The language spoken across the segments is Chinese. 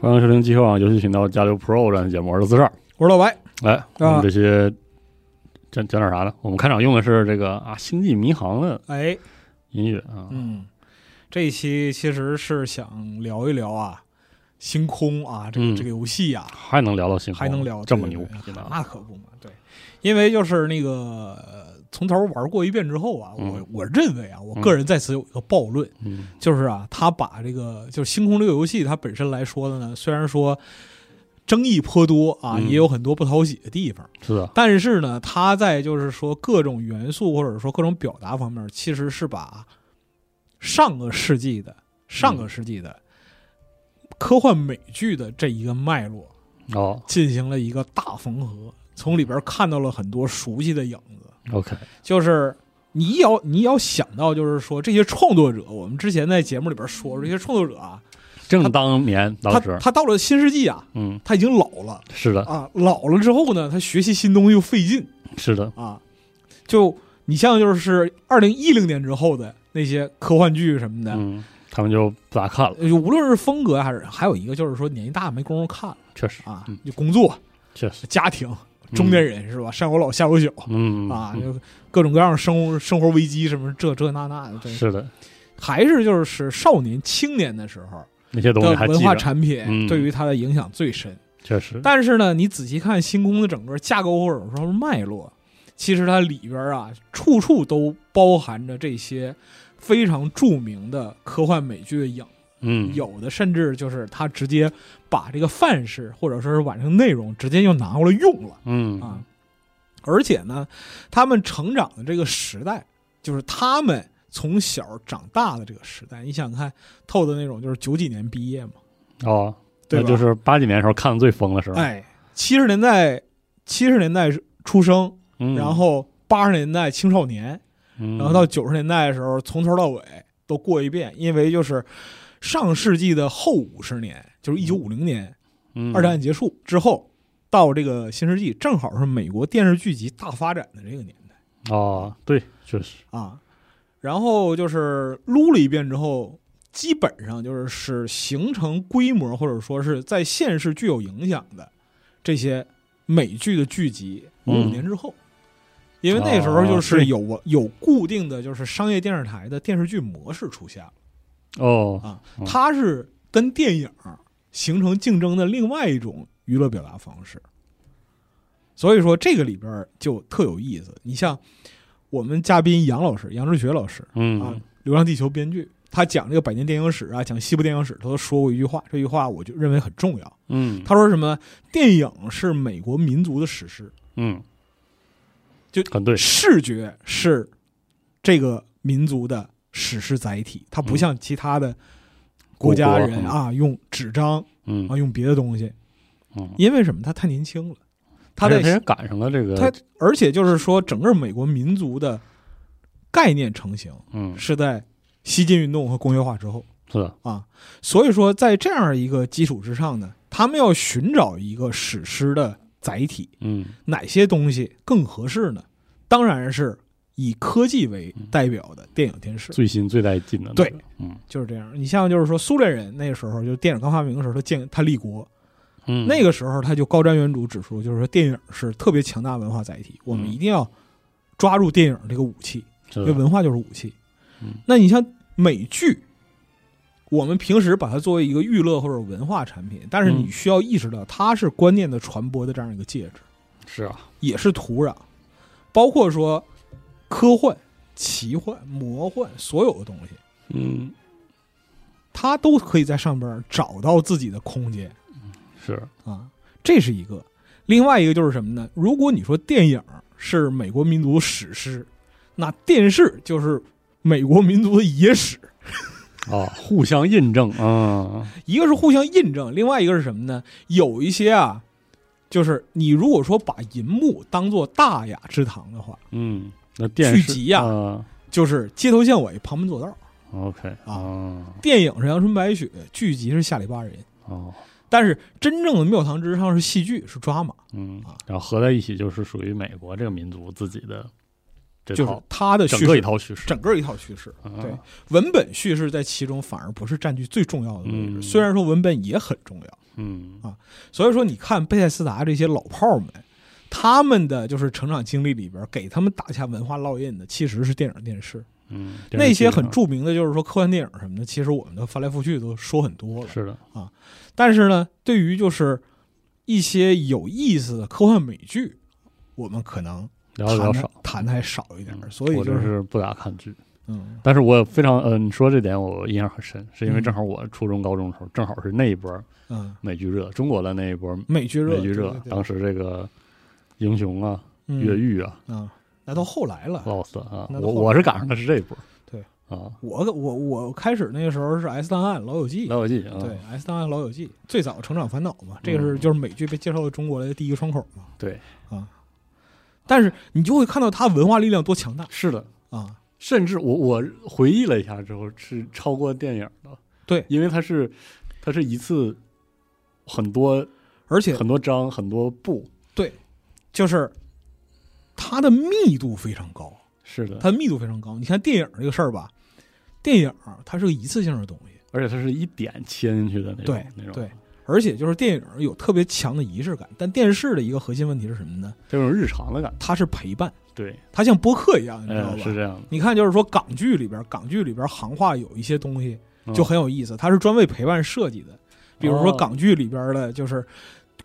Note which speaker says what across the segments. Speaker 1: 欢迎收听极客网游戏频道加六 Pro 战节目，我是四十二。
Speaker 2: 我是老白，
Speaker 1: 来，我们这些讲讲点啥呢？我们开场用的是这个啊《星际迷航》的
Speaker 2: 哎，
Speaker 1: 音乐啊，
Speaker 2: 嗯，这一期其实是想聊一聊啊，星空啊，这个、
Speaker 1: 嗯
Speaker 2: 这个游戏啊，
Speaker 1: 还能聊到星空，
Speaker 2: 还能聊
Speaker 1: 这么
Speaker 2: 对
Speaker 1: 牛啊
Speaker 2: 对
Speaker 1: 逼
Speaker 2: 对啊
Speaker 1: 呢？
Speaker 2: 那可不嘛，对，因为就是那个、呃从头玩过一遍之后啊，
Speaker 1: 嗯
Speaker 2: 我我认为啊，我个人在此有一个暴论，
Speaker 1: 嗯
Speaker 2: 就是啊，他把这个就是星空这个游戏它本身来说的呢，虽然说争议颇多啊，
Speaker 1: 嗯
Speaker 2: 也有很多不讨喜的地方。
Speaker 1: 是啊的，
Speaker 2: 但是呢，它在就是说各种元素或者说各种表达方面，其实是把上个世纪的上个世纪的科幻美剧的这一个脉络
Speaker 1: 哦
Speaker 2: 进行了一个大缝合，从里边看到了很多熟悉的影子。
Speaker 1: ，OK，
Speaker 2: 就是你要你要想到，就是说这些创作者，我们之前在节目里边说，这些创作者啊，
Speaker 1: 正当年
Speaker 2: 他
Speaker 1: 当时，
Speaker 2: 他到了新世纪啊，
Speaker 1: 嗯，
Speaker 2: 他已经老了
Speaker 1: 是的，
Speaker 2: 啊，老了之后呢，他学习新东西又费劲。
Speaker 1: 是的，
Speaker 2: 啊，就你像就是二零一零年之后的那些科幻剧什么的，
Speaker 1: 嗯，他们就不咋看了，
Speaker 2: 呃无论是风格还是还有一个就是说年纪大没工夫看了
Speaker 1: 确实，
Speaker 2: 啊
Speaker 1: 嗯，
Speaker 2: 就工作、
Speaker 1: 确实，
Speaker 2: 家庭、中年人、是吧？上有老下有小
Speaker 1: 嗯
Speaker 2: 啊，
Speaker 1: 嗯
Speaker 2: 就各种各样的生活生活危机什么这这那那的，对，
Speaker 1: 是的，
Speaker 2: 还是就是少年青年的时候
Speaker 1: 那些东
Speaker 2: 的
Speaker 1: 西还
Speaker 2: 文
Speaker 1: 记
Speaker 2: 化
Speaker 1: 着，
Speaker 2: 产品
Speaker 1: 嗯
Speaker 2: 对于他的影响最深。
Speaker 1: 确实，
Speaker 2: 但是呢，你仔细看星空的整个架构或者说是脉络，其实它里边啊，处处都包含着这些非常著名的科幻美剧的影，
Speaker 1: 嗯，
Speaker 2: 有的甚至就是它直接把这个范式或者说是晚上内容直接就拿过来用了
Speaker 1: 嗯
Speaker 2: 啊。而且呢，他们成长的这个时代，就是他们从小长大的这个时代，你想看透的那种，就是九几年毕业嘛，
Speaker 1: 哦，
Speaker 2: 对
Speaker 1: 那
Speaker 2: 吧？
Speaker 1: 就是八几年的时候看的最疯的时候，
Speaker 2: 哎，七十年代七十年代出生，
Speaker 1: 嗯，
Speaker 2: 然后八十年代青少年，
Speaker 1: 嗯，
Speaker 2: 然后到九十年代的时候，从头到尾都过一遍，因为就是上世纪的后五十年，就是一九五零年、
Speaker 1: 嗯
Speaker 2: 二战结束之后，到这个新世纪，正好是美国电视剧集大发展的这个年代
Speaker 1: 哦，对，确实，
Speaker 2: 啊。然后就是撸了一遍之后。基本上就是是形成规模，或者说是在现实具有影响的这些美剧的剧集，五
Speaker 1: 嗯
Speaker 2: 五年之后，因为那时候
Speaker 1: 哦
Speaker 2: 就是
Speaker 1: 对
Speaker 2: 有我有固定的就是商业电视台的电视剧模式出现了
Speaker 1: 哦，
Speaker 2: 啊
Speaker 1: 嗯，
Speaker 2: 它是跟电影形成竞争的另外一种娱乐表达方式。所以说这个里边儿就特有意思。你像我们嘉宾杨老师，杨志学老师啊，
Speaker 1: 嗯
Speaker 2: 《流浪地球》编剧，他讲这个百年电影史啊，讲西部电影史，他都说过一句话，这句话我就认为很重要。
Speaker 1: 嗯，
Speaker 2: 他说什么？电影是美国民族的史诗，
Speaker 1: 嗯，
Speaker 2: 就
Speaker 1: 很对，
Speaker 2: 视觉是这个民族的史诗载体，它
Speaker 1: 嗯
Speaker 2: 不像其他的国家人啊、用纸张
Speaker 1: 嗯
Speaker 2: 啊用别的东西，
Speaker 1: 嗯，
Speaker 2: 因为什么？他太年轻了，他
Speaker 1: 而且他也
Speaker 2: 在
Speaker 1: 赶上了这个，
Speaker 2: 他而且就是说，整个美国民族的概念成型
Speaker 1: 嗯，
Speaker 2: 是在西进运动和工业化之后
Speaker 1: 是的，
Speaker 2: 啊，所以说在这样一个基础之上呢，他们要寻找一个史诗的载体，
Speaker 1: 嗯
Speaker 2: 哪些东西更合适呢？当然是以科技为代表的电影电视，
Speaker 1: 最新最带劲的那个，
Speaker 2: 对
Speaker 1: 嗯
Speaker 2: 就是这样。你像就是说苏联人那时候，就电影刚发明的时候，他建他立国，
Speaker 1: 嗯，
Speaker 2: 那个时候他就高瞻远瞩，指出就是说电影是特别强大文化载体，我们
Speaker 1: 嗯
Speaker 2: 一定要抓住电影这个武器，
Speaker 1: 是
Speaker 2: 因为
Speaker 1: 的，
Speaker 2: 文化就是武器
Speaker 1: 嗯。
Speaker 2: 那你像美剧。我们平时把它作为一个娱乐或者文化产品，但是你
Speaker 1: 嗯
Speaker 2: 需要意识到它是观念的传播的这样一个介质。
Speaker 1: 是啊，
Speaker 2: 也是土壤，包括说科幻、奇幻、魔幻所有的东西，
Speaker 1: 嗯，
Speaker 2: 它都可以在上边找到自己的空间
Speaker 1: 是，
Speaker 2: 啊，这是一个。另外一个就是什么呢？如果你说电影是美国民族史诗，那电视就是美国民族的野史。
Speaker 1: 哦，互相印证，嗯，
Speaker 2: 一个是互相印证，另外一个是什么呢？有一些啊，就是你如果说把银幕当做大雅之堂的话，
Speaker 1: 嗯，那电视
Speaker 2: 剧集呀
Speaker 1: 啊
Speaker 2: 就是街头巷尾、旁门左道。
Speaker 1: ，OK，
Speaker 2: 啊
Speaker 1: 啊，
Speaker 2: 电影是阳春白雪，剧集是下里巴人，
Speaker 1: 哦，
Speaker 2: 但是真正的庙堂之上是戏剧，是抓马。
Speaker 1: 嗯
Speaker 2: 啊，
Speaker 1: 然后合在一起就是属于美国这个民族自己的这
Speaker 2: 就是
Speaker 1: 套
Speaker 2: 他的叙
Speaker 1: 整
Speaker 2: 事
Speaker 1: 个一套叙事，
Speaker 2: 整个一套叙事。
Speaker 1: 啊
Speaker 2: 对，文本叙事在其中反而不是占据最重要的位置，
Speaker 1: 嗯
Speaker 2: 虽然说文本也很重要。
Speaker 1: 嗯
Speaker 2: 所以说，你看贝塞斯达这些老炮儿们，他们的就是成长经历里边，给他们打下文化烙印的，其实是电影、电视
Speaker 1: 嗯，
Speaker 2: 那些很
Speaker 1: 重
Speaker 2: 著名的，就是说科幻电影什么的，其实我们都翻来覆去都说很多了。
Speaker 1: 是的，
Speaker 2: 但是呢，对于就是一些有意思的科幻美剧，我们可能
Speaker 1: 聊的
Speaker 2: 谈
Speaker 1: 比较
Speaker 2: 的
Speaker 1: 少，
Speaker 2: 谈的还少一点儿，
Speaker 1: 嗯
Speaker 2: 所以
Speaker 1: 我
Speaker 2: 就
Speaker 1: 真是不咋看剧。
Speaker 2: 嗯
Speaker 1: 但是我也非常，嗯、你说这点我印象很深，是因为
Speaker 2: 嗯
Speaker 1: 正好我初中、高中的时候，正好是那一波
Speaker 2: 嗯，
Speaker 1: 美剧热，中国的那一波
Speaker 2: 美剧热，
Speaker 1: 美剧热，
Speaker 2: 对对对
Speaker 1: 当时这个英雄啊、
Speaker 2: 嗯
Speaker 1: 越狱啊、
Speaker 2: 啊，那到后来了。
Speaker 1: Lost 啊，
Speaker 2: 那都
Speaker 1: 我
Speaker 2: 后来
Speaker 1: 我是赶上的是这一波。
Speaker 2: 对
Speaker 1: 啊，
Speaker 2: 我我我开始那个时候是《S 档案》《老友记》
Speaker 1: 老友记啊，
Speaker 2: 对，《S 档案》《老友记》最早《成长烦恼》嘛，这个
Speaker 1: 嗯
Speaker 2: 是就是美剧被介绍到中国来的第一个窗口嘛。
Speaker 1: 对
Speaker 2: 啊，但是你就会看到它文化力量多强大
Speaker 1: 是的。
Speaker 2: 啊！
Speaker 1: 甚至我我回忆了一下之后，是超过电影的。
Speaker 2: 对
Speaker 1: 因为它是它是一次很多
Speaker 2: 而且
Speaker 1: 很多章很多部，
Speaker 2: 就是它的密度非常高，
Speaker 1: 是的，
Speaker 2: 它的密度非常高。你看电影这个事儿吧，电影它是个一次性的东西，
Speaker 1: 而且它是一点切进去的那种
Speaker 2: 对
Speaker 1: 那种
Speaker 2: 对，而且就是电影有特别强的仪式感。但电视的一个核心问题是什么呢？
Speaker 1: 这种日常的感觉。
Speaker 2: 它是陪伴，
Speaker 1: 对，
Speaker 2: 它像播客一样，你知道吧？
Speaker 1: 嗯，是这样的，
Speaker 2: 你看，就是说港剧里边，港剧里边行话有一些东西
Speaker 1: 嗯
Speaker 2: 就很有意思，它是专为陪伴设计的。比如说
Speaker 1: 哦
Speaker 2: 港剧里边的，就是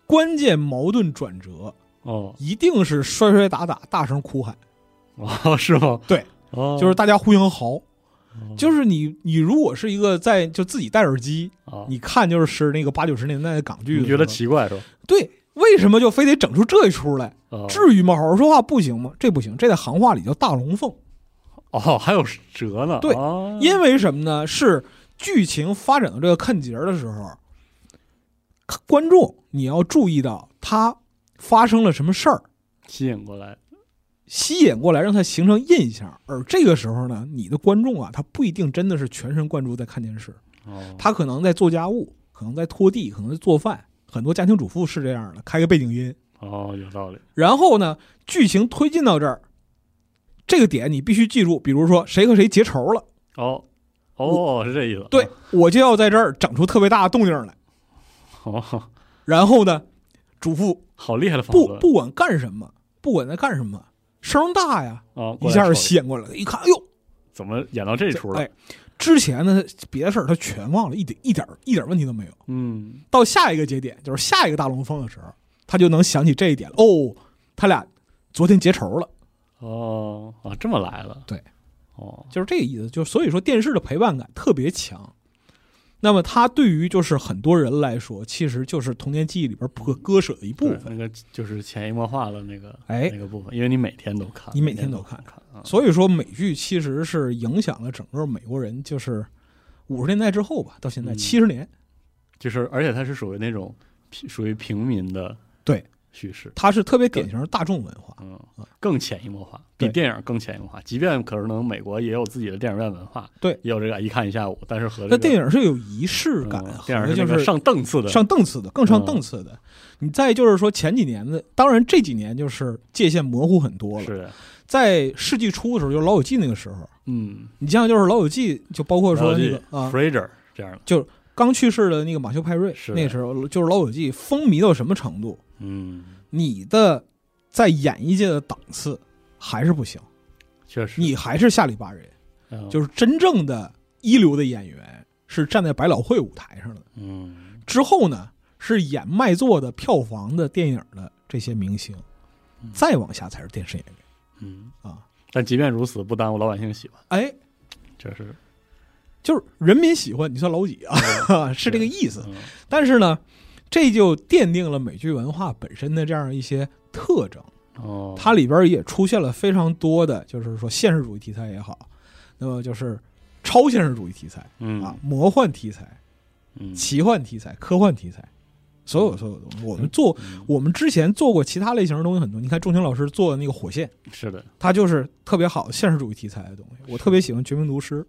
Speaker 2: 关键矛盾转折，
Speaker 1: 哦
Speaker 2: 一定是摔摔打打、大声哭喊，
Speaker 1: 哦， 是吗？
Speaker 2: 对，
Speaker 1: 哦，
Speaker 2: 就是大家互相嚎。
Speaker 1: 哦
Speaker 2: 就是你，你如果是一个在就自己戴耳机，
Speaker 1: 啊，
Speaker 2: 你看就是那个八九十年代的港剧的
Speaker 1: 你
Speaker 2: 时候，
Speaker 1: 觉得奇怪是吧？
Speaker 2: 对？为什么就非得整出这一出来？
Speaker 1: 哦
Speaker 2: 至于吗？好好说话不行吗？这不行，这在行话里叫大龙凤。
Speaker 1: 哦，还有折呢，
Speaker 2: 对
Speaker 1: 啊
Speaker 2: 因为什么呢？是剧情发展到这个看节儿的时候，看观众你要注意到他发生了什么事儿，
Speaker 1: 吸引过来，
Speaker 2: 吸引过来，让他形成印象。而这个时候呢，你的观众啊，他不一定真的是全神贯注在看电视，
Speaker 1: 哦，
Speaker 2: 他可能在做家务，可能在拖地，可能在做饭。很多家庭主妇是这样的，开个背景音。
Speaker 1: 哦，有道理，
Speaker 2: 然后呢，剧情推进到这儿，这个点你必须记住，比如说谁和谁结仇了，
Speaker 1: 哦哦，是这意思，
Speaker 2: 对我就要在这儿整出特别大的动静来。
Speaker 1: 哦，
Speaker 2: 然后呢，主妇
Speaker 1: 好厉害的房
Speaker 2: 不
Speaker 1: 子
Speaker 2: 不管干什么，不管在干什么，声儿大呀，
Speaker 1: 啊，过
Speaker 2: 一
Speaker 1: 来
Speaker 2: 下
Speaker 1: 瞅
Speaker 2: 就
Speaker 1: 一
Speaker 2: 吸引过来了。一看，哎呦，
Speaker 1: 怎么演到这
Speaker 2: 这
Speaker 1: 出了？
Speaker 2: 哎，之前的别的事儿他全忘了，一点一点一点问题都没有。
Speaker 1: 嗯，
Speaker 2: 到下一个节点，就是下一个大龙凤的时候，他就能想起这一点了。哦，他俩昨天结仇了，
Speaker 1: 哦啊，这么来的，
Speaker 2: 对，
Speaker 1: 哦，
Speaker 2: 就是这个意思。就所以说，电视的陪伴感特别强。那么，它对于就是很多人来说，其实就是童年记忆里边不可割舍的一部
Speaker 1: 对那
Speaker 2: 分。
Speaker 1: 个就是潜移默化的那个
Speaker 2: 哎
Speaker 1: 那个部分，因为你每天都看，
Speaker 2: 你每天
Speaker 1: 天
Speaker 2: 都看
Speaker 1: 看啊，
Speaker 2: 所以说，美剧其实是影响了整个美国人，就是五十年代之后吧，到现在
Speaker 1: 嗯
Speaker 2: 七十年，
Speaker 1: 就是而且它是属于那种平属于平民的
Speaker 2: 对
Speaker 1: 叙事，
Speaker 2: 它是特别典型的大众文化。
Speaker 1: 嗯
Speaker 2: 啊，
Speaker 1: 更潜移默化，
Speaker 2: 对
Speaker 1: 比电影更潜移默化。即便可能美国也有自己的电影院文化，
Speaker 2: 对
Speaker 1: 也有这个一看一下午，但是和这
Speaker 2: 那
Speaker 1: 个
Speaker 2: 电影是有仪式
Speaker 1: 嗯
Speaker 2: 感，
Speaker 1: 电影
Speaker 2: 和
Speaker 1: 是
Speaker 2: 就
Speaker 1: 那个
Speaker 2: 是
Speaker 1: 上档次的，
Speaker 2: 上档次的，更上
Speaker 1: 嗯
Speaker 2: 档次的。你再就是说前几年的，当然这几年就是界限模糊很多了。
Speaker 1: 是的，
Speaker 2: 在世纪初的时候，就《老友记》那个时候，
Speaker 1: 嗯，
Speaker 2: 你像就是《老友记》，就包括说那个啊
Speaker 1: f r a s e r 这样的，
Speaker 2: 刚去世的那个马修派瑞，
Speaker 1: 是
Speaker 2: 那时候就是《老友记》风靡到什么程度？
Speaker 1: 嗯，
Speaker 2: 你的在演艺界的档次还是不行。
Speaker 1: 确实，
Speaker 2: 你还是下里巴人，
Speaker 1: 嗯
Speaker 2: 就是真正的一流的演员是站在百老汇舞台上的。
Speaker 1: 嗯
Speaker 2: 之后呢，是演卖座的、票房的电影的这些明星
Speaker 1: 嗯，
Speaker 2: 再往下才是电视演员
Speaker 1: 嗯，
Speaker 2: 啊。
Speaker 1: 但即便如此，不耽误老百姓喜欢，
Speaker 2: 哎，
Speaker 1: 确实
Speaker 2: 就是人民喜欢，你算老几啊？ 是这个意思。
Speaker 1: 嗯
Speaker 2: 但是呢，这就奠定了美剧文化本身的这样一些特征。
Speaker 1: 哦，
Speaker 2: 它里边也出现了非常多的，就是说现实主义题材也好，那么就是超现实主义题材
Speaker 1: 嗯
Speaker 2: 啊，魔幻题材。
Speaker 1: 嗯
Speaker 2: 奇幻题材、科幻题材，所有所有东西。我们做，
Speaker 1: 嗯
Speaker 2: 我们之前做过其他类型的东西很多。你看钟情老师做的那个《火线》，
Speaker 1: 是的，
Speaker 2: 它就是特别好的现实主义题材的东西。我特别喜欢《绝命毒师》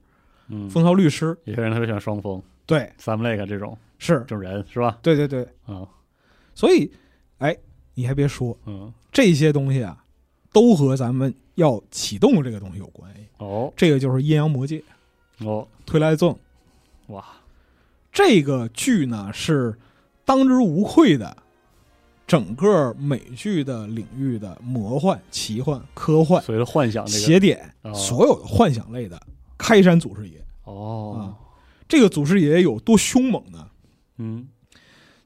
Speaker 1: 嗯，
Speaker 2: 《风骚律师》，
Speaker 1: 有些人特别喜欢双峰、
Speaker 2: 对，
Speaker 1: Sam Lake 这种
Speaker 2: 是
Speaker 1: 这，种人是吧？
Speaker 2: 对对对。
Speaker 1: 啊，
Speaker 2: 所以，哎，你还别说，
Speaker 1: 嗯，
Speaker 2: 这些东西啊，都和咱们要启动这个东西有关系。
Speaker 1: 哦
Speaker 2: 这个就是《阴阳魔界》
Speaker 1: 哦，
Speaker 2: 推来赠
Speaker 1: 哇，
Speaker 2: 这个剧呢是当之无愧的整个美剧的领域的魔幻、奇幻、科幻、
Speaker 1: 所谓的幻想啊这个
Speaker 2: 邪典，
Speaker 1: 哦
Speaker 2: 所有的幻想类的开山祖师爷。啊
Speaker 1: 哦，
Speaker 2: 这个祖师爷有多凶猛呢？
Speaker 1: 嗯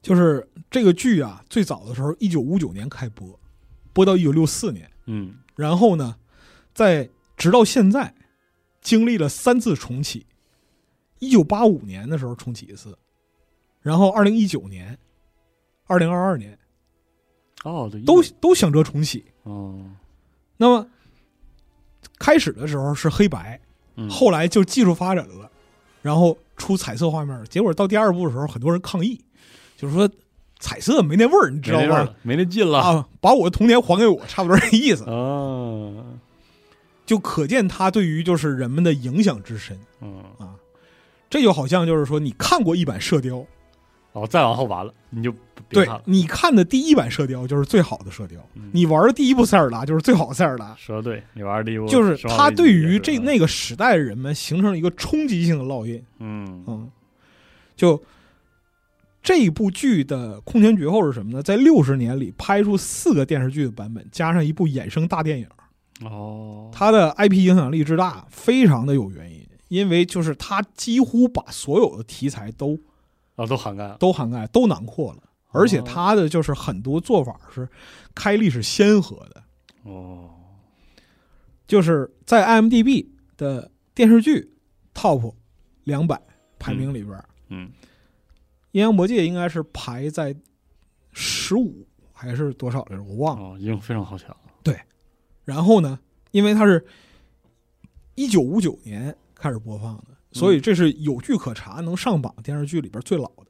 Speaker 2: 就是这个剧啊，最早的时候一九五九年开播，播到一九六四年，
Speaker 1: 嗯，
Speaker 2: 然后呢，在直到现在，经历了三次重启，一九八五年的时候重启一次，然后二零一九年、二零二二年
Speaker 1: 嗯哦，对
Speaker 2: 都
Speaker 1: 一
Speaker 2: 都想着重启。
Speaker 1: 哦，
Speaker 2: 那么开始的时候是黑白，
Speaker 1: 嗯
Speaker 2: 后来就技术发展了，然后出彩色画面，结果到第二部的时候，很多人抗议，就是说彩色没那味儿，你知
Speaker 1: 没
Speaker 2: 道
Speaker 1: 那味儿
Speaker 2: 吗？
Speaker 1: 了，没那劲了啊
Speaker 2: 啊，把我的童年还给我，差不多这意思。就可见它对于就是人们的影响之深。
Speaker 1: 嗯，
Speaker 2: 啊这就好像就是说，你看过一版《射雕》，
Speaker 1: 哦，再往后完了，你就不别
Speaker 2: 对
Speaker 1: 看了，
Speaker 2: 你看的第一版《射雕》就是最好的《射雕》
Speaker 1: 嗯，
Speaker 2: 你玩的第一部《塞尔达》就是最好的《塞尔达
Speaker 1: 说的对，你玩的第一部》，
Speaker 2: 就是
Speaker 1: 生化
Speaker 2: 它
Speaker 1: 危机
Speaker 2: 对
Speaker 1: 也
Speaker 2: 于
Speaker 1: 是
Speaker 2: 这那个时代的人们形成了一个冲击性的烙印。
Speaker 1: 嗯
Speaker 2: 嗯，就这一部剧的《空前绝后》是什么呢？在六十年里拍出四个电视剧的版本，加上一部衍生大电影。
Speaker 1: 哦，
Speaker 2: 它的 IP 影响力之大，非常的有原因，因为就是它几乎把所有的题材都
Speaker 1: 哦都涵盖了，
Speaker 2: 都涵盖、都囊括了，而
Speaker 1: 哦
Speaker 2: 且它的就是很多做法是开历史先河的，
Speaker 1: 哦
Speaker 2: 就是在 IMDB 的电视剧 Top 两百排名里边，
Speaker 1: 嗯
Speaker 2: 阴阳魔界》应该是排在十五还是多少来着，我忘了。
Speaker 1: 哦，应用非常好巧，
Speaker 2: 然后呢，因为它是一九五九年开始播放的，
Speaker 1: 嗯
Speaker 2: 所以这是有据可查，能上榜电视剧里边最老的。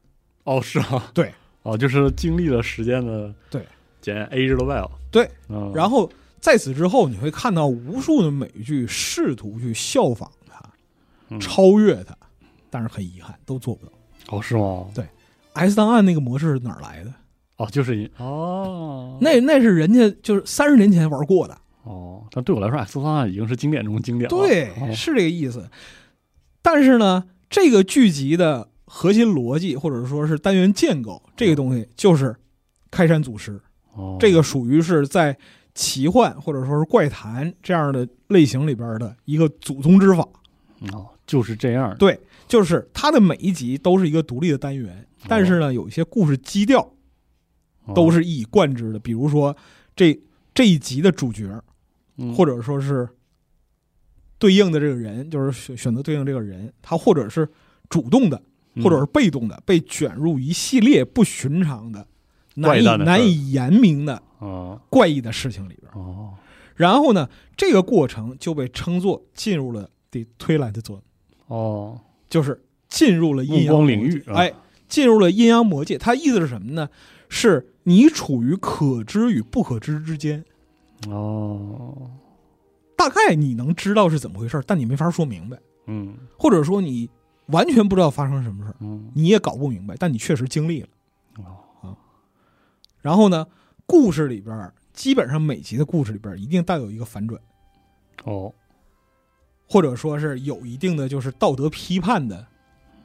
Speaker 1: 哦是啊，
Speaker 2: 对，
Speaker 1: 哦就是经历了时间的
Speaker 2: 对
Speaker 1: 检验，age the well，
Speaker 2: 对，
Speaker 1: 嗯，
Speaker 2: 然后在此之后，你会看到无数的美剧试图去效仿它、
Speaker 1: 嗯
Speaker 2: 超越它，但是很遗憾都做不到。
Speaker 1: 哦是吗？
Speaker 2: S 档案那个模式是哪儿来的？
Speaker 1: 哦就是一哦
Speaker 2: 那那是人家就是三十年前玩过的，
Speaker 1: 哦，但对我来说，X 方案已经是经典中的经典了，
Speaker 2: 对，
Speaker 1: 哦
Speaker 2: 是这个意思。但是呢，这个剧集的核心逻辑或者说是单元建构这个东西，就是开山祖师，
Speaker 1: 哦
Speaker 2: 这个属于是在奇幻或者说是怪谈这样的类型里边的一个祖宗之法。
Speaker 1: 哦就是这样，
Speaker 2: 对，就是它的每一集都是一个独立的单元，但是呢，有一些故事基调
Speaker 1: 哦
Speaker 2: 都是一以贯之的。比如说这这一集的主角，
Speaker 1: 嗯
Speaker 2: 或者说是对应的这个人，就是选选择对应这个人，他或者是主动的，
Speaker 1: 嗯
Speaker 2: 或者是被动的，被卷入一系列不寻常的、难以
Speaker 1: 怪诞的事儿
Speaker 2: 难以言明的
Speaker 1: 哦
Speaker 2: 怪异的事情里边。
Speaker 1: 哦
Speaker 2: 然后呢，这个过程就被称作进入了 the twilight zone，
Speaker 1: 哦
Speaker 2: 就是进入了阴
Speaker 1: 目
Speaker 2: 阳
Speaker 1: 光
Speaker 2: 魔
Speaker 1: 领域
Speaker 2: 界，
Speaker 1: 啊
Speaker 2: 哎，进入了阴阳魔界。它意思是什么呢？是你处于可知与不可知之间，
Speaker 1: 哦
Speaker 2: 大概你能知道是怎么回事儿，但你没法说明白。
Speaker 1: 嗯
Speaker 2: 或者说你完全不知道发生什么事儿，
Speaker 1: 嗯
Speaker 2: 你也搞不明白，但你确实经历了。啊
Speaker 1: 哦
Speaker 2: 然后呢，故事里边儿基本上每集的故事里边儿一定带有一个反转，
Speaker 1: 哦
Speaker 2: 或者说是有一定的就是道德批判的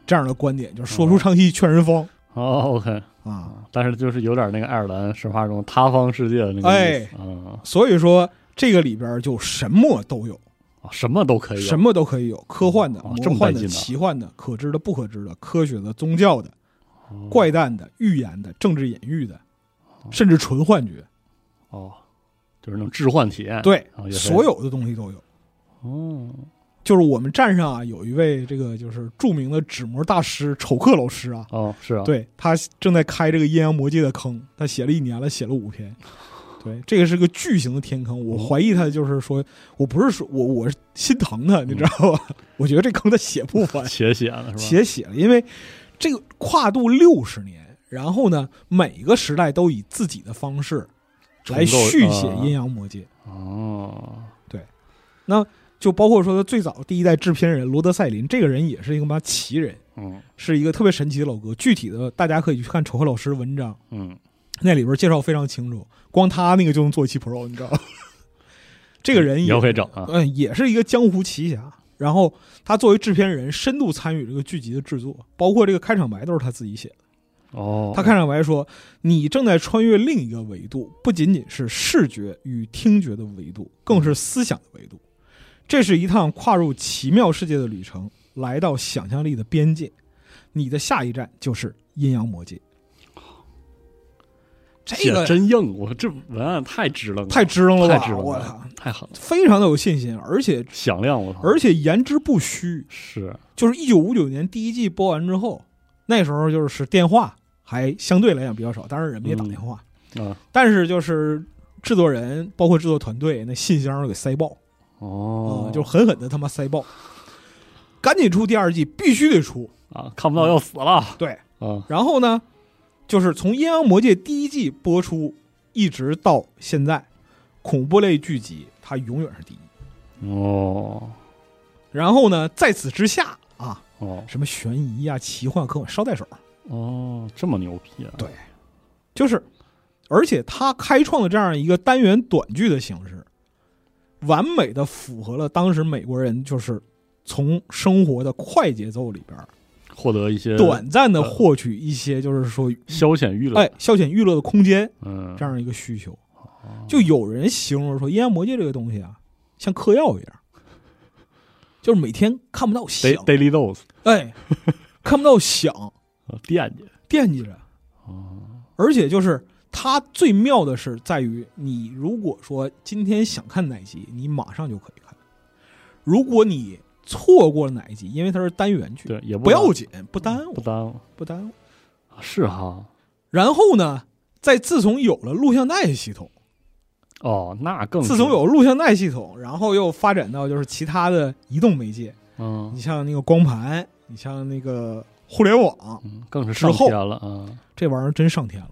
Speaker 2: 这样的观点，就是说出唱戏劝人方
Speaker 1: 哦 OK。
Speaker 2: 啊。
Speaker 1: 啊，但是就是有点那个爱尔兰神话中塌方世界的那个意
Speaker 2: 哎
Speaker 1: 思，嗯，
Speaker 2: 所以说这个里边儿就什么都有，
Speaker 1: 啊什么都可以有，
Speaker 2: 什么都可以有，科幻的、
Speaker 1: 哦这
Speaker 2: 魔
Speaker 1: 么
Speaker 2: 幻
Speaker 1: 带
Speaker 2: 的、
Speaker 1: 劲呢
Speaker 2: 奇幻的、可知的、不可知的、科学的、宗教的、
Speaker 1: 哦
Speaker 2: 怪诞的、预言的、政治隐喻的，甚至纯幻觉。
Speaker 1: 哦，就是那种置换体验，，
Speaker 2: 对
Speaker 1: 啊也，是
Speaker 2: 所有的东西都有。
Speaker 1: 哦，
Speaker 2: 就是我们站上啊，有一位这个就是著名的纸模大师丑克老师啊，
Speaker 1: 哦，是啊，，，
Speaker 2: 对他正在开这个阴阳魔界的坑，他写了一年了，写了五篇。对，这个是个巨型的天坑，我怀疑他就是说，我不是说我我是心疼他，你知道吧？ 我觉得这坑他写不完
Speaker 1: 且写的是吧？
Speaker 2: 且写了，因为这个跨度六十年，然后呢，每个时代都以自己的方式来
Speaker 1: 重构
Speaker 2: 续写
Speaker 1: 啊
Speaker 2: 阴阳魔界。
Speaker 1: 哦，
Speaker 2: 就包括说他最早第一代制片人罗德赛林，这个人也是一个妈奇人，
Speaker 1: 嗯
Speaker 2: 是一个特别神奇的老哥。具体的大家可以去看丑黑老师的文章，
Speaker 1: 嗯，
Speaker 2: 那里边介绍非常清楚，光他那个就能做一期 Pro，你知道吗？ 这个人
Speaker 1: 以
Speaker 2: 也
Speaker 1: 后可以整啊，
Speaker 2: 嗯，也是一个江湖奇侠。然后他作为制片人，深度参与这个剧集的制作，包括这个开场白都是他自己写的。
Speaker 1: 哦，
Speaker 2: 他开场白说：“你正在穿越另一个维度，不仅仅是视觉与听觉的维度，更是思想的维度。这是一趟跨入奇妙世界的旅程，来到想象力的边界。你的下一站就是阴阳魔界。”这
Speaker 1: 写
Speaker 2: 个
Speaker 1: 真硬，我这文案太支棱了，
Speaker 2: 太支棱了吧！
Speaker 1: 太支棱
Speaker 2: 我操
Speaker 1: 了，，太狠了，
Speaker 2: 非常的有信心，而且
Speaker 1: 响亮，我操，
Speaker 2: 而且言之不虚。
Speaker 1: 是
Speaker 2: 就是一九五九年第一季播完之后，那时候就是电话还相对来讲比较少，当然人们也打电话，
Speaker 1: 啊，
Speaker 2: 但是就是制作人包括制作团队那信箱都给塞爆，啊、
Speaker 1: 哦，
Speaker 2: 就狠狠的他妈塞爆，赶紧出第二季，必须得出。
Speaker 1: 啊，看不到要死了
Speaker 2: 对，
Speaker 1: 啊，
Speaker 2: 然后呢，就是从《阴阳魔界》第一季播出一直到现在，恐怖类剧集它永远是第一。
Speaker 1: 哦
Speaker 2: 然后呢，在此之下啊，
Speaker 1: 哦
Speaker 2: 什么悬疑啊、奇幻可我捎带手。
Speaker 1: 哦，这么牛逼啊，
Speaker 2: 对就是，而且他开创了这样一个单元短剧的形式，完美的符合了当时美国人就是从生活的快节奏里边儿
Speaker 1: 获得一些
Speaker 2: 短暂的获取一些就是说
Speaker 1: 消遣娱乐，
Speaker 2: 哎消遣娱乐的空间
Speaker 1: 嗯，
Speaker 2: 这样一个需求。
Speaker 1: 哦
Speaker 2: 就有人形容说，《阴阳魔界》这个东西啊，像嗑药一样，就是每天看不到响
Speaker 1: Da-，daily dose
Speaker 2: 哎，看不到响，
Speaker 1: 啊惦记
Speaker 2: 惦记着。
Speaker 1: 哦
Speaker 2: 而且就是它最妙的是在于，你如果说今天想看哪集，你马上就可以看；如果你错过了哪一集，因为它是单元剧，
Speaker 1: 对，也
Speaker 2: 不要紧，不耽误
Speaker 1: 不，耽误，啊
Speaker 2: 不耽误。
Speaker 1: 是哈，
Speaker 2: 然后呢，在自从有了录像带系统，
Speaker 1: 哦，那更
Speaker 2: 自从有了录像带系统，然后又发展到就是其他的移动媒介，
Speaker 1: 嗯
Speaker 2: 你像那个光盘，你像那个互联网，
Speaker 1: 嗯，更是
Speaker 2: 之
Speaker 1: 上
Speaker 2: 后
Speaker 1: 天了啊，
Speaker 2: 这玩意儿真上天了。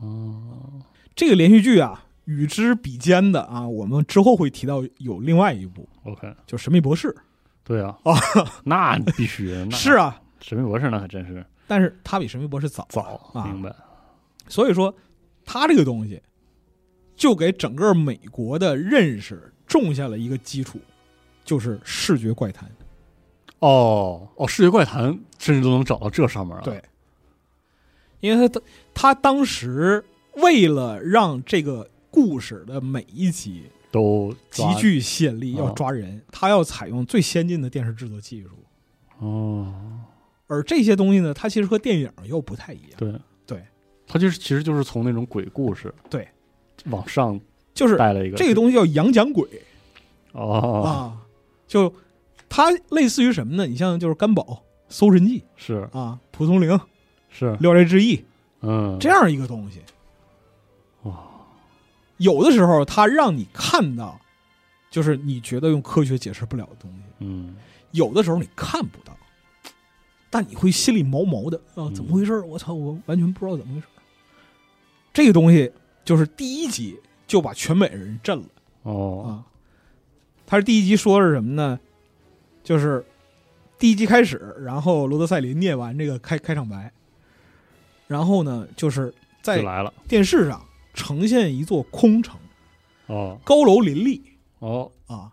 Speaker 1: 哦
Speaker 2: 这个连续剧啊，与之比肩的啊，我们之后会提到有另外一部。
Speaker 1: ，OK，
Speaker 2: 就《神秘博士
Speaker 1: 对啊
Speaker 2: 哦，
Speaker 1: 那必须》 那
Speaker 2: 是啊，
Speaker 1: 神秘博士那可真是
Speaker 2: 但是他比《神秘博士》早，
Speaker 1: 早，
Speaker 2: 啊
Speaker 1: 明白，
Speaker 2: 所以说他这个东西就给整个美国的认识种下了一个基础，就是视觉怪谈。
Speaker 1: 哦哦，视觉怪谈甚至都能找到这上面了，啊
Speaker 2: 对因为他他当时为了让这个故事的每一集
Speaker 1: 都
Speaker 2: 极
Speaker 1: 抓
Speaker 2: 具吸引力，
Speaker 1: 抓
Speaker 2: 要抓人，他要采用最先进的电视制作技术。
Speaker 1: 哦，
Speaker 2: 而这些东西呢，它其实和电影又不太一样，
Speaker 1: 对
Speaker 2: 对，
Speaker 1: 它就是其实就是从那种鬼故事
Speaker 2: 对
Speaker 1: 往上
Speaker 2: 就是
Speaker 1: 带了一个
Speaker 2: 这个东西叫洋讲鬼。
Speaker 1: 哦，
Speaker 2: 啊，就它类似于什么呢？你像就是甘宝《搜神记
Speaker 1: 是》
Speaker 2: 啊，《蒲松龄》《
Speaker 1: 是，
Speaker 2: 聊斋志异》
Speaker 1: 嗯，
Speaker 2: 这样一个东西。
Speaker 1: 哇，
Speaker 2: 有的时候它让你看到，就是你觉得用科学解释不了的东西；
Speaker 1: 嗯，
Speaker 2: 有的时候你看不到，但你会心里毛毛的啊，
Speaker 1: 嗯
Speaker 2: 怎么回事儿？我操，我完全不知道怎么回事儿。这个东西就是第一集就把全美人震了。
Speaker 1: 哦，
Speaker 2: 啊，他是第一集说的是什么呢？就是第一集开始，然后罗德赛林念完这个开开场白，然后呢，就是
Speaker 1: 就
Speaker 2: 在
Speaker 1: 来了，
Speaker 2: 电视上呈现一座空城，
Speaker 1: 哦
Speaker 2: 高楼林立
Speaker 1: 哦，
Speaker 2: 啊，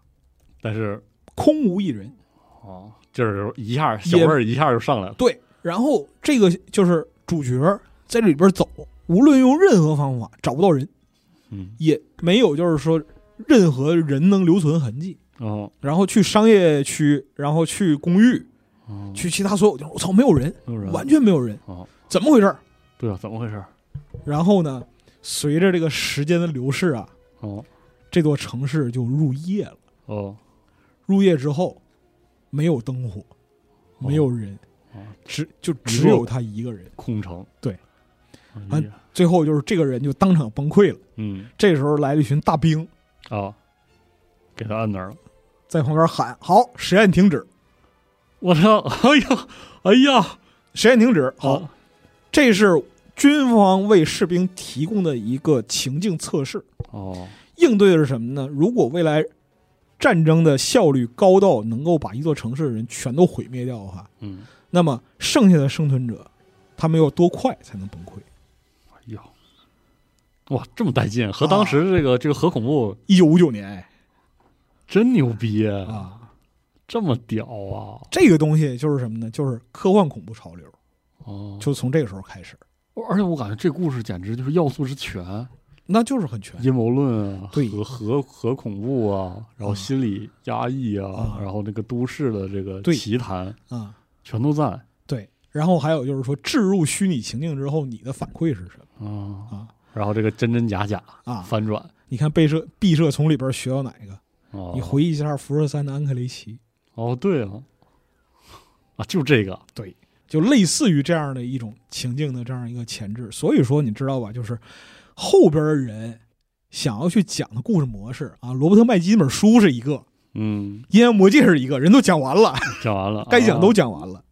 Speaker 1: 但是
Speaker 2: 空无一人。
Speaker 1: 哦，就是一下小味儿一下就上来了，
Speaker 2: 对，然后这个就是主角在这里边走，无论用任何方法找不到人，
Speaker 1: 嗯，
Speaker 2: 也没有就是说任何人能留存痕迹。
Speaker 1: 哦，
Speaker 2: 然后去商业区，然后去公寓，
Speaker 1: 哦
Speaker 2: 去其他所有地方，我操，没有人，
Speaker 1: 没有人
Speaker 2: 完全没有人
Speaker 1: 哦，
Speaker 2: 怎么回事儿？
Speaker 1: 对啊，怎么回事？
Speaker 2: 然后呢，随着这个时间的流逝啊，
Speaker 1: 哦
Speaker 2: 这座城市就入夜了。
Speaker 1: 哦
Speaker 2: 入夜之后，没有灯火，没有人，
Speaker 1: 哦，
Speaker 2: 只就只有他一个人。
Speaker 1: 空城，
Speaker 2: 对啊
Speaker 1: 哎呀，
Speaker 2: 最后就是这个人就当场崩溃了。
Speaker 1: 嗯，
Speaker 2: 这时候来了一群大兵，
Speaker 1: 哦，给他摁那儿了，
Speaker 2: 在旁边喊：“好，实验停止，
Speaker 1: 我操，哎呀，哎呀，
Speaker 2: 实验停止。”好，
Speaker 1: 哦，
Speaker 2: 这是军方为士兵提供的一个情境测试。
Speaker 1: 哦，
Speaker 2: 应对的是什么呢？如果未来战争的效率高到能够把一座城市的人全都毁灭掉的话，
Speaker 1: 嗯，
Speaker 2: 那么剩下的生存者，他们要多快才能崩溃？
Speaker 1: 哎呦，啊哇，这么带劲，和当时这个这个核恐怖
Speaker 2: 一九五九年，哎
Speaker 1: 真牛逼，
Speaker 2: 啊。
Speaker 1: 这么屌啊！
Speaker 2: 这个东西就是什么呢？就是科幻恐怖潮流，
Speaker 1: 哦，
Speaker 2: 就从这个时候开始，
Speaker 1: 我而且我感觉这故事简直就是要素之全，
Speaker 2: 那就是很全
Speaker 1: 阴谋论啊，
Speaker 2: 对
Speaker 1: 核核核恐怖啊，然后
Speaker 2: 啊
Speaker 1: 心理压抑啊
Speaker 2: 啊，
Speaker 1: 然后那个都市的这个
Speaker 2: 对
Speaker 1: 奇谈
Speaker 2: 啊。
Speaker 1: 全都在啊
Speaker 2: 对，然后还有就是说，置入虚拟情境之后，你的反馈是什么，啊
Speaker 1: 然后这个真真假假
Speaker 2: 啊？
Speaker 1: 翻转
Speaker 2: 你看被摄毕设从里边学到哪一个？
Speaker 1: 哦
Speaker 2: 你回忆一下《辐射三》的安克雷奇，
Speaker 1: 哦对啊啊就这个
Speaker 2: 就类似于这样的一种情境的这样一个前置。所以说，你知道吧？就是后边的人想要去讲的故事模式啊，罗伯特麦基那本书是一个，《
Speaker 1: 嗯
Speaker 2: 阴阳魔界》是一个，人都讲完了，
Speaker 1: 讲完了
Speaker 2: 该讲
Speaker 1: 啊
Speaker 2: 都讲完了。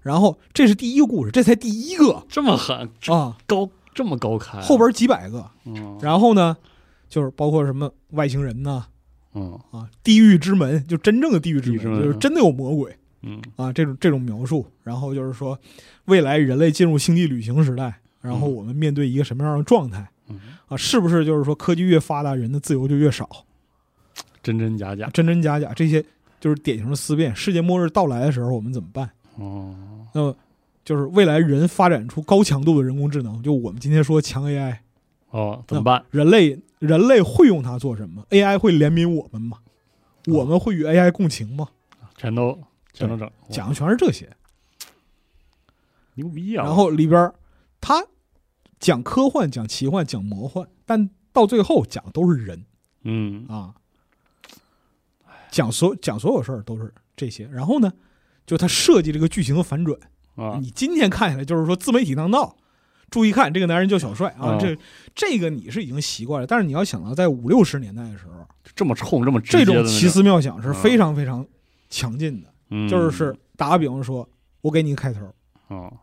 Speaker 2: 然后这是第一个故事，这才第一个
Speaker 1: 这么狠这
Speaker 2: 啊，
Speaker 1: 高这么高开啊
Speaker 2: 后边几百个。
Speaker 1: 嗯
Speaker 2: 然后呢，就是包括什么外星人呐、
Speaker 1: 嗯
Speaker 2: 啊，地狱之门，就真正的地狱之
Speaker 1: 地狱之门
Speaker 2: 门，就是真的有魔鬼
Speaker 1: 嗯
Speaker 2: 啊，这种这种描述。然后就是说，未来人类进入星际旅行时代，然后
Speaker 1: 嗯
Speaker 2: 我们面对一个什么样的状态
Speaker 1: 嗯
Speaker 2: 啊？是不是就是说科技越发达，人的自由就越少？啊
Speaker 1: 真真假假
Speaker 2: 真真假假这些就是典型的思辨。世界末日到来的时候，我们怎么办？
Speaker 1: 哦
Speaker 2: 那么就是未来人发展出高强度的人工智能，就我们今天说强 AI，
Speaker 1: 哦怎么办
Speaker 2: 人类人类会用它做什么？AI 会怜悯我们吗？
Speaker 1: 哦
Speaker 2: 我们会与 AI 共情吗？
Speaker 1: 全都全都整哇
Speaker 2: 讲的全是这些。
Speaker 1: 牛逼啊
Speaker 2: 然后里边儿他讲科幻、讲奇幻、讲魔幻，但到最后讲的都是人
Speaker 1: 嗯
Speaker 2: 啊，讲所讲所有事儿都是这些。然后呢，就他设计这个剧情的反转，
Speaker 1: 啊
Speaker 2: 你今天看起来就是说自媒体当道。注意看，这个男人叫小帅啊，
Speaker 1: 啊
Speaker 2: 这这个你是已经习惯了，但是你要想到在五六十年代的时候，
Speaker 1: 这么冲这么直
Speaker 2: 这
Speaker 1: 接的
Speaker 2: 种
Speaker 1: 那
Speaker 2: 奇思妙想是
Speaker 1: 啊
Speaker 2: 非常非常强劲的。
Speaker 1: 嗯
Speaker 2: 就是是打个比方说，我给你一个开头，
Speaker 1: 哦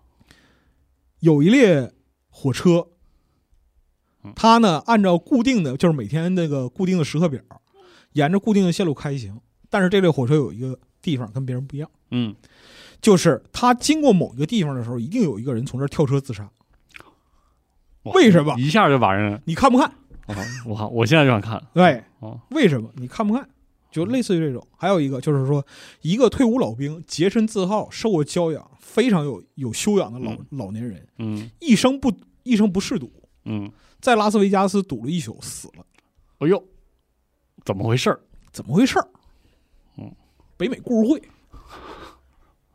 Speaker 2: 有一列火车
Speaker 1: 嗯，
Speaker 2: 它呢按照固定的，就是每天那个固定的时刻表，沿着固定的线路开行。但是这列火车有一个地方跟别人不一样，
Speaker 1: 嗯
Speaker 2: 就是它经过某一个地方的时候，一定有一个人从这儿跳车自杀。
Speaker 1: 哇
Speaker 2: 为什么？
Speaker 1: 一下就把人
Speaker 2: 你看不看？
Speaker 1: 哦我靠我现在就想看
Speaker 2: 对，
Speaker 1: 哦嗯
Speaker 2: 为什么？你看不看？就类似于这种。还有一个就是说，一个退伍老兵洁身自好，受过教养，非常有有修养的老、
Speaker 1: 嗯
Speaker 2: 老年人，
Speaker 1: 嗯
Speaker 2: 一生不一生不嗜赌，
Speaker 1: 嗯
Speaker 2: 在拉斯维加斯赌了一宿，死了。
Speaker 1: 哎呦怎么回事儿
Speaker 2: 怎么回事儿？
Speaker 1: 嗯，
Speaker 2: 北美故事 会。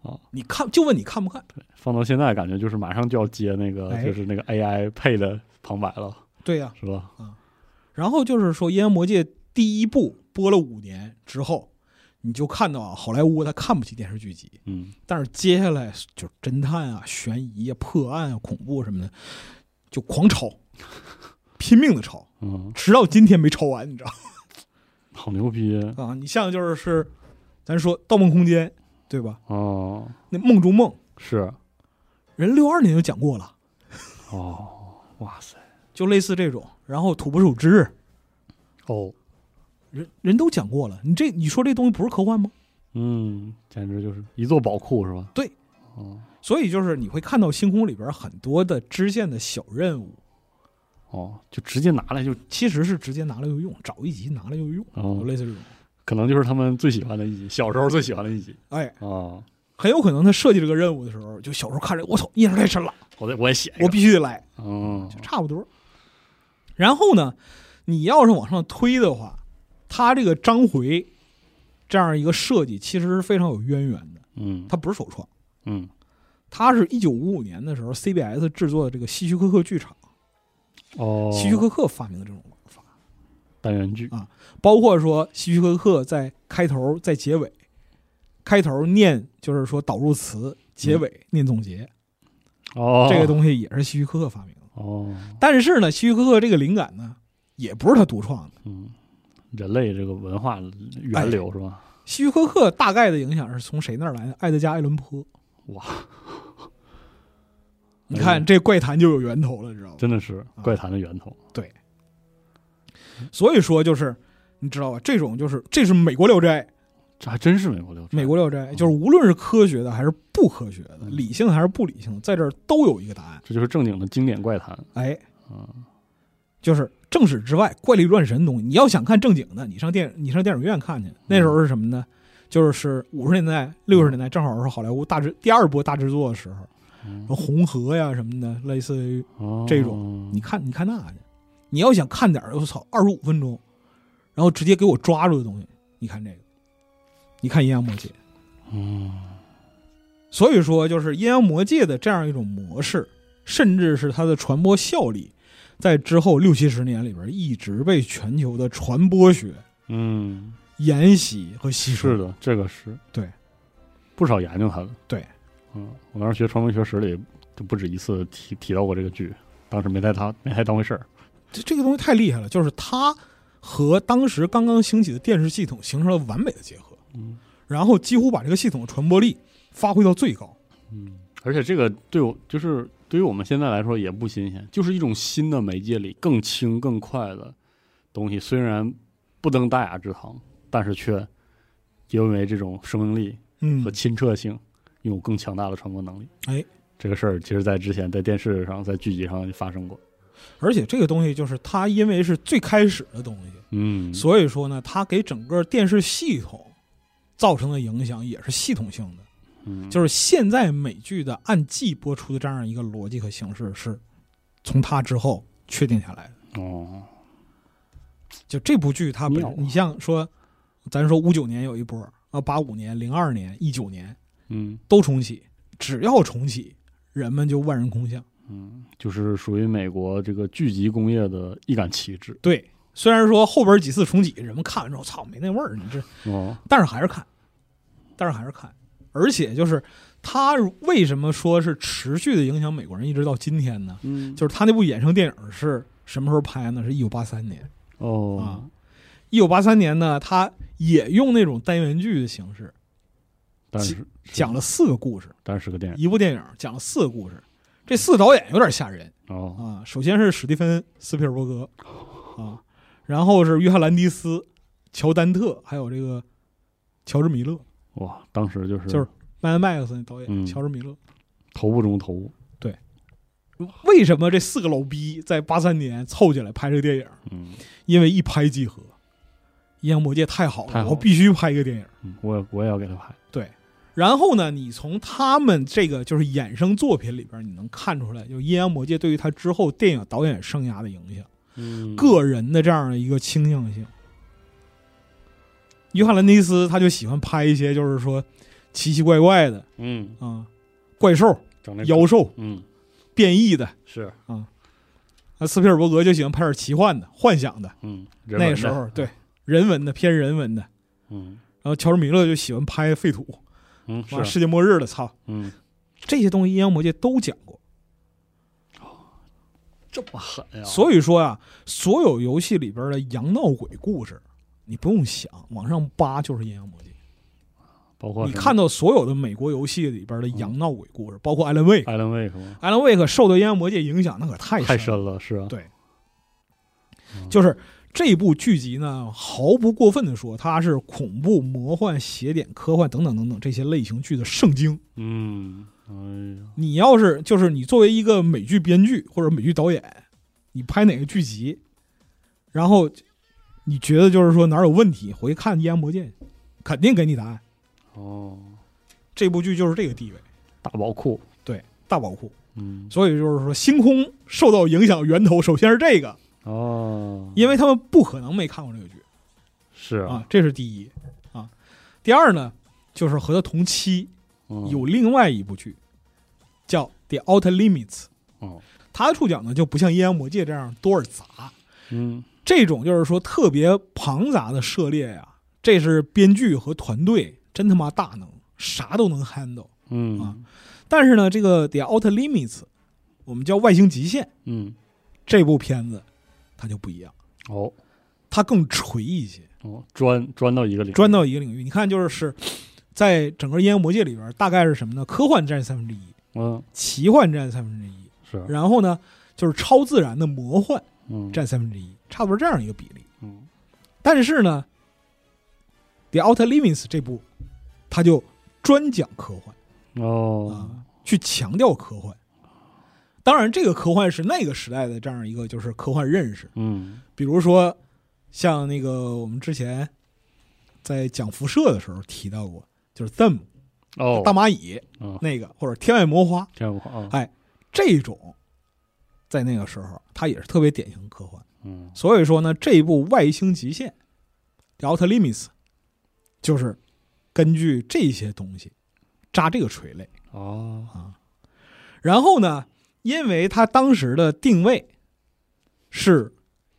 Speaker 1: 哦
Speaker 2: 你看，就问你看不看？
Speaker 1: 放到现在感觉就是马上就要接那个
Speaker 2: 哎
Speaker 1: 就是那个 AI 配的旁白了
Speaker 2: 对呀、
Speaker 1: 是吧
Speaker 2: 然后就是说，《阴阳魔界》第一部播了五年之后，你就看到啊，好莱坞他看不起电视剧集，
Speaker 1: 嗯
Speaker 2: 但是接下来就是侦探啊、悬疑啊、破案啊、恐怖什么的，就狂抄，拼命的抄，
Speaker 1: 嗯
Speaker 2: 直到今天没抄完，你知道
Speaker 1: 好牛逼
Speaker 2: 吗？啊，你像就是是，咱说《盗梦空间》，对吧？
Speaker 1: 哦
Speaker 2: 那《梦中梦》，
Speaker 1: 是
Speaker 2: 人六二年就讲过了。
Speaker 1: 哦哇塞
Speaker 2: 就类似这种。然后土拨鼠之日，
Speaker 1: 哦
Speaker 2: 人人都讲过了，你这你说这东西不是科幻吗？
Speaker 1: 嗯简直就是一座宝库是吧
Speaker 2: 对
Speaker 1: 哦
Speaker 2: 所以就是你会看到星空里边很多的支线的小任务，
Speaker 1: 哦就直接拿来就
Speaker 2: 其实是直接拿来就用，找一集拿来就用，
Speaker 1: 哦
Speaker 2: 就类似这种。
Speaker 1: 可能就是他们最喜欢的一集小时候最喜欢的一集
Speaker 2: 哎，
Speaker 1: 啊
Speaker 2: 很有可能他设计这个任务的时候，就小时候看着我操，印象太深了，
Speaker 1: 我得我也写一
Speaker 2: 我
Speaker 1: 个
Speaker 2: 必须得来，
Speaker 1: 嗯
Speaker 2: 就差不多。然后呢，你要是往上推的话，他这个章回这样一个设计其实是非常有渊源的，
Speaker 1: 嗯
Speaker 2: 它不是首创。
Speaker 1: 嗯
Speaker 2: 它是一九五五年的时候 CBS 制作的这个希区柯克剧场，
Speaker 1: 哦
Speaker 2: 希区柯克发明的这种玩法，
Speaker 1: 单元剧
Speaker 2: 包括说希区柯克在开头、在结尾，开头念就是说导入词，结尾念总结，
Speaker 1: 嗯哦
Speaker 2: 这个东西也是希区柯克发明的。
Speaker 1: 哦
Speaker 2: 但是呢，希区柯克这个灵感呢，也不是他独创的，
Speaker 1: 嗯，人类这个文化源流是吧？
Speaker 2: 希区柯克大概的影响是从谁那儿来的？埃德加·艾伦坡。
Speaker 1: 哇！哎
Speaker 2: 你看这怪谈就有源头了，知道吧？
Speaker 1: 真的是
Speaker 2: 嗯
Speaker 1: 怪谈的源头。
Speaker 2: 所以说就是，你知道吧？这种就是这是美国《聊斋》，
Speaker 1: 这还真是美国流传。
Speaker 2: 美国《聊斋》就是无论是科学的还是不科学的，
Speaker 1: 嗯
Speaker 2: 理性的还是不理性的，在这儿都有一个答案。
Speaker 1: 这就是正经的经典怪谈。
Speaker 2: 哎，
Speaker 1: 嗯
Speaker 2: 就是正史之外怪力乱神的东西。你要想看正经的，你上电你上电影院看去。那时候是什么呢？就是五十年代、六十年代，正好是好莱坞大制第二波大制作的时候，什
Speaker 1: 嗯
Speaker 2: 么红河呀什么的，类似于
Speaker 1: 哦
Speaker 2: 这种你看你看那去。你要想看点儿，我操，二十五分钟，然后直接给我抓住的东西，你看这个，你看《阴阳魔界》。
Speaker 1: 嗯
Speaker 2: 所以说，就是《阴阳魔界》的这样一种模式，甚至是它的传播效力，在之后六七十年里边一直被全球的传播学
Speaker 1: 嗯，
Speaker 2: 沿袭和吸收。
Speaker 1: 是的，这个是
Speaker 2: 对，
Speaker 1: 不少研究它的。
Speaker 2: 对，
Speaker 1: 嗯，我当时学传媒学史里就不止一次提提到过这个剧，当时没太他没太当回事儿。
Speaker 2: 这这个东西太厉害了，就是它和当时刚刚兴起的电视系统形成了完美的结合，
Speaker 1: 嗯
Speaker 2: 然后几乎把这个系统的传播力发挥到最高。
Speaker 1: 嗯，而且这个对我就是对于我们现在来说也不新鲜，就是一种新的媒介里更轻更快的东西，虽然不登大雅之堂，但是却因为这种生命力
Speaker 2: 嗯
Speaker 1: 和，清澈性，拥有更强大的传播能力。
Speaker 2: 哎，
Speaker 1: 这个事儿其实，在之前在电视上、在剧集上就发生过。
Speaker 2: 而且这个东西就是它，因为是最开始的东西，
Speaker 1: 嗯，
Speaker 2: 所以说呢，它给整个电视系统造成的影响也是系统性的。
Speaker 1: 嗯
Speaker 2: 就是现在美剧的按季播出的这样一个逻辑和形式，是从它之后确定下来的。
Speaker 1: 哦，
Speaker 2: 就这部剧，它本
Speaker 1: 妙啊
Speaker 2: 身，你像说，咱说五九年有一波啊，八五年、零二年、一九年
Speaker 1: 嗯
Speaker 2: 都重启，只要重启，人们就万人空巷。
Speaker 1: 嗯，就是属于美国这个剧集工业的一杆旗帜。
Speaker 2: 对，虽然说后边几次重启，人们看完之后，操，没那味儿，你这，
Speaker 1: 哦，
Speaker 2: 但是还是看，但是还是看，而且就是它为什么说是持续的影响美国人一直到今天呢？
Speaker 1: 嗯
Speaker 2: 就是他那部衍生电影是什么时候拍呢？是一九八三年。
Speaker 1: 哦
Speaker 2: 啊，一九八三年呢，他也用那种单元剧的形式
Speaker 1: 但是
Speaker 2: 讲，了四个故事，
Speaker 1: 但是是个电影。
Speaker 2: 一部电影讲了四个故事。这四个导演有点吓人
Speaker 1: 哦，
Speaker 2: 啊！首先是史蒂芬·斯皮尔伯格啊，然后是约翰·兰迪斯、乔丹特，还有这个乔治·米勒，
Speaker 1: 哇，当时就是
Speaker 2: 就是《Mad Max》那导演、
Speaker 1: 嗯
Speaker 2: 乔治·米勒。
Speaker 1: 头部中头部。
Speaker 2: 为什么这四个老逼在八三年凑起来拍这个电影？
Speaker 1: 嗯
Speaker 2: 因为一拍即合，《阴阳魔界》太好了，
Speaker 1: 太好了
Speaker 2: 我必须拍一个电影。
Speaker 1: 嗯，我也我也要给他拍。
Speaker 2: 对，然后呢，你从他们这个就是衍生作品里边，你能看出来，就《阴阳魔界》对于他之后电影导演生涯的影响，
Speaker 1: 嗯
Speaker 2: 个人的这样的一个倾向性。约翰·兰尼斯他就喜欢拍一些就是说奇奇怪怪的
Speaker 1: 嗯，
Speaker 2: 啊，怪兽、
Speaker 1: 整那
Speaker 2: 妖兽、
Speaker 1: 嗯
Speaker 2: 变异的。
Speaker 1: 是
Speaker 2: 啊，斯皮尔伯格就喜欢拍点奇幻的、幻想的。
Speaker 1: 嗯，人
Speaker 2: 那
Speaker 1: 文
Speaker 2: 个时
Speaker 1: 的
Speaker 2: 候，对人文的偏人文的。
Speaker 1: 嗯
Speaker 2: 然后乔治·米勒就喜欢拍废土，
Speaker 1: 嗯
Speaker 2: 妈
Speaker 1: 是
Speaker 2: 世界末日了，操！
Speaker 1: 嗯
Speaker 2: 这些东西《阴阳魔界》都讲过。
Speaker 1: 这么狠呀
Speaker 2: 所以说啊，所有游戏里边的洋闹鬼故事，你不用想，往上扒就是《阴阳魔界》。
Speaker 1: 包括
Speaker 2: 你
Speaker 1: 什么
Speaker 2: 看到所有的美国游戏里边的洋闹鬼故事，包括艾伦·威克，
Speaker 1: 艾伦威克吗？
Speaker 2: 艾伦·威克受到《阴阳魔界》影响那可太
Speaker 1: 太
Speaker 2: 深了。
Speaker 1: 深了，是啊，
Speaker 2: 对
Speaker 1: 嗯
Speaker 2: 就是这部剧集呢，毫不过分的说，它是恐怖、魔幻、邪典、科幻等等等等这些类型剧的圣经。
Speaker 1: 嗯，哎呀，
Speaker 2: 你要是就是你作为一个美剧编剧或者美剧导演，你拍哪个剧集，然后你觉得就是说哪儿有问题，回去看《阴阳魔界》，肯定给你答案。
Speaker 1: 哦，
Speaker 2: 这部剧就是这个地位，
Speaker 1: 大宝库，
Speaker 2: 大宝库。
Speaker 1: 嗯，
Speaker 2: 所以就是说，星空受到影响源头首先是这个，
Speaker 1: 哦，
Speaker 2: 因为他们不可能没看过这个剧
Speaker 1: 是，
Speaker 2: 啊，这是第一啊。第二呢，就是和他同期
Speaker 1: 嗯
Speaker 2: 有另外一部剧，叫《The Outer Limits》，
Speaker 1: 哦，
Speaker 2: 它的触角呢就不像《阴阳魔界》这样多而杂。
Speaker 1: 嗯，
Speaker 2: 这种就是说特别庞杂的涉猎呀、这是编剧和团队真他妈大能，啥都能 handle。
Speaker 1: 嗯
Speaker 2: 啊，但是呢，这个《The Outer Limits》，我们叫《外星极限》
Speaker 1: 嗯，
Speaker 2: 这部片子，它就不一样，
Speaker 1: 哦，
Speaker 2: 它更垂一些，
Speaker 1: 哦，钻钻到一个领域，
Speaker 2: 钻到一个领域。你看，就是是在整个《阴阳魔界》里边，大概是什么呢？科幻占三分之一，
Speaker 1: 嗯，
Speaker 2: 奇幻占三分之一，
Speaker 1: 是，
Speaker 2: 然后呢，就是超自然的魔幻
Speaker 1: 嗯，
Speaker 2: 占三分之一，差不多这样一个比例。
Speaker 1: 嗯，
Speaker 2: 但是呢，《The Outer Limits》这部，它就专讲科幻啊
Speaker 1: 哦，
Speaker 2: 啊，去强调科幻。当然，这个科幻是那个时代的这样一个就是科幻认识，
Speaker 1: 嗯
Speaker 2: 比如说像那个我们之前在讲辐射的时候提到过，就是 Them
Speaker 1: 哦，
Speaker 2: 大蚂蚁
Speaker 1: 嗯
Speaker 2: 那个或者天外魔花
Speaker 1: 这样不好啊，
Speaker 2: 这种，在那个时候它也是特别典型的科幻。
Speaker 1: 嗯
Speaker 2: 所以说呢，这一部《外星极限》（Outer Limits） 就是根据这些东西扎这个锤类。
Speaker 1: 哦，
Speaker 2: 然后呢，因为它当时的定位是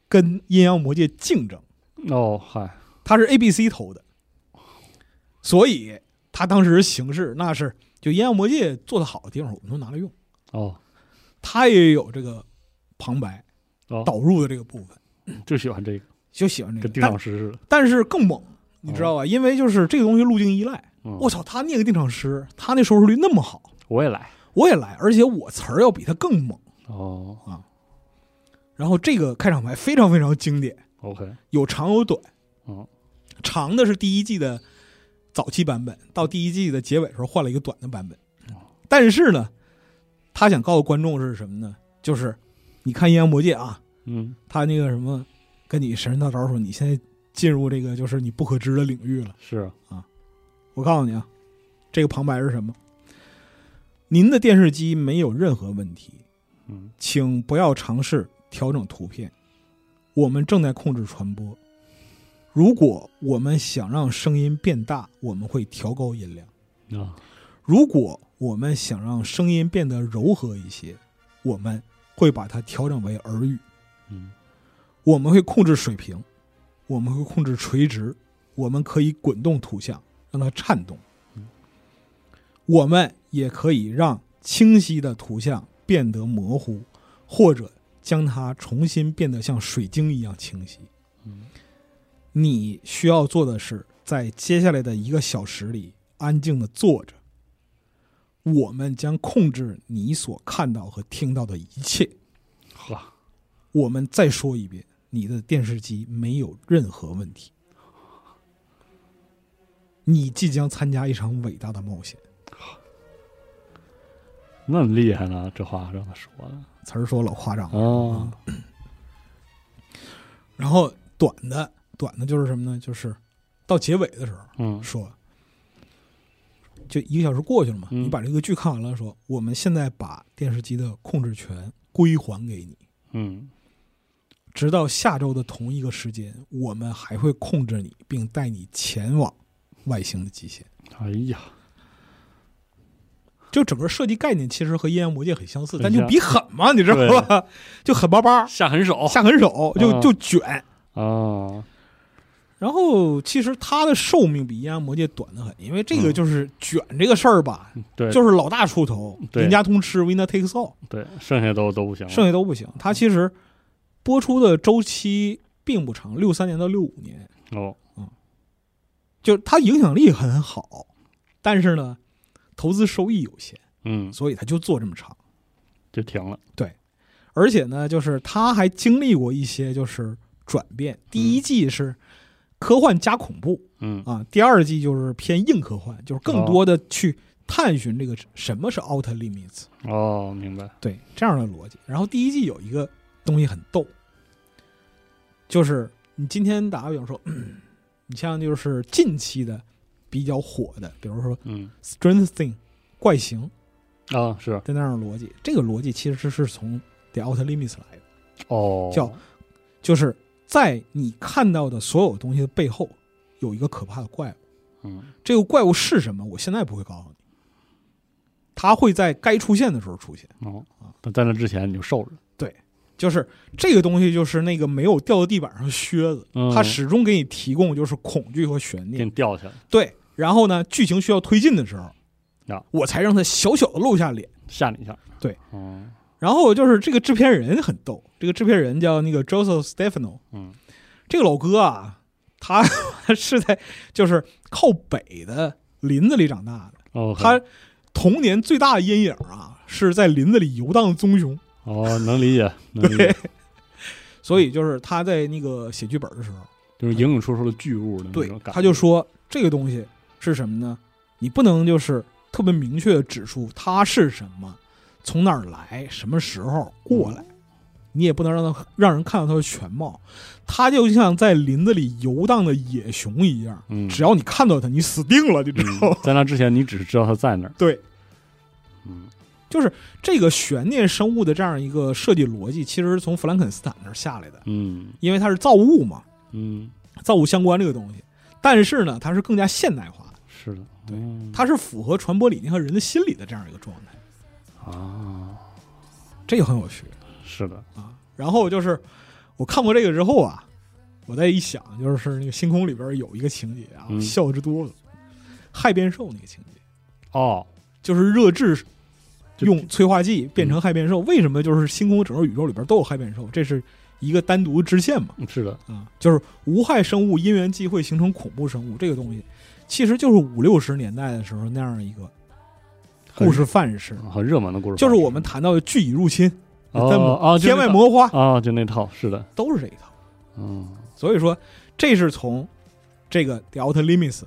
Speaker 2: 跟《阴阳魔界》竞争，
Speaker 1: 哦嗨，
Speaker 2: 它是 A、B、C 投的，所以它当时形势那是就《阴阳魔界》做的好的地方，我们都拿来用。
Speaker 1: 哦
Speaker 2: 它也有这个旁白
Speaker 1: 哦，
Speaker 2: 导入的这个部分，
Speaker 1: 就喜欢这个，
Speaker 2: 就喜欢这
Speaker 1: 跟
Speaker 2: 个。
Speaker 1: 定
Speaker 2: 但
Speaker 1: 场诗似的，
Speaker 2: 但是更猛，你知道吧？因为就是这个东西路径依赖。
Speaker 1: 嗯
Speaker 2: 我操，他那个定场诗，他那收视率那么好，
Speaker 1: 我也来，
Speaker 2: 我也来，而且我词儿要比他更猛。
Speaker 1: 哦
Speaker 2: 然后这个开场白非常非常经典，
Speaker 1: ，OK，
Speaker 2: 有长有短。
Speaker 1: 嗯，
Speaker 2: 长的是第一季的早期版本，到第一季的结尾的时候换了一个短的版本。但是呢，他想告诉观众是什么呢？就是你看《阴阳魔界》啊，
Speaker 1: 嗯
Speaker 2: 他那个什么，跟你神神叨叨说你现在进入这个就是你不可知的领域了。
Speaker 1: 是，
Speaker 2: 我告诉你啊，这个旁白是什么？您的电视机没有任何问题，
Speaker 1: 嗯
Speaker 2: 请不要尝试调整图片。我们正在控制传播。如果我们想让声音变大，我们会调高音量；
Speaker 1: 啊
Speaker 2: 如果我们想让声音变得柔和一些，我们会把它调整为耳语。
Speaker 1: 嗯
Speaker 2: 我们会控制水平，我们会控制垂直，我们可以滚动图像，让它颤动
Speaker 1: 嗯。
Speaker 2: 我们也可以让清晰的图像变得模糊，或者将它重新变得像水晶一样清晰。
Speaker 1: 嗯
Speaker 2: 你需要做的是，在接下来的一个小时里安静的坐着。我们将控制你所看到和听到的一切。
Speaker 1: 呵，
Speaker 2: 我们再说一遍，你的电视机没有任何问题。你即将参加一场伟大的冒险。
Speaker 1: 那么厉害呢，这话让他说的，
Speaker 2: 词儿说老夸张了。
Speaker 1: 哦
Speaker 2: 然后短的短的就是什么呢？就是到结尾的时候
Speaker 1: 嗯
Speaker 2: 说，就一个小时过去了嘛，
Speaker 1: 嗯
Speaker 2: 你把这个剧看完了，说我们现在把电视机的控制权归还给你，
Speaker 1: 嗯
Speaker 2: 直到下周的同一个时间，我们还会控制你，并带你前往外星的极限。
Speaker 1: 哎呀，
Speaker 2: 就整个设计概念其实和《阴阳魔界》很相似，
Speaker 1: 很
Speaker 2: 但就
Speaker 1: 像哦
Speaker 2: 比狠嘛，你知道吧？ 就狠巴巴，
Speaker 1: 下狠手
Speaker 2: 啊下狠手，就
Speaker 1: 啊
Speaker 2: 就卷。
Speaker 1: 啊，
Speaker 2: 然后其实它的寿命比《阴阳魔界》短得很，因为这个就是卷这个事儿吧，
Speaker 1: 嗯对，
Speaker 2: 就是老大出头，
Speaker 1: 对哦
Speaker 2: 赢家通吃，winner takes all，
Speaker 1: 对，剩下都都不行了，
Speaker 2: 剩下都不行。它其实播出的周期并不长，六三年到六五年，
Speaker 1: 哦，
Speaker 2: 就是它影响力很好，但是呢，投资收益有限，
Speaker 1: 嗯，
Speaker 2: 所以它就做这么长。
Speaker 1: 就停了，
Speaker 2: 而且呢，就是他还经历过一些就是转变。第一季是科幻加恐怖
Speaker 1: 嗯
Speaker 2: 啊，第二季就是偏硬科幻，就是更多的去探寻这个什么是 outer limits，
Speaker 1: 哦，明白，
Speaker 2: 对这样的逻辑。然后第一季有一个东西很逗，就是你今天打个比方说， 嗯你像就是近期的比较火的，比如说《
Speaker 1: 嗯
Speaker 2: Stranger Things》怪形
Speaker 1: 啊是
Speaker 2: 的那样的逻辑，这个逻辑其实是从 The Outer Limits 来的。
Speaker 1: 哦，
Speaker 2: 叫就是在你看到的所有东西的背后，有一个可怕的怪物。
Speaker 1: 嗯
Speaker 2: 这个怪物是什么？我现在不会告诉你，它会在该出现的时候出现。
Speaker 1: 哦，但在那之前你就受着，
Speaker 2: 就是这个东西，就是那个没有掉到地板上的靴子，
Speaker 1: 嗯
Speaker 2: 它始终给你提供就是恐惧和悬
Speaker 1: 给
Speaker 2: 念。
Speaker 1: 你吊起来，
Speaker 2: 对，然后呢，剧情需要推进的时候
Speaker 1: 啊，
Speaker 2: 我才让它小小的露下脸。
Speaker 1: 吓你一下，
Speaker 2: 对，
Speaker 1: 嗯
Speaker 2: 然后就是这个制片人很逗，这个制片人叫那个 Joseph Stefano，
Speaker 1: 嗯
Speaker 2: 这个老哥啊，他 是在就是靠北的林子里长大的。
Speaker 1: 哦，
Speaker 2: 他童年最大的阴影啊，是在林子里游荡的棕熊。
Speaker 1: 哦能理解，能理解，
Speaker 2: 所以就是他在那个写剧本的时候，
Speaker 1: 就是影影绰绰的巨物的那
Speaker 2: 对
Speaker 1: 种，嗯感觉，
Speaker 2: 他就说这个东西是什么呢？你不能就是特别明确的指出它是什么，从哪儿来，什么时候过
Speaker 1: 嗯
Speaker 2: 来，你也不能让他让人看到他的全貌。他就像在林子里游荡的野熊一样，
Speaker 1: 嗯，
Speaker 2: 只要你看到他，你死定了，你知道吗？
Speaker 1: 在那之前你只是知道他在那儿，
Speaker 2: 对，
Speaker 1: 嗯
Speaker 2: 就是这个悬念生物的这样一个设计逻辑，其实是从弗兰肯斯坦那儿下来的，
Speaker 1: 嗯
Speaker 2: 因为它是造物嘛，
Speaker 1: 嗯，
Speaker 2: 造物相关这个东西。但是呢，它是更加现代化的，
Speaker 1: 是的，
Speaker 2: 对
Speaker 1: 嗯
Speaker 2: 它是符合传播理念和人的心理的这样一个状态，
Speaker 1: 啊，
Speaker 2: 这就很有趣
Speaker 1: 是的，
Speaker 2: 啊。然后就是我看过这个之后啊，我再一想，就是那个星空里边有一个情节啊，
Speaker 1: 嗯
Speaker 2: 笑之多了，害变兽那个情节，
Speaker 1: 哦，
Speaker 2: 就是热智
Speaker 1: 就
Speaker 2: 用催化剂变成害变兽。为什么就是星空整个宇宙里边都有害变兽？这是一个单独支线嘛？
Speaker 1: 是的，
Speaker 2: 啊，就是无害生物因缘际会形成恐怖生物这个东西，其实就是五六十年代的时候那样一个故事范式，
Speaker 1: 很很热门的故事，
Speaker 2: 就是我们谈到的巨蚁入侵、
Speaker 1: 哦
Speaker 2: 但
Speaker 1: 哦就
Speaker 2: 天
Speaker 1: 那
Speaker 2: 外
Speaker 1: 个
Speaker 2: 魔花
Speaker 1: 啊，就那套，是的，
Speaker 2: 都是这一套。
Speaker 1: 嗯，
Speaker 2: 所以说，这是从这个《The Outer Limits》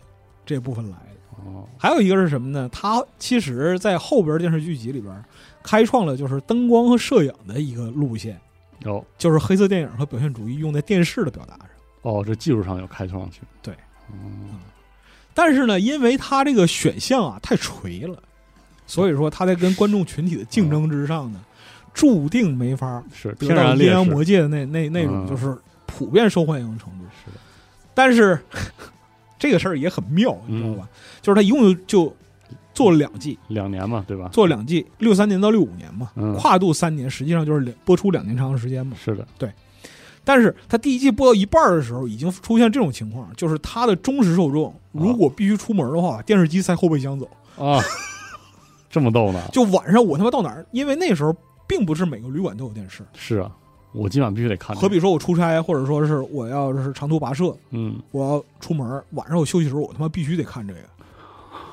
Speaker 2: 这部分来的。
Speaker 1: 哦，
Speaker 2: 还有一个是什么呢？它其实在后边电视剧集里边开创了就是灯光和摄影的一个路线，
Speaker 1: 哦，
Speaker 2: 就是黑色电影和表现主义用在电视的表达上。
Speaker 1: 哦，这技术上有开创性，
Speaker 2: 对，
Speaker 1: 嗯，
Speaker 2: 但是呢，因为它这个选项啊太垂了，所以说它在跟观众群体的竞争之上呢，注定没法
Speaker 1: 是
Speaker 2: 得
Speaker 1: 天
Speaker 2: 到
Speaker 1: 然
Speaker 2: 《
Speaker 1: 劣
Speaker 2: 阴阳
Speaker 1: 势，
Speaker 2: 魔界》的那那那
Speaker 1: 嗯
Speaker 2: 种就是普遍受欢迎的程度。
Speaker 1: 是的，
Speaker 2: 但是这个事儿也很妙，你知道
Speaker 1: 嗯
Speaker 2: 吧？就是它一共就就做了两季，
Speaker 1: 两年嘛，对吧？
Speaker 2: 做了两季，六三年到六五年嘛，
Speaker 1: 嗯
Speaker 2: 跨度三年，实际上就是两播出两年长的时间嘛。
Speaker 1: 是的，
Speaker 2: 但是它第一季播到一半儿的时候，已经出现这种情况，就是它的忠实受众如果必须出门的话，把电视机塞后备箱走。
Speaker 1: 啊， 这么逗呢？
Speaker 2: 就晚上我他妈到哪儿？因为那时候并不是每个旅馆都有电视，
Speaker 1: 是啊，我今晚必须得看这个，
Speaker 2: 何必说我出差，或者说是我要是长途跋涉，
Speaker 1: 嗯，
Speaker 2: 我要出门，晚上我休息的时候，我他妈必须得看这个，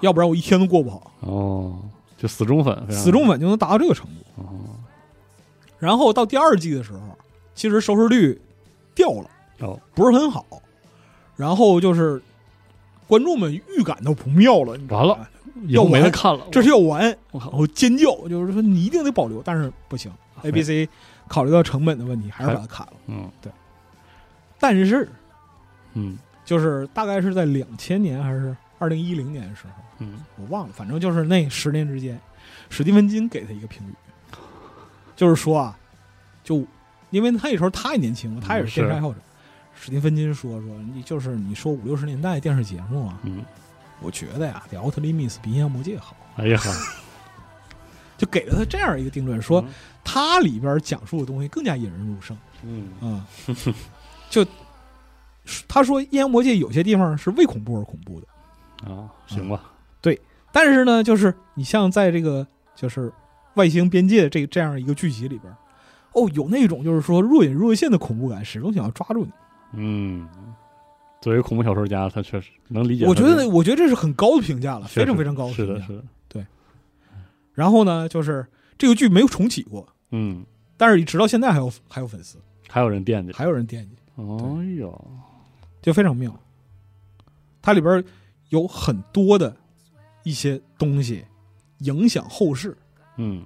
Speaker 2: 要不然我一天都过不好。
Speaker 1: 哦，就死忠粉，非常
Speaker 2: 死忠，粉就能达到这个程度。
Speaker 1: 哦，
Speaker 2: 然后到第二季的时候，其实收视率掉了，
Speaker 1: 哦，
Speaker 2: 不是很好。然后就是观众们预感到不妙了，你知道
Speaker 1: 完
Speaker 2: 吧
Speaker 1: 了，以后没得看了，
Speaker 2: 这是要完，
Speaker 1: 我靠
Speaker 2: 然，后尖叫，就是说你一定得保留，但是不行
Speaker 1: 还
Speaker 2: ，A、B、C 考虑到成本的问题，还是把它砍了。
Speaker 1: 嗯
Speaker 2: 但是
Speaker 1: 嗯
Speaker 2: 就是大概是在两千年还是二零一零年的时候，
Speaker 1: 嗯，
Speaker 2: 我忘了，反正就是那十年之间，史蒂芬金给他一个评语，就是说啊，就因为他那时候太年轻了，他也是
Speaker 1: 是
Speaker 2: 电视爱好者。史蒂芬金说说你就是你说五六十年代电视节目啊，
Speaker 1: 嗯，
Speaker 2: 我觉得呀，《The Outer Limits》比《阴阳魔界》好，
Speaker 1: 哎呀，
Speaker 2: 就给了他这样一个定论，说它里边讲述的东西更加引人入胜。
Speaker 1: 嗯，
Speaker 2: 啊，就他说《阴阳魔界》有些地方是为恐怖而恐怖的，
Speaker 1: 嗯啊，行吧，
Speaker 2: 但是呢，就是你像在这个就是外星边界这这样一个剧集里边，哦，有那种就是说若隐若现的恐怖感，始终想要抓住你。
Speaker 1: 嗯，作为恐怖小说家，他确实能理解他
Speaker 2: 我
Speaker 1: 这
Speaker 2: 觉
Speaker 1: 个，
Speaker 2: 得，我觉得这是很高的评价了，
Speaker 1: 确
Speaker 2: 非常
Speaker 1: 实
Speaker 2: 非常高
Speaker 1: 是
Speaker 2: 评
Speaker 1: 的，
Speaker 2: 价。
Speaker 1: 是的，
Speaker 2: 然后呢，就是这个剧没有重启过，
Speaker 1: 嗯，
Speaker 2: 但是直到现在还有还有粉丝，
Speaker 1: 还有人惦记，
Speaker 2: 还有人惦记，
Speaker 1: 哎呦，
Speaker 2: 就非常妙。它里边有很多的一些东西影响后世，
Speaker 1: 嗯，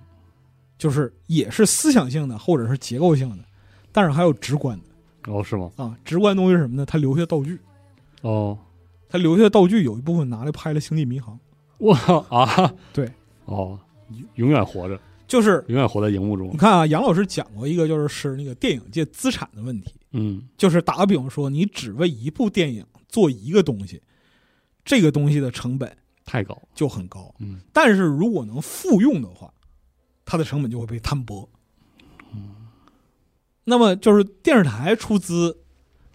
Speaker 2: 就是也是思想性的或者是结构性的，但是还有直观的
Speaker 1: 哦，是吗？
Speaker 2: 啊。直观的东西是什么呢？他留下道具，
Speaker 1: 哦，
Speaker 2: 他留下的道具有一部分拿来拍了《星际迷航》，
Speaker 1: 我啊，
Speaker 2: 对，
Speaker 1: 哦，永远活着，
Speaker 2: 就是
Speaker 1: 永远活在荧幕中
Speaker 2: 你，看啊，杨老师讲过一个就是是那个电影界资产的问题，
Speaker 1: 嗯，
Speaker 2: 就是打个比方说，你只为一部电影做一个东西，这个东西的成本
Speaker 1: 太高了，
Speaker 2: 就很高，
Speaker 1: 嗯，
Speaker 2: 但是如果能复用的话，它的成本就会被摊薄。那么就是电视台出资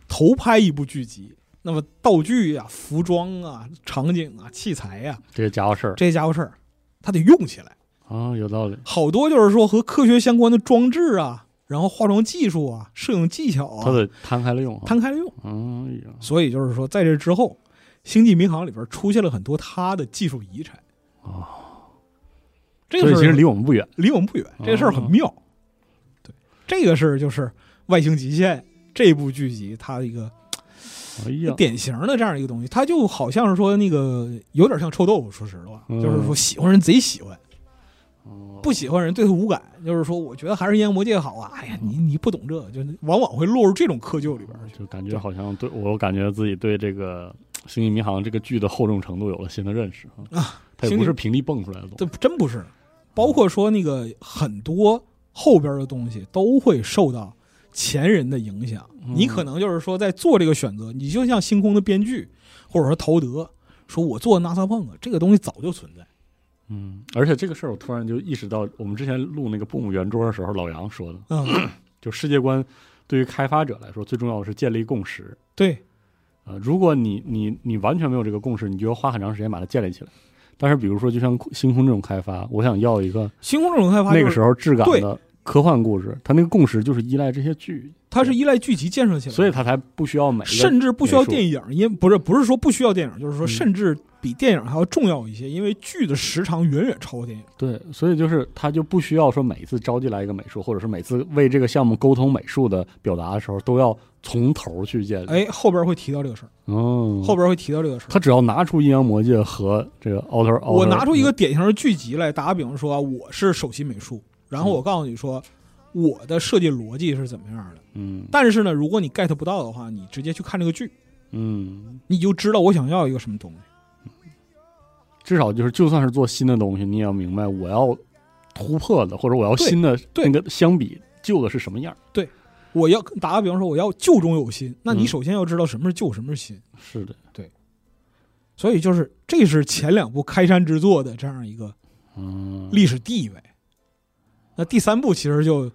Speaker 2: 投拍一部剧集，那么道具呀、服装啊、场景啊、器材呀、
Speaker 1: 这个家伙事儿
Speaker 2: 这些家伙事儿，它得用起来。
Speaker 1: 啊，有道理，
Speaker 2: 好多就是说和科学相关的装置啊，然后化妆技术啊、摄影技巧
Speaker 1: 他
Speaker 2: 啊，
Speaker 1: 得摊开了用啊，
Speaker 2: 摊开了用。
Speaker 1: 哎呀，
Speaker 2: 所以就是说，在这之后，《星际迷航》里边出现了很多它的技术遗产。
Speaker 1: 哦
Speaker 2: 这
Speaker 1: 所
Speaker 2: 个
Speaker 1: 以
Speaker 2: 事儿
Speaker 1: 其实离哦我们不远，
Speaker 2: 离我们不远，这事儿很妙。对，这个事儿就是《外星极限》这部剧集它的一个
Speaker 1: 哎呀，
Speaker 2: 典型的这样一个东西，它就好像是说那个有点像臭豆腐，说实话，
Speaker 1: 嗯
Speaker 2: 就是说喜欢人贼喜欢，
Speaker 1: 哦
Speaker 2: 不喜欢人对他无感，就是说我觉得还是《阴阳魔界》好啊。哎呀，你你不懂这，就是往往会落入这种窠臼里边去。
Speaker 1: 就感觉好像对我感觉自己对这个《星际迷航》这个剧的厚重程度有了新的认识啊，它也
Speaker 2: 星
Speaker 1: 不
Speaker 2: 际
Speaker 1: 是平地蹦出来的东
Speaker 2: 这
Speaker 1: 西。
Speaker 2: 真不是，包括说那个很多后边的东西都会受到前人的影响。
Speaker 1: 嗯
Speaker 2: 你可能就是说在做这个选择，你就像星空的编剧，或者说陶德说，我做 NASA 碰啊，这个东西早就存在。
Speaker 1: 嗯，而且这个事儿我突然就意识到，我们之前录那个布姆圆桌的时候，老杨说的，
Speaker 2: 嗯，
Speaker 1: 就世界观对于开发者来说最重要的是建立共识。
Speaker 2: 对，
Speaker 1: 呃，如果你你你完全没有这个共识，你就要花很长时间把它建立起来。但是比如说，就像星空这种开发，我想要一个
Speaker 2: 星空这种开发、就是、
Speaker 1: 那个时
Speaker 2: 候
Speaker 1: 候质感
Speaker 2: 对
Speaker 1: 的科幻故事，它那个共识就是依赖这些剧，
Speaker 2: 它是依赖剧集建设起来的，
Speaker 1: 所以它才不需要每一个
Speaker 2: 甚至不需要
Speaker 1: 美术
Speaker 2: 电影，因不是不是说不需要电影，就是说
Speaker 1: 嗯
Speaker 2: 甚至比电影还要重要一些，因为剧的时长远远超过电影。
Speaker 1: 对，所以就是他就不需要说每一次招进来一个美术，或者是每次为这个项目沟通美术的表达的时候，都要从头去建立。，
Speaker 2: 哎，后边会提到这个事儿，
Speaker 1: 嗯，
Speaker 2: 后边会提到这个事儿。
Speaker 1: 他只要拿出《阴阳魔界》和这个《Outer Outer》，
Speaker 2: 我拿出一个典型的剧集来打个比方说啊，我是首席美术，然
Speaker 1: 嗯
Speaker 2: 后我告诉你说我的设计逻辑是怎么样的。
Speaker 1: 嗯
Speaker 2: 但是呢，如果你 get 不到的话，你直接去看这个剧，
Speaker 1: 嗯，
Speaker 2: 你就知道我想要一个什么东西。
Speaker 1: 至少就是就算是做新的东西，你也要明白我要突破的，或者我要
Speaker 2: 对
Speaker 1: 新的
Speaker 2: 对
Speaker 1: 那个相比旧的是什么样儿。
Speaker 2: 我要打个比方说，我要旧中有新，那你
Speaker 1: 嗯
Speaker 2: 首先要知道什么是旧，什么是新。
Speaker 1: 是的，
Speaker 2: 所以就是这是前两部开山之作的这样一个
Speaker 1: 嗯，
Speaker 2: 历史地位。那第三部其实就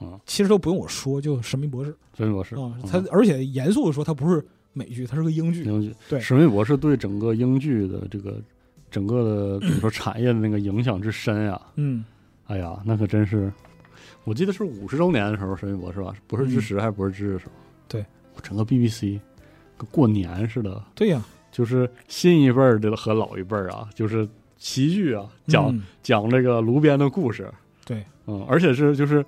Speaker 1: 嗯，
Speaker 2: 其实都不用我说，就《神秘博士》
Speaker 1: 真博士
Speaker 2: 啊
Speaker 1: 嗯，
Speaker 2: 它而且严肃的说，它不是美剧，它是个英剧。
Speaker 1: 英剧，
Speaker 2: 对
Speaker 1: 史密博士对整个英剧的这个整个的怎么说产业的那个影响之深呀、
Speaker 2: 嗯，
Speaker 1: 哎呀，那可真是，我记得是五十周年的时候，神秘博士吧，博士之时还是博士之日的时候，
Speaker 2: 嗯对，
Speaker 1: 整个 BBC 跟过年似的，
Speaker 2: 对呀、
Speaker 1: 就是新一辈儿的和老一辈儿啊，就是齐聚啊，讲、
Speaker 2: 嗯
Speaker 1: 讲这个炉边的故事，
Speaker 2: 对，
Speaker 1: 嗯，而且是就是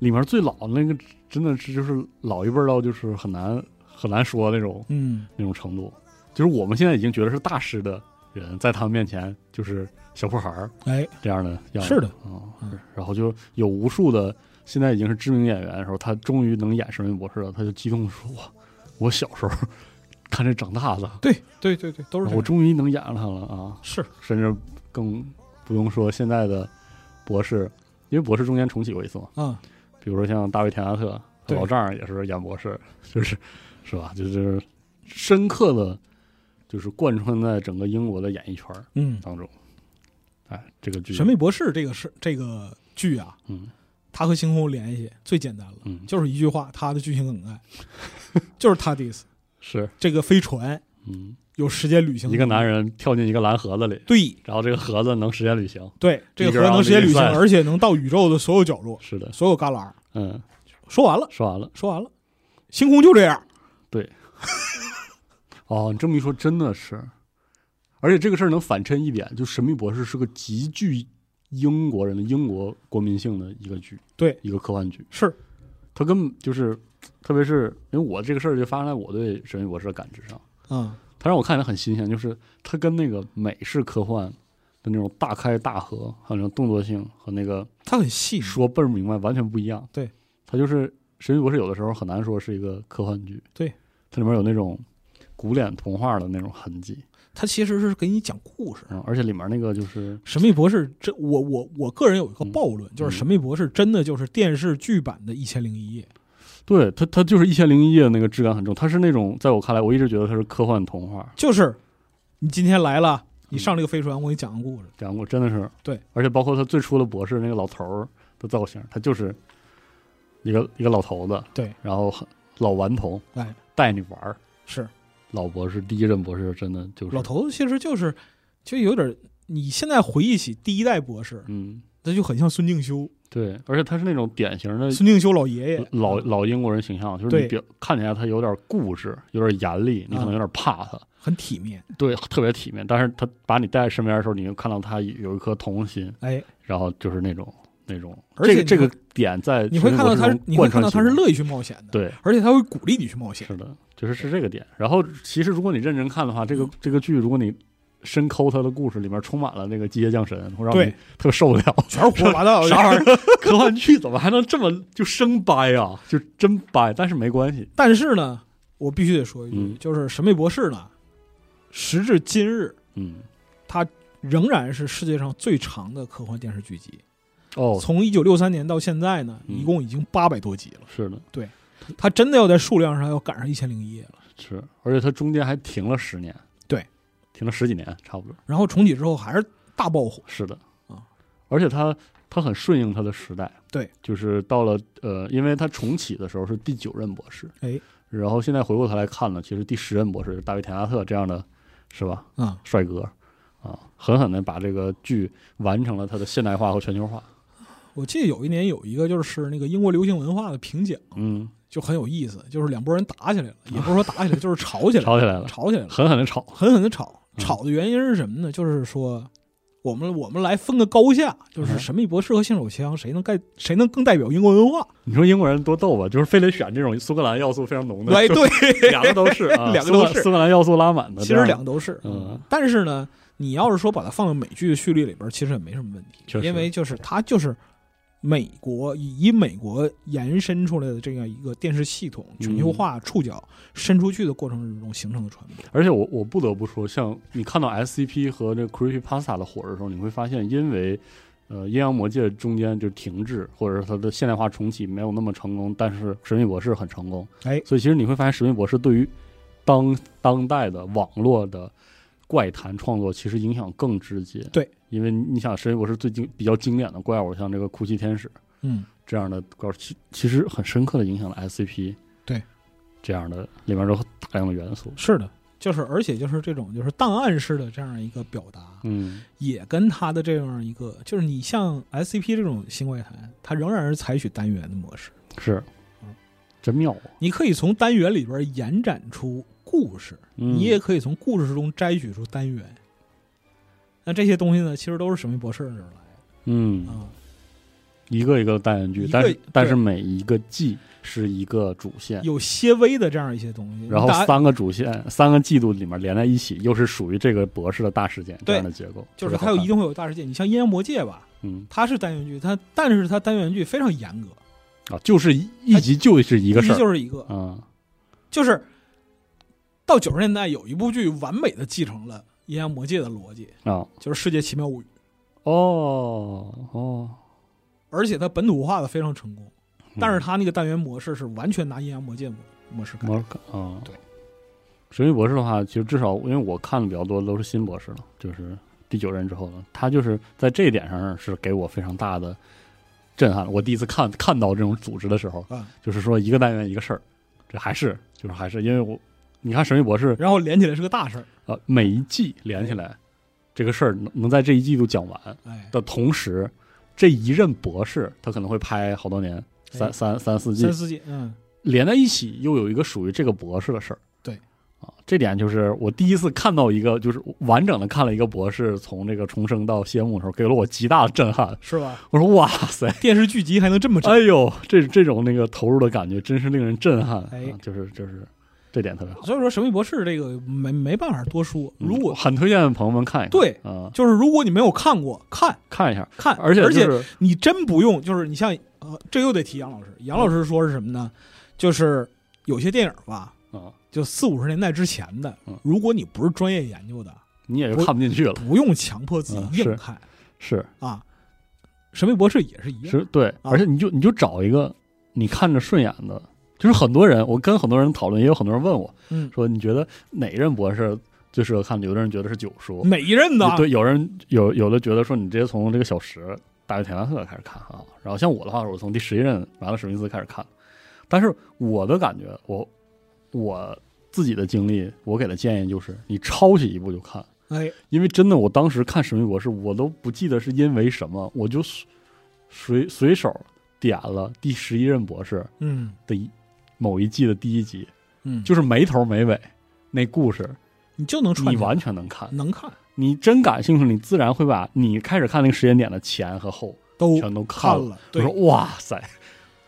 Speaker 1: 里面最老的那个，真的是就是老一辈儿到就是很难很难说那种
Speaker 2: 嗯，
Speaker 1: 那种程度，就是我们现在已经觉得是大师的人，在他们面前就是小破孩儿。
Speaker 2: 哎，
Speaker 1: 这样的样子。
Speaker 2: 是的
Speaker 1: 嗯
Speaker 2: 嗯
Speaker 1: 是然后就有无数的现在已经是知名演员的时候，他终于能演神秘博士了，他就激动地说：“哇，我小时候看着长大的，
Speaker 2: 对对对对，都是这
Speaker 1: 我
Speaker 2: 样
Speaker 1: 终于能演上他了啊
Speaker 2: 是！”
Speaker 1: 甚至更不用说现在的博士，因为博士中间重启过一次嘛，
Speaker 2: 啊，
Speaker 1: 比如说像大卫·田哈特、
Speaker 2: 对
Speaker 1: 老丈人也是演博士，就是是吧？就是深刻的，就是贯穿在整个英国的演艺圈儿
Speaker 2: 嗯，
Speaker 1: 当中。哎，这个剧
Speaker 2: 《神秘博士》这个是这个剧啊，
Speaker 1: 嗯
Speaker 2: 它和星空联系最简单了，
Speaker 1: 嗯
Speaker 2: 就是一句话，它的剧情梗概就是他 d i s
Speaker 1: 是
Speaker 2: 这个飞船
Speaker 1: 嗯。
Speaker 2: 有时间旅行，
Speaker 1: 一个男人跳进一个蓝盒子里，
Speaker 2: 对
Speaker 1: 然后这个盒子能时间旅行。
Speaker 2: 对，这个
Speaker 1: 一个
Speaker 2: 核能时间旅行，
Speaker 1: round
Speaker 2: 而且能到宇宙的所有角落、
Speaker 1: 是的，
Speaker 2: 所有旮旯。
Speaker 1: 嗯，
Speaker 2: 说完了，
Speaker 1: 说完了。
Speaker 2: 说完了，星空就这样。
Speaker 1: 哦，你这么一说，真的是。而且这个事儿能反衬一点，就《神秘博士》是个极具英国人的英国国民性的一个剧，
Speaker 2: 对，
Speaker 1: 一个科幻剧。
Speaker 2: 是，
Speaker 1: 它根本就是，特别是因为我这个事儿就发生在我对《神秘博士》的感知上，
Speaker 2: 嗯，
Speaker 1: 它让我看起来很新鲜，就是它跟那个美式科幻的那种大开大合，还有那种动作性和那个
Speaker 2: 它很细，
Speaker 1: 说倍儿明白，完全不一样。
Speaker 2: 对，
Speaker 1: 它就是《神秘博士》，有的时候很难说是一个科幻剧。
Speaker 2: 对，
Speaker 1: 它里面有那种古典童话的那种痕迹，
Speaker 2: 它其实是给你讲故事。
Speaker 1: 嗯，而且里面那个就是，
Speaker 2: 神秘博士，这我我我个人有一个
Speaker 1: 嗯
Speaker 2: 暴论，就
Speaker 1: 嗯
Speaker 2: 是神秘博士真的就是电视剧版的《一千零一夜》。
Speaker 1: 对它，它就是《一千零一夜》那个质感很重，它是那种在我看来，我一直觉得它是科幻童话，
Speaker 2: 就是你今天来了，你上这个飞船，我给你讲个故事。
Speaker 1: 讲过真的是
Speaker 2: 对，
Speaker 1: 而且包括他最初的博士那个老头儿的造型，他就是一个一个老头子，
Speaker 2: 对，
Speaker 1: 然后很老顽童，
Speaker 2: 哎，
Speaker 1: 带你玩儿。
Speaker 2: 是
Speaker 1: 老博士，第一任博士真的就是
Speaker 2: 老，头子，其实就是就有点，你现在回忆起第一代博士，
Speaker 1: 嗯，
Speaker 2: 那就很像孙敬修，
Speaker 1: 对，而且他是那种典型的
Speaker 2: 孙敬呃修老爷爷，
Speaker 1: 老老英国人形象，就是
Speaker 2: 嗯对嗯
Speaker 1: 你表看起来他有点固执，有点严厉，你可能有点怕他，
Speaker 2: 很体面。
Speaker 1: 对，特别体面。但是他把你带在身边的时候，你就看到他有一颗童心，
Speaker 2: 哎，
Speaker 1: 然后就是那种那种，
Speaker 2: 而且
Speaker 1: 这个
Speaker 2: 你
Speaker 1: 这个点在
Speaker 2: 你会看到他
Speaker 1: 神
Speaker 2: 是
Speaker 1: 奇，
Speaker 2: 你
Speaker 1: 博
Speaker 2: 会
Speaker 1: 士中贯穿
Speaker 2: 看到
Speaker 1: 其
Speaker 2: 他是
Speaker 1: 中
Speaker 2: 乐意去冒险的，
Speaker 1: 对，
Speaker 2: 而且他会鼓励你去冒险。嗯
Speaker 1: 是的，就是是这个点。然后其实如果你认真看的话，这个这个剧如果你深抠他的故事里面充满了那个机械降神，会让
Speaker 2: 对
Speaker 1: 你特受不了。
Speaker 2: 全是胡说八道，
Speaker 1: 啥玩意儿？科幻剧怎么还能这么就生掰啊？就真掰，但是没关系。
Speaker 2: 但是呢，我必须得说一句，
Speaker 1: 嗯
Speaker 2: 就是《神秘博士》呢，时至今日
Speaker 1: 嗯，
Speaker 2: 仍然是世界上最长的科幻电视剧集。
Speaker 1: 哦，
Speaker 2: 从一九六三年到现在呢，
Speaker 1: 嗯
Speaker 2: 一共已经八百多集了。
Speaker 1: 是的，
Speaker 2: 它真的要在数量上要赶上《一千零一夜》了。
Speaker 1: 是，而且它中间还停了十年，
Speaker 2: 对，
Speaker 1: 停了十几年，差不多。
Speaker 2: 然后重启之后还是大爆火，
Speaker 1: 是的
Speaker 2: 啊，
Speaker 1: 而且它它很顺应它的时代，
Speaker 2: 对，
Speaker 1: 就是到了呃，因为它重启的时候是第九任博士，
Speaker 2: 哎，
Speaker 1: 然后现在回过头来看呢，其实第十任博士大卫·田纳特这样的，是吧？
Speaker 2: 啊、
Speaker 1: 帅哥啊，狠狠的把这个剧完成了它的现代化和全球化。
Speaker 2: 我记得有一年有一个就是那个英国流行文化的评奖，
Speaker 1: 嗯，
Speaker 2: 就很有意思，就是两拨人打起来了，也不是说 打起来，就是吵起来了，
Speaker 1: 吵起来了，
Speaker 2: 吵起来了，
Speaker 1: 狠狠的吵。
Speaker 2: 狠狠的吵。
Speaker 1: 嗯
Speaker 2: 吵的原因是什么呢？就是说，我们我们来分个高下，就是
Speaker 1: 嗯
Speaker 2: 《神秘博士》和《信手枪》谁能代谁能更代表英国文化？
Speaker 1: 你说英国人多逗吧？就是非得选这种苏格兰要素非常浓的，
Speaker 2: 哎，对，
Speaker 1: 两个都是，啊、
Speaker 2: 两个都是
Speaker 1: 苏格苏格兰要素拉满的，
Speaker 2: 其
Speaker 1: 这
Speaker 2: 实
Speaker 1: 样
Speaker 2: 两个都是。
Speaker 1: 嗯，
Speaker 2: 但是呢，你要是说把它放到美剧的序列里边，其实也没什么问题
Speaker 1: 确，实
Speaker 2: 因为就是它就是美国以以美国延伸出来的这样一个电视系统全球化触角伸出去的过程中形成的传播。
Speaker 1: 而且我我不得不说，像你看到 SCP 和这 Creepy Pasta 的火的时候，你会发现，因为呃阴阳魔界中间就停滞，或者是它的现代化重启没有那么成功，但是神秘博士很成功，
Speaker 2: 哎
Speaker 1: 所以其实你会发现，神秘博士对于当当代的网络的怪谈创作其实影响更直接。
Speaker 2: 对，
Speaker 1: 因为你想，神秘博士最经比较经典的怪物，像这个哭泣天使
Speaker 2: 嗯，
Speaker 1: 这样的怪物，其其实很深刻的影响了 SCP。
Speaker 2: 对。
Speaker 1: 这样的里面有大量的元素，
Speaker 2: 是的。就是，而且就是这种就是档案式的这样一个表达，
Speaker 1: 嗯，
Speaker 2: 也跟它的这样一个，就是你像 SCP 这种新怪谈，它仍然是采取单元的模式，
Speaker 1: 是
Speaker 2: 嗯，
Speaker 1: 真妙啊！
Speaker 2: 你可以从单元里边延展出故事，
Speaker 1: 你
Speaker 2: 你也可以从故事中摘取出单元。那这些东西呢，其实都是史密博士那儿来的
Speaker 1: 嗯，
Speaker 2: 啊。
Speaker 1: 一个一个单元
Speaker 2: 一
Speaker 1: 剧，
Speaker 2: 个
Speaker 1: 但是
Speaker 2: 对
Speaker 1: 但是每一个季是一个主线，
Speaker 2: 有些微的这样一些东西，
Speaker 1: 然后
Speaker 2: 大家
Speaker 1: 三个主线三个季度里面连在一起，又是属于这个博士的大事件这
Speaker 2: 对
Speaker 1: 样的结构，
Speaker 2: 就是
Speaker 1: 特别好
Speaker 2: 它有
Speaker 1: 看
Speaker 2: 一定会有大事件。你像《阴阳魔界》吧，
Speaker 1: 嗯
Speaker 2: 它是单元剧，它但是它单元剧非常严格，
Speaker 1: 啊，就是一一集就是一
Speaker 2: 一
Speaker 1: 个事儿，
Speaker 2: 就是一个，
Speaker 1: 嗯，
Speaker 2: 就是到九十年代有一部剧完美的继承了《阴阳魔界》的逻辑，
Speaker 1: 啊
Speaker 2: 就是《世界奇妙物语》，
Speaker 1: 哦哦，
Speaker 2: 而且它本土化的非常成功。
Speaker 1: 嗯
Speaker 2: 但是它那个单元模式是完全拿《阴阳魔界》模模式改的
Speaker 1: 摩尔感啊，
Speaker 2: 对，
Speaker 1: 神秘博士的话，其实至少因为我看的比较多都是新博士了，就是第九任之后了，他就是在这一点上是给我非常大的震撼。我第一次看看到这种组织的时候，
Speaker 2: 啊，
Speaker 1: 就是说一个单元一个事儿，这还是就是还是因为我你看神秘博士
Speaker 2: 然后连起来是个大事儿，
Speaker 1: 呃每一季连起来这个事儿能能在这一季度讲完，
Speaker 2: 哎，
Speaker 1: 的同时这一任博士他可能会拍好多年，三
Speaker 2: 哎
Speaker 1: 三三四季
Speaker 2: 三，四季，嗯。
Speaker 1: 连在一起，又有一个属于这个博士的事儿。
Speaker 2: 对，
Speaker 1: 啊，这点就是我第一次看到一个，就是完整的看了一个博士从这个重生到谢幕的时候，给了我极大的震撼。
Speaker 2: 是吧？
Speaker 1: 我说哇塞，
Speaker 2: 电视剧集还能这么整，
Speaker 1: 哎呦，这这种那个投入的感觉，真是令人震撼。
Speaker 2: 哎
Speaker 1: 啊、就是就是这点特别好。
Speaker 2: 所以说《神秘博士》这个没没办法多说。
Speaker 1: 呃嗯
Speaker 2: 如果、
Speaker 1: 很推荐朋友们看一看，
Speaker 2: 对
Speaker 1: 啊、
Speaker 2: 就是如果你没有看过，看
Speaker 1: 看一下，
Speaker 2: 看，
Speaker 1: 而且、
Speaker 2: 而
Speaker 1: 就
Speaker 2: 且
Speaker 1: 是、
Speaker 2: 你真不用，就是你像呃，这又得提杨老师。杨老师说是什么呢？就是有些电影吧，
Speaker 1: 啊，
Speaker 2: 就四五十年代之前的
Speaker 1: 嗯，
Speaker 2: 如果你不是专业研究的，
Speaker 1: 你也就
Speaker 2: 我
Speaker 1: 看不进去了。
Speaker 2: 不用强迫自己硬看、
Speaker 1: 啊是
Speaker 2: 啊。《神秘博士》也是一样，
Speaker 1: 是，对，
Speaker 2: 啊
Speaker 1: 而且你就你就找一个你看着顺眼的，就是很多人，我跟很多人讨论，也有很多人问我，
Speaker 2: 嗯，
Speaker 1: 说你觉得哪任博士最适合看？有的人觉得是九叔，
Speaker 2: 每一任的，啊
Speaker 1: 对，有人有有的觉得说你直接从这个小时大卫·田纳特开始看啊，然后像我的话，我从第十一任马勒史密斯开始看，但是我的感觉，我我自己的经历，我给的建议就是你抄起一部就看，
Speaker 2: 哎，
Speaker 1: 因为真的，我当时看《神秘博士》，我都不记得是因为什么，我就随随随手点了第十一任博士
Speaker 2: 嗯
Speaker 1: 的一某一季的第一集，
Speaker 2: 嗯，
Speaker 1: 就是没头没尾，那故事
Speaker 2: 你就能串
Speaker 1: 你
Speaker 2: 起来
Speaker 1: 完全能看。
Speaker 2: 能看
Speaker 1: 你真感兴趣，你自然会把你开始看那个时间点的前和后
Speaker 2: 都
Speaker 1: 全都看
Speaker 2: 看
Speaker 1: 了。
Speaker 2: 了，
Speaker 1: 我
Speaker 2: 对
Speaker 1: 说，哇塞，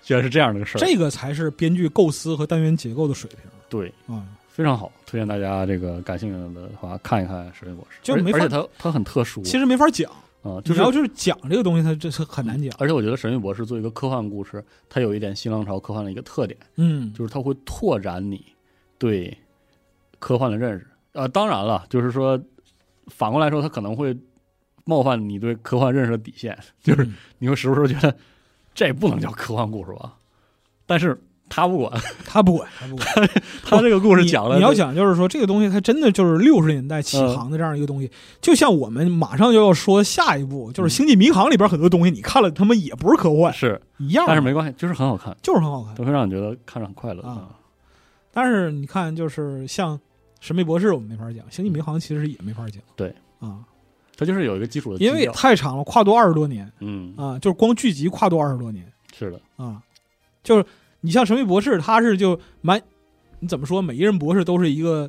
Speaker 1: 居然是这样的个事儿，
Speaker 2: 这个才是编剧构思和单元结构的水平
Speaker 1: 对，
Speaker 2: 啊、
Speaker 1: 非常好，推荐大家这个感兴趣的话看一看《食人果实》，
Speaker 2: 就
Speaker 1: 而
Speaker 2: 没法
Speaker 1: 而且它它很特殊，
Speaker 2: 其实没法讲，
Speaker 1: 啊、就是
Speaker 2: 你要就是讲这个东西，它这是很难讲。
Speaker 1: 而且我觉得《神韵博士》作为一个科幻故事，它有一点新浪潮科幻的一个特点，
Speaker 2: 嗯，
Speaker 1: 就是它会拓展你对科幻的认识。呃，当然了，就是说反过来说，它可能会冒犯你对科幻认识的底线，就是
Speaker 2: 嗯
Speaker 1: 你会时不时觉得这也不能叫科幻故事吧？但是他不 管，
Speaker 2: 他不管，他不管。
Speaker 1: 他这个故事讲了，
Speaker 2: 哦
Speaker 1: 嗯
Speaker 2: 你，你要讲就是说这个东西，它真的就是六十年代起航的这样一个东西。就像我们马上就要说下一步就是《星际迷航》里边很多东西，你看了他妈也不是科幻
Speaker 1: 嗯是，
Speaker 2: 一样，
Speaker 1: 但是没关系，就是很好看，
Speaker 2: 就是很好看。
Speaker 1: 都会让你觉得看着很快乐
Speaker 2: 嗯
Speaker 1: 嗯
Speaker 2: 啊。但是你看，就是像《神秘博士》，我们没法讲，《星际迷航》其实也没法讲。
Speaker 1: 对
Speaker 2: 啊，
Speaker 1: 它就是有一个基础的基
Speaker 2: 因
Speaker 1: 调，
Speaker 2: 为太长了，跨度二十多年
Speaker 1: 嗯，
Speaker 2: 啊，就是光剧集跨度二十多年
Speaker 1: 是的，
Speaker 2: 啊，就是你像《神秘博士》，他是就蛮，你怎么说，每一任博士都是一个。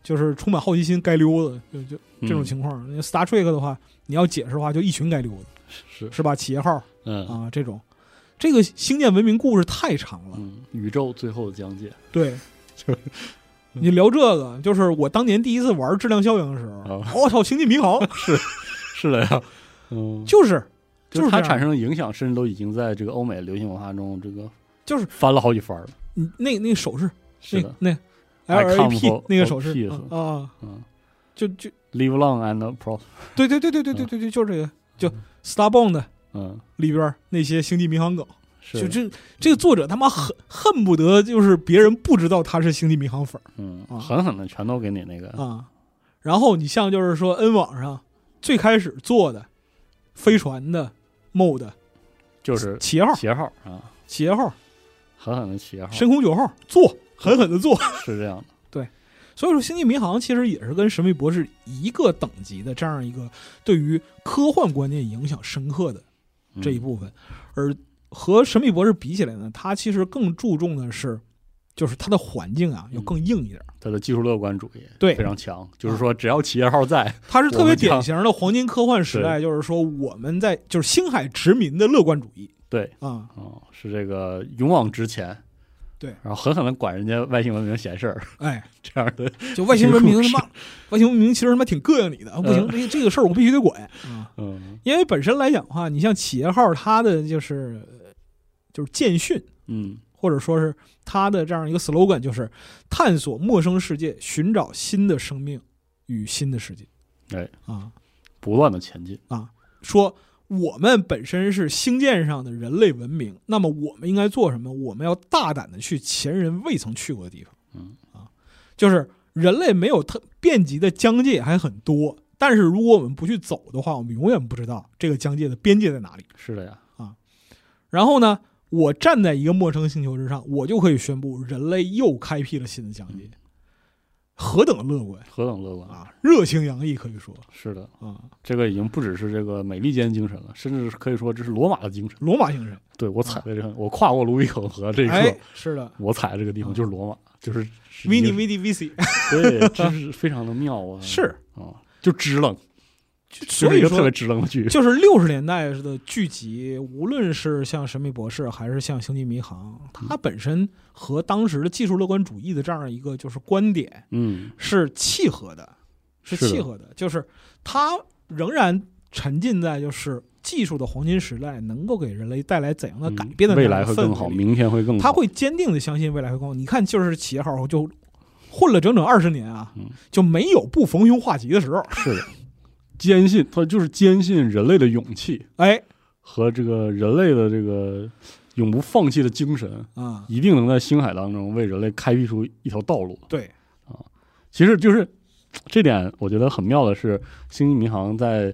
Speaker 2: 就是充满好奇心，该溜子，就就这种
Speaker 1: 嗯
Speaker 2: 情况。那 Star Trek 的话，你要解释的话，就一群该溜子，
Speaker 1: 是，
Speaker 2: 是吧？企业号
Speaker 1: 嗯
Speaker 2: 啊，这种，这个星舰文明故事太长了。
Speaker 1: 嗯，宇宙最后的疆界
Speaker 2: 对，
Speaker 1: 就是
Speaker 2: 你聊这个，就是我当年第一次玩质量效应的时候，
Speaker 1: 啊，
Speaker 2: 我操，星际 迷航
Speaker 1: 是的呀，嗯，
Speaker 2: 就是就
Speaker 1: 就是它
Speaker 2: 这样
Speaker 1: 产生的影响，甚至都已经在这个欧美流行文化中这个
Speaker 2: 就是
Speaker 1: 翻了好几番了。
Speaker 2: 你那那个手势，
Speaker 1: 是
Speaker 2: 那
Speaker 1: 的，
Speaker 2: 那
Speaker 1: I
Speaker 2: L A
Speaker 1: come
Speaker 2: P
Speaker 1: for-
Speaker 2: 那个
Speaker 1: for
Speaker 2: 手势
Speaker 1: peace
Speaker 2: 啊啊，
Speaker 1: 嗯
Speaker 2: 就就
Speaker 1: ，Live long and prosper，
Speaker 2: 对对对对对对对对，就是这个，就 Starbound
Speaker 1: 嗯，
Speaker 2: 里边那些星际迷航梗，
Speaker 1: 是
Speaker 2: 就
Speaker 1: 的，
Speaker 2: 这这个作者他妈恨恨不得就是别人不知道他是星际迷航粉儿。
Speaker 1: 嗯，
Speaker 2: 啊
Speaker 1: 狠狠的全都给你那个，
Speaker 2: 啊。然后你像就是说 N 网上最开始做的飞船的 mod
Speaker 1: 就是
Speaker 2: 企业号、
Speaker 1: 鞋号啊，
Speaker 2: 企业号、
Speaker 1: 狠狠的鞋号，
Speaker 2: 深空九号做，狠狠 的做。
Speaker 1: 是这样的，
Speaker 2: 所以说，《星际迷航》其实也是跟《神秘博士》一个等级的这样一个对于科幻观念影响深刻的
Speaker 1: 嗯
Speaker 2: 这一部分。而和《神秘博士》比起来呢，它其实更注重的是，就是它的环境啊要更硬一点。
Speaker 1: 他的技术乐观主义
Speaker 2: 对啊
Speaker 1: 非常强，就是说只要企业号在，
Speaker 2: 它是特
Speaker 1: 我
Speaker 2: 别
Speaker 1: 们讲
Speaker 2: 典型的黄金科幻时代，就是说我们在就是星海殖民的乐观主义。
Speaker 1: 对
Speaker 2: 啊，
Speaker 1: 嗯，是这个勇往直前，
Speaker 2: 对，
Speaker 1: 然后狠狠的管人家外星文明闲事儿，
Speaker 2: 哎，
Speaker 1: 这样的，
Speaker 2: 就外星文 明他妈，外星文明其实他妈挺膈应你的，啊不行，这这个事儿我必须得管啊，
Speaker 1: 嗯
Speaker 2: 因为本身来讲的话，你像企业号，它的就是呃就是建训，
Speaker 1: 嗯
Speaker 2: 或者说是它的这样一个 slogan，就是探索陌生世界，寻找新的生命与新的世界。
Speaker 1: 哎
Speaker 2: 啊，
Speaker 1: 不断的前进，
Speaker 2: 说我们本身是星舰上的人类文明，那么我们应该做什么？我们要大胆的去前人未曾去过的地方。
Speaker 1: 嗯
Speaker 2: 啊，就是人类没有特遍及的疆界还很多，但是如果我们不去走的话，我们永远不知道这个疆界的边界在哪里。
Speaker 1: 是的呀，
Speaker 2: 然后呢，我站在一个陌生星球之上，我就可以宣布人类又开辟了新的疆
Speaker 1: 嗯
Speaker 2: 界，何等乐观
Speaker 1: 何等乐观，
Speaker 2: 啊！热情洋溢，可以说
Speaker 1: 是的，
Speaker 2: 啊，
Speaker 1: 这个已经不只是这个美利坚精神了，甚至可以说这是罗马的精神。
Speaker 2: 罗马精神。
Speaker 1: 对我踩的这个，我跨过卢比孔河这一刻，
Speaker 2: 啊哎，是的
Speaker 1: 我踩的这个地方
Speaker 2: 嗯
Speaker 1: 就是罗马，就是是
Speaker 2: ，V D
Speaker 1: 一嗯
Speaker 2: V D V C
Speaker 1: 个对，真是非常的妙啊！
Speaker 2: 是，
Speaker 1: 啊，就支棱，
Speaker 2: 就
Speaker 1: 就
Speaker 2: 所
Speaker 1: 是一
Speaker 2: 以
Speaker 1: 个特
Speaker 2: 说
Speaker 1: 别支棱的剧。
Speaker 2: 就是六十年代的剧集，无论是像《神秘博士》还是像《星际迷航》，它本身和当时的技术乐观主义的这样一个就是观点
Speaker 1: 嗯，
Speaker 2: 是契合的，是
Speaker 1: 是的
Speaker 2: 契合的。就是它仍然沉浸在就是技术的黄金时代，能够给人类带来怎样的
Speaker 1: 嗯
Speaker 2: 改变的 那
Speaker 1: 未
Speaker 2: 样的
Speaker 1: 来会
Speaker 2: 氛
Speaker 1: 更
Speaker 2: 围
Speaker 1: 好，
Speaker 2: 里
Speaker 1: 明天会更好。
Speaker 2: 他会坚定的相信未来会更好。你看，就是企业号就混了整整二十年啊
Speaker 1: 嗯，
Speaker 2: 就没有不逢凶化吉的 时候。
Speaker 1: 是 的，坚信他就是坚信人类的勇气
Speaker 2: 哎
Speaker 1: 和这个人类的这个永不放弃的精神，
Speaker 2: 啊，
Speaker 1: 一定能在星海当中为人类开辟出一条道路。
Speaker 2: 对，
Speaker 1: 其实就是这点，我觉得很妙的是，《星际迷航》在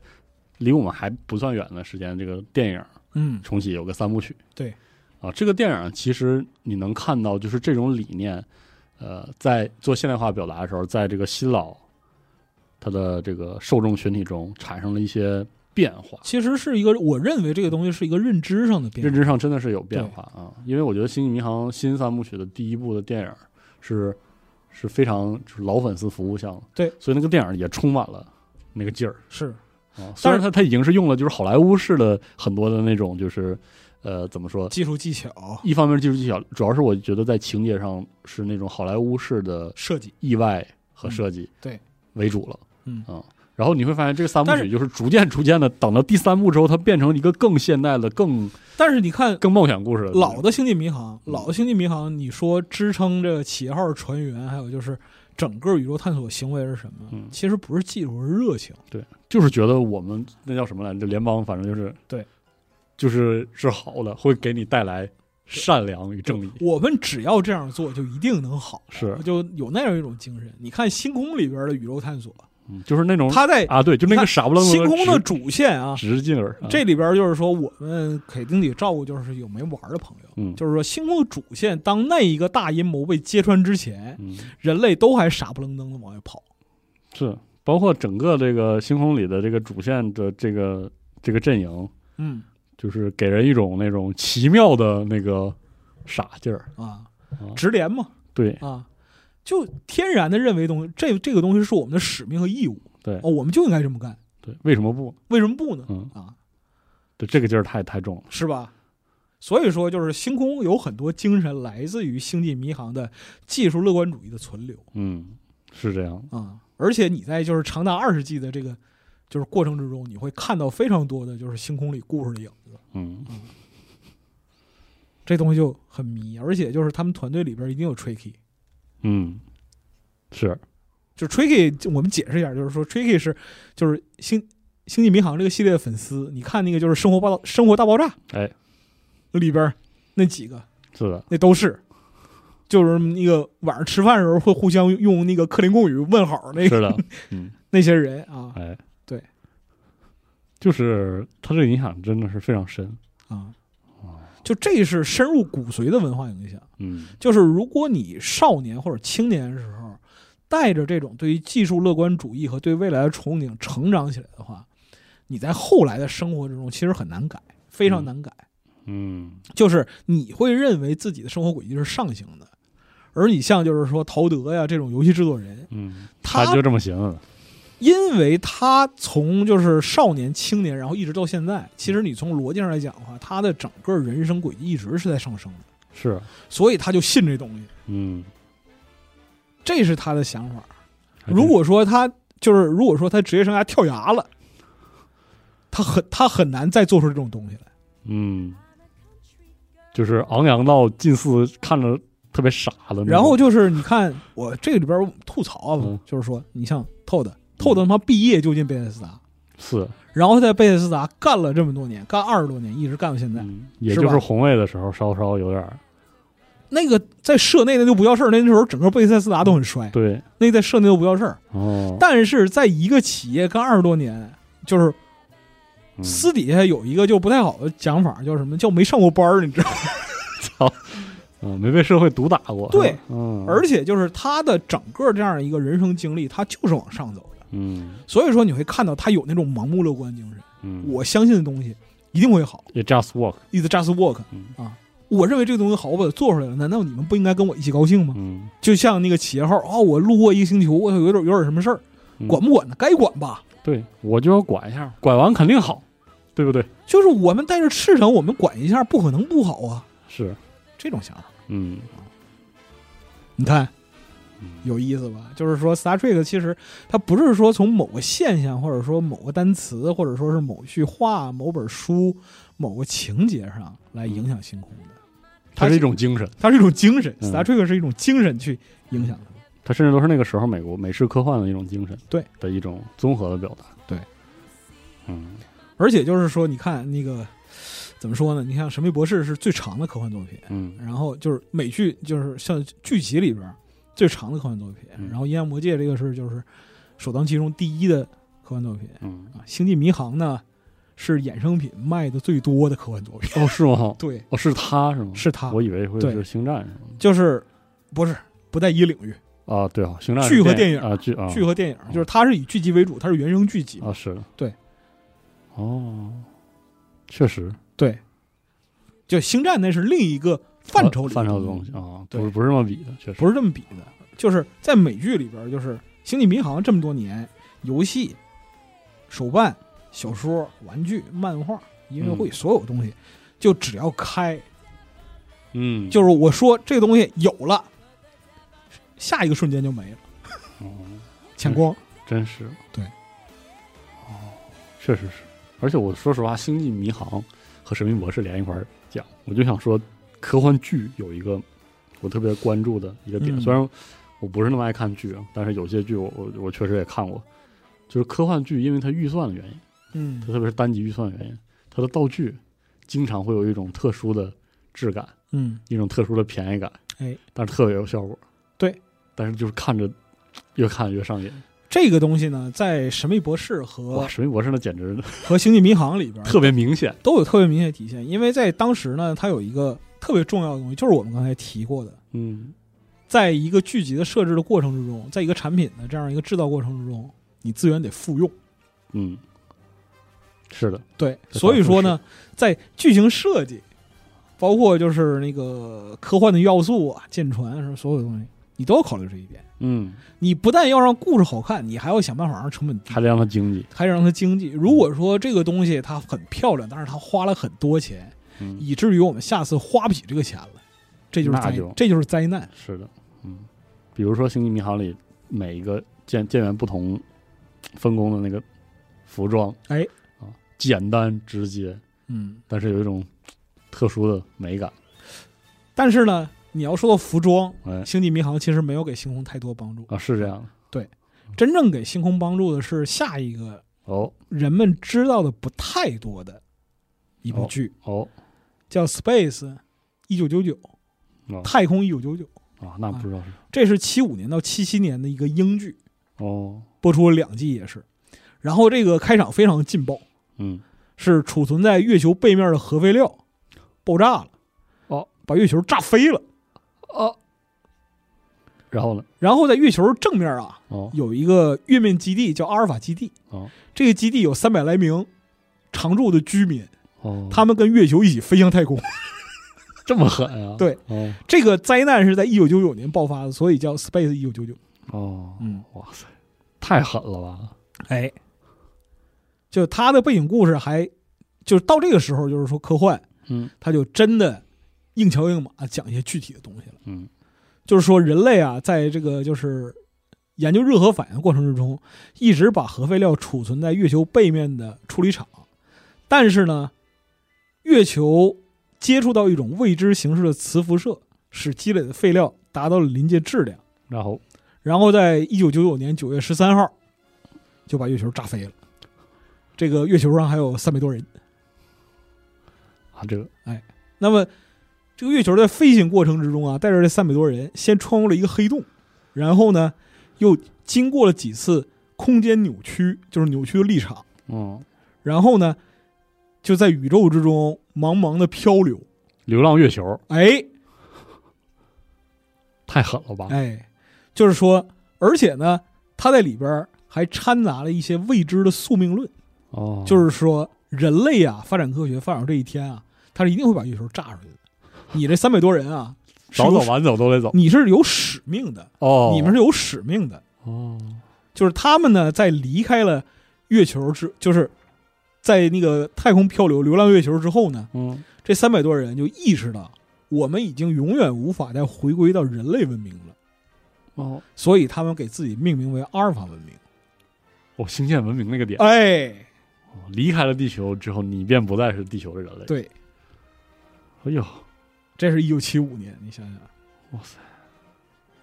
Speaker 1: 离我们还不算远的时间，这个电影
Speaker 2: 嗯，
Speaker 1: 重启有个三部曲。
Speaker 2: 对，
Speaker 1: 啊，这个电影其实你能看到，就是这种理念，呃，在做现代化表达的时候，在这个新老它的这个受众群体中产生了一些变化，
Speaker 2: 其实是一个，我认为这个东西是一个认知上的变
Speaker 1: 认
Speaker 2: 化。
Speaker 1: 知上真的是有变化啊。因为我觉得《星际迷航》新三部曲的第一部的电影是是非常就是老粉丝服务向的，
Speaker 2: 对，
Speaker 1: 所以那个电影也充满了那个劲儿。
Speaker 2: 是，
Speaker 1: 啊，虽然
Speaker 2: 但
Speaker 1: 它它已经是用了就是好莱坞式的很多的那种就是呃，怎么说？
Speaker 2: 技术技巧、
Speaker 1: 一方面是技术技巧，主要是我觉得在情节上是那种好莱坞式的
Speaker 2: 设计，
Speaker 1: 意外和设计
Speaker 2: 嗯对
Speaker 1: 为主了，啊
Speaker 2: 嗯
Speaker 1: 然后你会发现这个三部
Speaker 2: 但是
Speaker 1: 曲就是逐渐逐渐的，等到第三部之后，它变成一个更现代的、更
Speaker 2: 但是你看
Speaker 1: 更冒险故事了。
Speaker 2: 老的星际迷航，老的星际迷航，你说支撑这个企业号船员，还有就是整个宇宙探索行为是什么？
Speaker 1: 嗯
Speaker 2: 其实不是技术，是热情。
Speaker 1: 就是觉得我们那叫什么来着？这联邦反正就是
Speaker 2: 对，
Speaker 1: 就是是好的，会给你带来善良与正义。
Speaker 2: 我们只要这样做，就一定能好，
Speaker 1: 是，
Speaker 2: 就有那样一种精神。你看星空里边的宇宙探索，
Speaker 1: 嗯就是那种
Speaker 2: 它在
Speaker 1: 啊，对，就那个
Speaker 2: 你看
Speaker 1: 傻不愣登
Speaker 2: 星空的主线啊，
Speaker 1: 直直进而啊
Speaker 2: 这里边就是说我们肯定得照顾就是有没玩的朋友。
Speaker 1: 嗯
Speaker 2: 就是说，星空的主线，当那一个大阴谋被揭穿之前，
Speaker 1: 嗯
Speaker 2: 人类都还傻不愣登的往外跑。
Speaker 1: 是，包括整个这个星空里的这个主线的这个这个阵营，
Speaker 2: 嗯
Speaker 1: 就是给人一种那种奇妙的那个傻劲儿。
Speaker 2: 啊
Speaker 1: 啊，
Speaker 2: 直连嘛，
Speaker 1: 对，
Speaker 2: 啊，就天然的认为东西，这这个东西是我们的使命和义务。
Speaker 1: 对
Speaker 2: 哦，我们就应该这么干，
Speaker 1: 对，为什么不？
Speaker 2: 为什么不呢？
Speaker 1: 嗯，
Speaker 2: 啊，
Speaker 1: 对，这个劲儿太太重了。
Speaker 2: 是吧？所以说，就是星空有很多精神来自于《星际迷航》的技术乐观主义的存留
Speaker 1: 嗯，是这样。
Speaker 2: 啊。而且你在就是长达二十季的这个就是过程之中，你会看到非常多的就是星空里故事的影子，
Speaker 1: 嗯
Speaker 2: 这东西就很迷。而且就是他们团队里边一定有 Tricky，
Speaker 1: 嗯，是
Speaker 2: 就 Tricky，就我们解释一下，就是说 Tricky 是就是星星际迷航这个系列的粉丝。你看那个就是生活爆生活大爆炸，
Speaker 1: 哎，
Speaker 2: 里边儿那几个
Speaker 1: 是的，
Speaker 2: 那都是，就是那个晚上吃饭的时候会互相用那个克林贡语问好那个
Speaker 1: 是 的，嗯，
Speaker 2: 那些人啊
Speaker 1: 哎，
Speaker 2: 对，
Speaker 1: 就是他这个影响真的是非常深。
Speaker 2: 啊，就这是深入骨髓的文化影响。
Speaker 1: 嗯
Speaker 2: 就是如果你少年或者青年的时候带着这种对于技术乐观主义和对未来的憧憬成长起来的话，你在后来的生活之中其实很难改，非常难改。
Speaker 1: 嗯，
Speaker 2: 就是你会认为自己的生活轨迹是上行的，而你像就是说陶德呀这种游戏制作人，
Speaker 1: 嗯，
Speaker 2: 他
Speaker 1: 他就这么行，
Speaker 2: 因为他从就是少年青年，然后一直到现在，其实你从逻辑上来讲的话，他的整个人生轨迹一直是在上升的，
Speaker 1: 是，
Speaker 2: 所以他就信这东西，
Speaker 1: 嗯，
Speaker 2: 这是他的想法。
Speaker 1: 还真
Speaker 2: 如果说他就是如果说他职业生涯跳崖了，他很他很难再做出这种东西来。
Speaker 1: 嗯，就是昂扬到近似看着特别傻的那种。
Speaker 2: 然后就是你看我这个里边我吐槽啊，
Speaker 1: 嗯
Speaker 2: 就是说你像 Todd Todd 他妈毕业就进贝塞斯达，
Speaker 1: 是，
Speaker 2: 然后他在贝塞斯达干了这么多年，干二十多年，一直干到现在。
Speaker 1: 嗯，也
Speaker 2: 是
Speaker 1: 就是
Speaker 2: 吧
Speaker 1: 红卫的时候稍稍有点儿
Speaker 2: 那个在社内的就不叫事儿，那时候整个贝塞斯达都很衰，
Speaker 1: 对
Speaker 2: 那个在社内都不叫事儿。
Speaker 1: 哦，
Speaker 2: 但是在一个企业干二十多年，就是
Speaker 1: 嗯
Speaker 2: 私底下有一个就不太好的讲法，叫什么叫没上过班儿，你知道吗。
Speaker 1: 嗯没被社会毒打过。
Speaker 2: 对，
Speaker 1: 嗯，
Speaker 2: 而且就是他的整个这样一个人生经历，他就是往上走的。
Speaker 1: 嗯
Speaker 2: 所以说你会看到他有那种盲目乐观精神，
Speaker 1: 嗯，
Speaker 2: 我相信的东西一定会好。
Speaker 1: 也 just work，
Speaker 2: It just work
Speaker 1: 嗯
Speaker 2: 啊，我认为这个东西好，我把它做出来了，难道你们不应该跟我一起高兴吗？
Speaker 1: 嗯
Speaker 2: 就像那个企业号哦，我路过一个星球，我有点有点什么事儿，
Speaker 1: 嗯
Speaker 2: 管不管呢？该管吧。
Speaker 1: 对我就要拐一下，拐完肯定好，对不对？
Speaker 2: 就是我们带着赤诚，我们管一下，不可能不好啊。
Speaker 1: 是，
Speaker 2: 这种想法，
Speaker 1: 嗯
Speaker 2: 你看
Speaker 1: 嗯
Speaker 2: 有意思吧？就是说，Star Trek 其实它不是说从某个现象，或者说某个单词，或者说是某句话、某本书、某个情节上来影响星空的，
Speaker 1: 它是一种精神，
Speaker 2: 嗯它是一种精神。
Speaker 1: 嗯
Speaker 2: Star Trek 是一种精神去影响它。
Speaker 1: 它甚至都是那个时候美国美式科幻的一种精神，
Speaker 2: 对
Speaker 1: 的一种综合的表达。
Speaker 2: 对，
Speaker 1: 嗯
Speaker 2: 而且就是说，你看那个怎么说呢？你看《神秘博士》是最长的科幻作品，
Speaker 1: 嗯
Speaker 2: 然后就是美剧，就是像剧集里边最长的科幻作品，
Speaker 1: 嗯
Speaker 2: 然后《阴阳魔界》这个是就是首当其冲第一的科幻作品。
Speaker 1: 嗯，
Speaker 2: 啊，《星际迷航》呢是衍生品卖的最多的科 幻作品。
Speaker 1: 哦是吗？
Speaker 2: 对，
Speaker 1: 哦是他是吗？
Speaker 2: 是它，
Speaker 1: 我以为会
Speaker 2: 对
Speaker 1: 是星战什么的
Speaker 2: 就是不是不在一领域，
Speaker 1: 啊，对啊，星战
Speaker 2: 剧
Speaker 1: 是
Speaker 2: 和
Speaker 1: 电
Speaker 2: 电影
Speaker 1: 啊剧啊
Speaker 2: 剧和电影，就是它是以剧集为主，它是原生剧集嘛。
Speaker 1: 啊是，
Speaker 2: 对，
Speaker 1: 哦，确实
Speaker 2: 对，就《星战》那是另一个范畴
Speaker 1: 啊
Speaker 2: 里
Speaker 1: 范畴
Speaker 2: 的
Speaker 1: 的
Speaker 2: 东
Speaker 1: 东
Speaker 2: 西
Speaker 1: 西，啊，
Speaker 2: 对
Speaker 1: 不是不是那么比的，确实
Speaker 2: 不是这么比的。就是在美剧里边，就是《星际迷航》这么多年，游戏、手办、小说、玩具、漫画、音乐会，所有东西，就只要开，
Speaker 1: 嗯，
Speaker 2: 就是我说这东西有了，下一个瞬间就没了，
Speaker 1: 哦
Speaker 2: 抢光。
Speaker 1: 真是
Speaker 2: 对，
Speaker 1: 哦，确实是。而且我说实话，《星际迷航》和《神秘博士》连一块儿讲，我就想说，科幻剧有一个我特别关注的一个点，
Speaker 2: 嗯
Speaker 1: 虽然我不是那么爱看剧，啊，但是有些剧我我我确实也看过，就是科幻剧，因为它预算的原因，
Speaker 2: 嗯
Speaker 1: 它特别是单集预算的原因，它的道具经常会有一种特殊的质感，
Speaker 2: 嗯，
Speaker 1: 一种特殊的便宜感，
Speaker 2: 哎，
Speaker 1: 但是特别有效果。
Speaker 2: 对，
Speaker 1: 但是就是看着越看越上瘾。
Speaker 2: 这个东西呢，在《神秘博士和》
Speaker 1: 哇，
Speaker 2: 和
Speaker 1: 《神秘博士》那简直
Speaker 2: 《星际迷航》里边
Speaker 1: 特别明显。
Speaker 2: 都有特别明显的体现，因为在当时呢，它有一个特别重要的东西，就是我们刚才提过的，
Speaker 1: 嗯，
Speaker 2: 在一个剧集的设置的过程之中，在一个产品的这样一个制造过程之中，你资源得复用。
Speaker 1: 嗯，是的，
Speaker 2: 对，
Speaker 1: 这
Speaker 2: 所以说呢，在剧情设计，包括就是那个科幻的要素啊、舰船啊什么所有东西，你都要考虑这一点。
Speaker 1: 嗯，
Speaker 2: 你不但要让故事好看，你还要想办法让成本低，
Speaker 1: 还得让它经济，
Speaker 2: 还得让它经济。如果说这个东西它很漂亮，但是它花了很多钱，
Speaker 1: 嗯，
Speaker 2: 以至于我们下次花不起这个钱了，这就是
Speaker 1: 那
Speaker 2: 灾
Speaker 1: 就，
Speaker 2: 这就是灾难。
Speaker 1: 是的，嗯，比如说《星际迷航》里每一个舰舰员不同分工的那个服装，
Speaker 2: 哎，
Speaker 1: 啊，简单直接，
Speaker 2: 嗯，
Speaker 1: 但是有一种特殊的美感，
Speaker 2: 但是呢，你要说到服装，
Speaker 1: 哎
Speaker 2: 《星际迷航》其实没有给星空太多帮助，
Speaker 1: 啊，是这样的，嗯
Speaker 2: 真正给星空帮助的是下一个
Speaker 1: 哦
Speaker 2: 人们知道的不太多的一部剧，
Speaker 1: 哦
Speaker 2: 叫《Space 一九九九》，
Speaker 1: 哦
Speaker 2: 太空一九九九，
Speaker 1: 啊，那不知道是
Speaker 2: 这是七五年到七七年的一个英剧，
Speaker 1: 哦，
Speaker 2: 播出了两季也是。然后这个开场非常劲爆，
Speaker 1: 嗯，
Speaker 2: 是储存在月球背面的核废料爆炸了，
Speaker 1: 哦，
Speaker 2: 把月球炸飞了。
Speaker 1: 哦，然后呢？
Speaker 2: 然后在月球正面啊，
Speaker 1: 哦
Speaker 2: 有一个月面基地叫阿尔法基地，
Speaker 1: 哦
Speaker 2: 这个基地有三百来名常住的居民，
Speaker 1: 哦，
Speaker 2: 他们跟月球一起飞向太空。
Speaker 1: 这么狠啊？
Speaker 2: 对，
Speaker 1: 哦
Speaker 2: 这个灾难是在一九九九年爆发的，所以叫 Space 一九九九。
Speaker 1: 哦，
Speaker 2: 嗯，
Speaker 1: 哇塞，太狠了吧？
Speaker 2: 哎，就它的背景故事还，就是到这个时候，就是说科幻，
Speaker 1: 嗯
Speaker 2: 它就真的硬桥硬马讲一些具体的东西了。
Speaker 1: 嗯。
Speaker 2: 就是说人类啊，在这个就是研究热核反应的过程之中，一直把核废料储存在月球背面的处理厂，但是呢，月球接触到一种未知形式的磁辐射，使积累的废料达到了临界质量。
Speaker 1: 然后
Speaker 2: 然后在一九九九年九月十三号就把月球炸飞了。这个月球上还有三百多人。
Speaker 1: 啊，这个
Speaker 2: 那么，这个月球在飞行过程之中啊，带着这三百多人，先穿过了一个黑洞，然后呢，又经过了几次空间扭曲，就是扭曲的立场，
Speaker 1: 嗯，
Speaker 2: 然后呢，就在宇宙之中茫茫的漂流。
Speaker 1: 流浪月球
Speaker 2: 哎
Speaker 1: 太狠了吧？
Speaker 2: 哎，就是说，而且呢，它在里边儿还掺杂了一些未知的宿命论。
Speaker 1: 哦，
Speaker 2: 就是说人类啊，发展科学发展到这一天啊，它是一定会把月球炸出去的。你这三百多人啊，是
Speaker 1: 早
Speaker 2: 有
Speaker 1: 走晚走都得走
Speaker 2: 你是有使命的，
Speaker 1: 哦。
Speaker 2: 你们是有使命的。
Speaker 1: 哦，
Speaker 2: 就是他们呢，在离开了月球之，就是在那个太空漂流、流浪月球之后呢，
Speaker 1: 嗯
Speaker 2: 这三百多人就意识到，我们已经永远无法再回归到人类文明了，
Speaker 1: 哦，
Speaker 2: 所以他们给自己命名为阿尔法文明。
Speaker 1: 我星舰哦文明那个点，
Speaker 2: 哎，
Speaker 1: 哦离开了地球之后，你便不再是地球的人类。，
Speaker 2: 对，
Speaker 1: 哎呦，
Speaker 2: 这是一九七五年，你想想，
Speaker 1: 哇塞，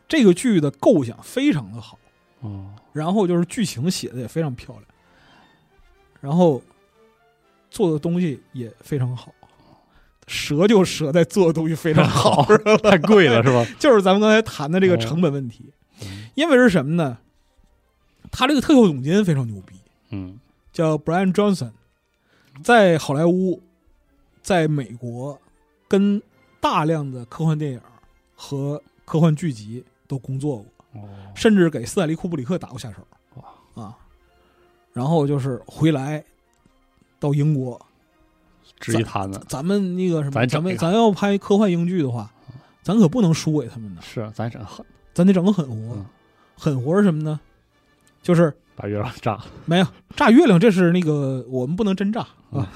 Speaker 2: 这个剧的构想非常的好。
Speaker 1: 哦，
Speaker 2: 然后就是剧情写的也非常漂亮，然后做的东西也非常好，折就折在做的东西非常 好，
Speaker 1: 太贵了是 吧？
Speaker 2: 就是咱们刚才谈的这
Speaker 1: 哦
Speaker 2: 个成本问题。
Speaker 1: 嗯
Speaker 2: 因为是什么呢？他这个特效总监非常牛逼，
Speaker 1: 嗯
Speaker 2: 叫 Brian Johnson，在好莱坞，在美国跟大量的科幻电影和科幻剧集都工作过。
Speaker 1: 哦，
Speaker 2: 甚至给斯坦利库布里克打过下手
Speaker 1: 哇。
Speaker 2: 啊，然后就是回来到英国，
Speaker 1: 至于他呢？
Speaker 2: 咱们那个什么，
Speaker 1: 咱
Speaker 2: 咱
Speaker 1: 整一
Speaker 2: 们
Speaker 1: 个嗯
Speaker 2: 咱要拍科幻英剧的话，咱可不能输给他们的，
Speaker 1: 是，咱真狠，
Speaker 2: 咱得整个狠活。
Speaker 1: 嗯
Speaker 2: 狠活是什么呢？就是
Speaker 1: 把月亮炸了。
Speaker 2: 没有炸月亮，这是那个我们不能真炸啊。
Speaker 1: 嗯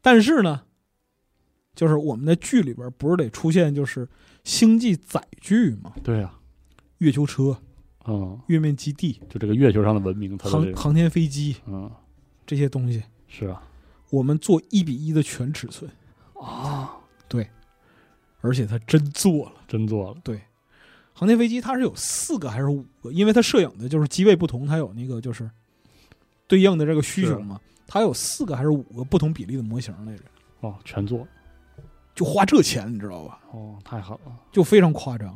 Speaker 2: 但是呢，就是我们的剧里边不是得出现就是星际载具嘛，
Speaker 1: 对啊呀、
Speaker 2: 月球车、
Speaker 1: 嗯，
Speaker 2: 月面基地、
Speaker 1: 就这个月球上的文明，它的这
Speaker 2: 航
Speaker 1: 个，
Speaker 2: 航天飞机
Speaker 1: 嗯，
Speaker 2: 这些东西，
Speaker 1: 是啊，
Speaker 2: 我们做一比一的全尺寸，
Speaker 1: 啊，
Speaker 2: 而且它真做了。
Speaker 1: 真做了，
Speaker 2: 航天飞机它是有四个还是五个？因为它摄影的就是机位不同，它有那个就是对应的这个需求嘛，它有四个还是五个不同比例的模型来着，
Speaker 1: 哦，全做了，
Speaker 2: 就花这钱，你知道吧？
Speaker 1: 哦，太狠了，
Speaker 2: 就非常夸张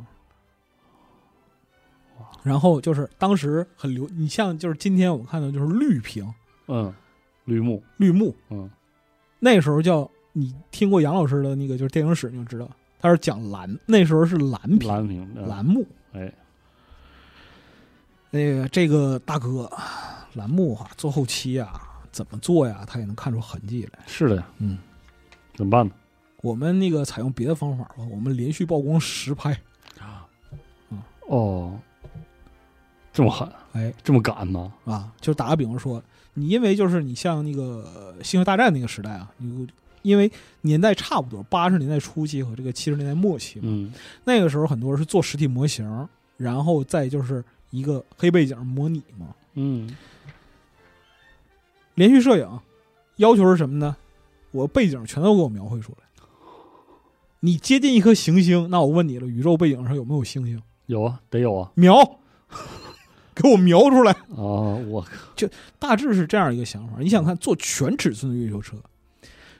Speaker 1: 哇。
Speaker 2: 然后就是当时很流，你像就是今天我们看到就是绿屏、
Speaker 1: 嗯，绿幕，
Speaker 2: 绿幕，
Speaker 1: 嗯，
Speaker 2: 那时候叫你听过杨老师的那个就是电影史，你就知道他是讲蓝，那时候是蓝屏
Speaker 1: 蓝屏，嗯
Speaker 2: 栏目，
Speaker 1: 哎，
Speaker 2: 那个这个大哥栏目啊，做后期啊，怎么做呀，他也能看出痕迹来。
Speaker 1: 是的呀，
Speaker 2: 嗯，
Speaker 1: 怎么办呢？
Speaker 2: 我们那个采用别的方法吧，我们连续曝光实拍，
Speaker 1: 哦，这么狠，
Speaker 2: 哎
Speaker 1: 这么敢呢？
Speaker 2: 啊，就打个比方说，你因为就是你像那个呃星球大战那个时代啊，你因为年代差不多，八十年代初期和这个七十年代末期嘛，
Speaker 1: 嗯，
Speaker 2: 那个时候很多是做实体模型，然后再就是一个黑背景模拟嘛，
Speaker 1: 嗯，
Speaker 2: 连续摄影要求是什么呢？我背景全都给我描绘出来。你接近一颗行星，那我问你了，宇宙背景上有没有星星？
Speaker 1: 有啊，得有啊，
Speaker 2: 描， 给我描出来。
Speaker 1: 啊，我
Speaker 2: 大致是这样一个想法。你想看做全尺寸的月球车，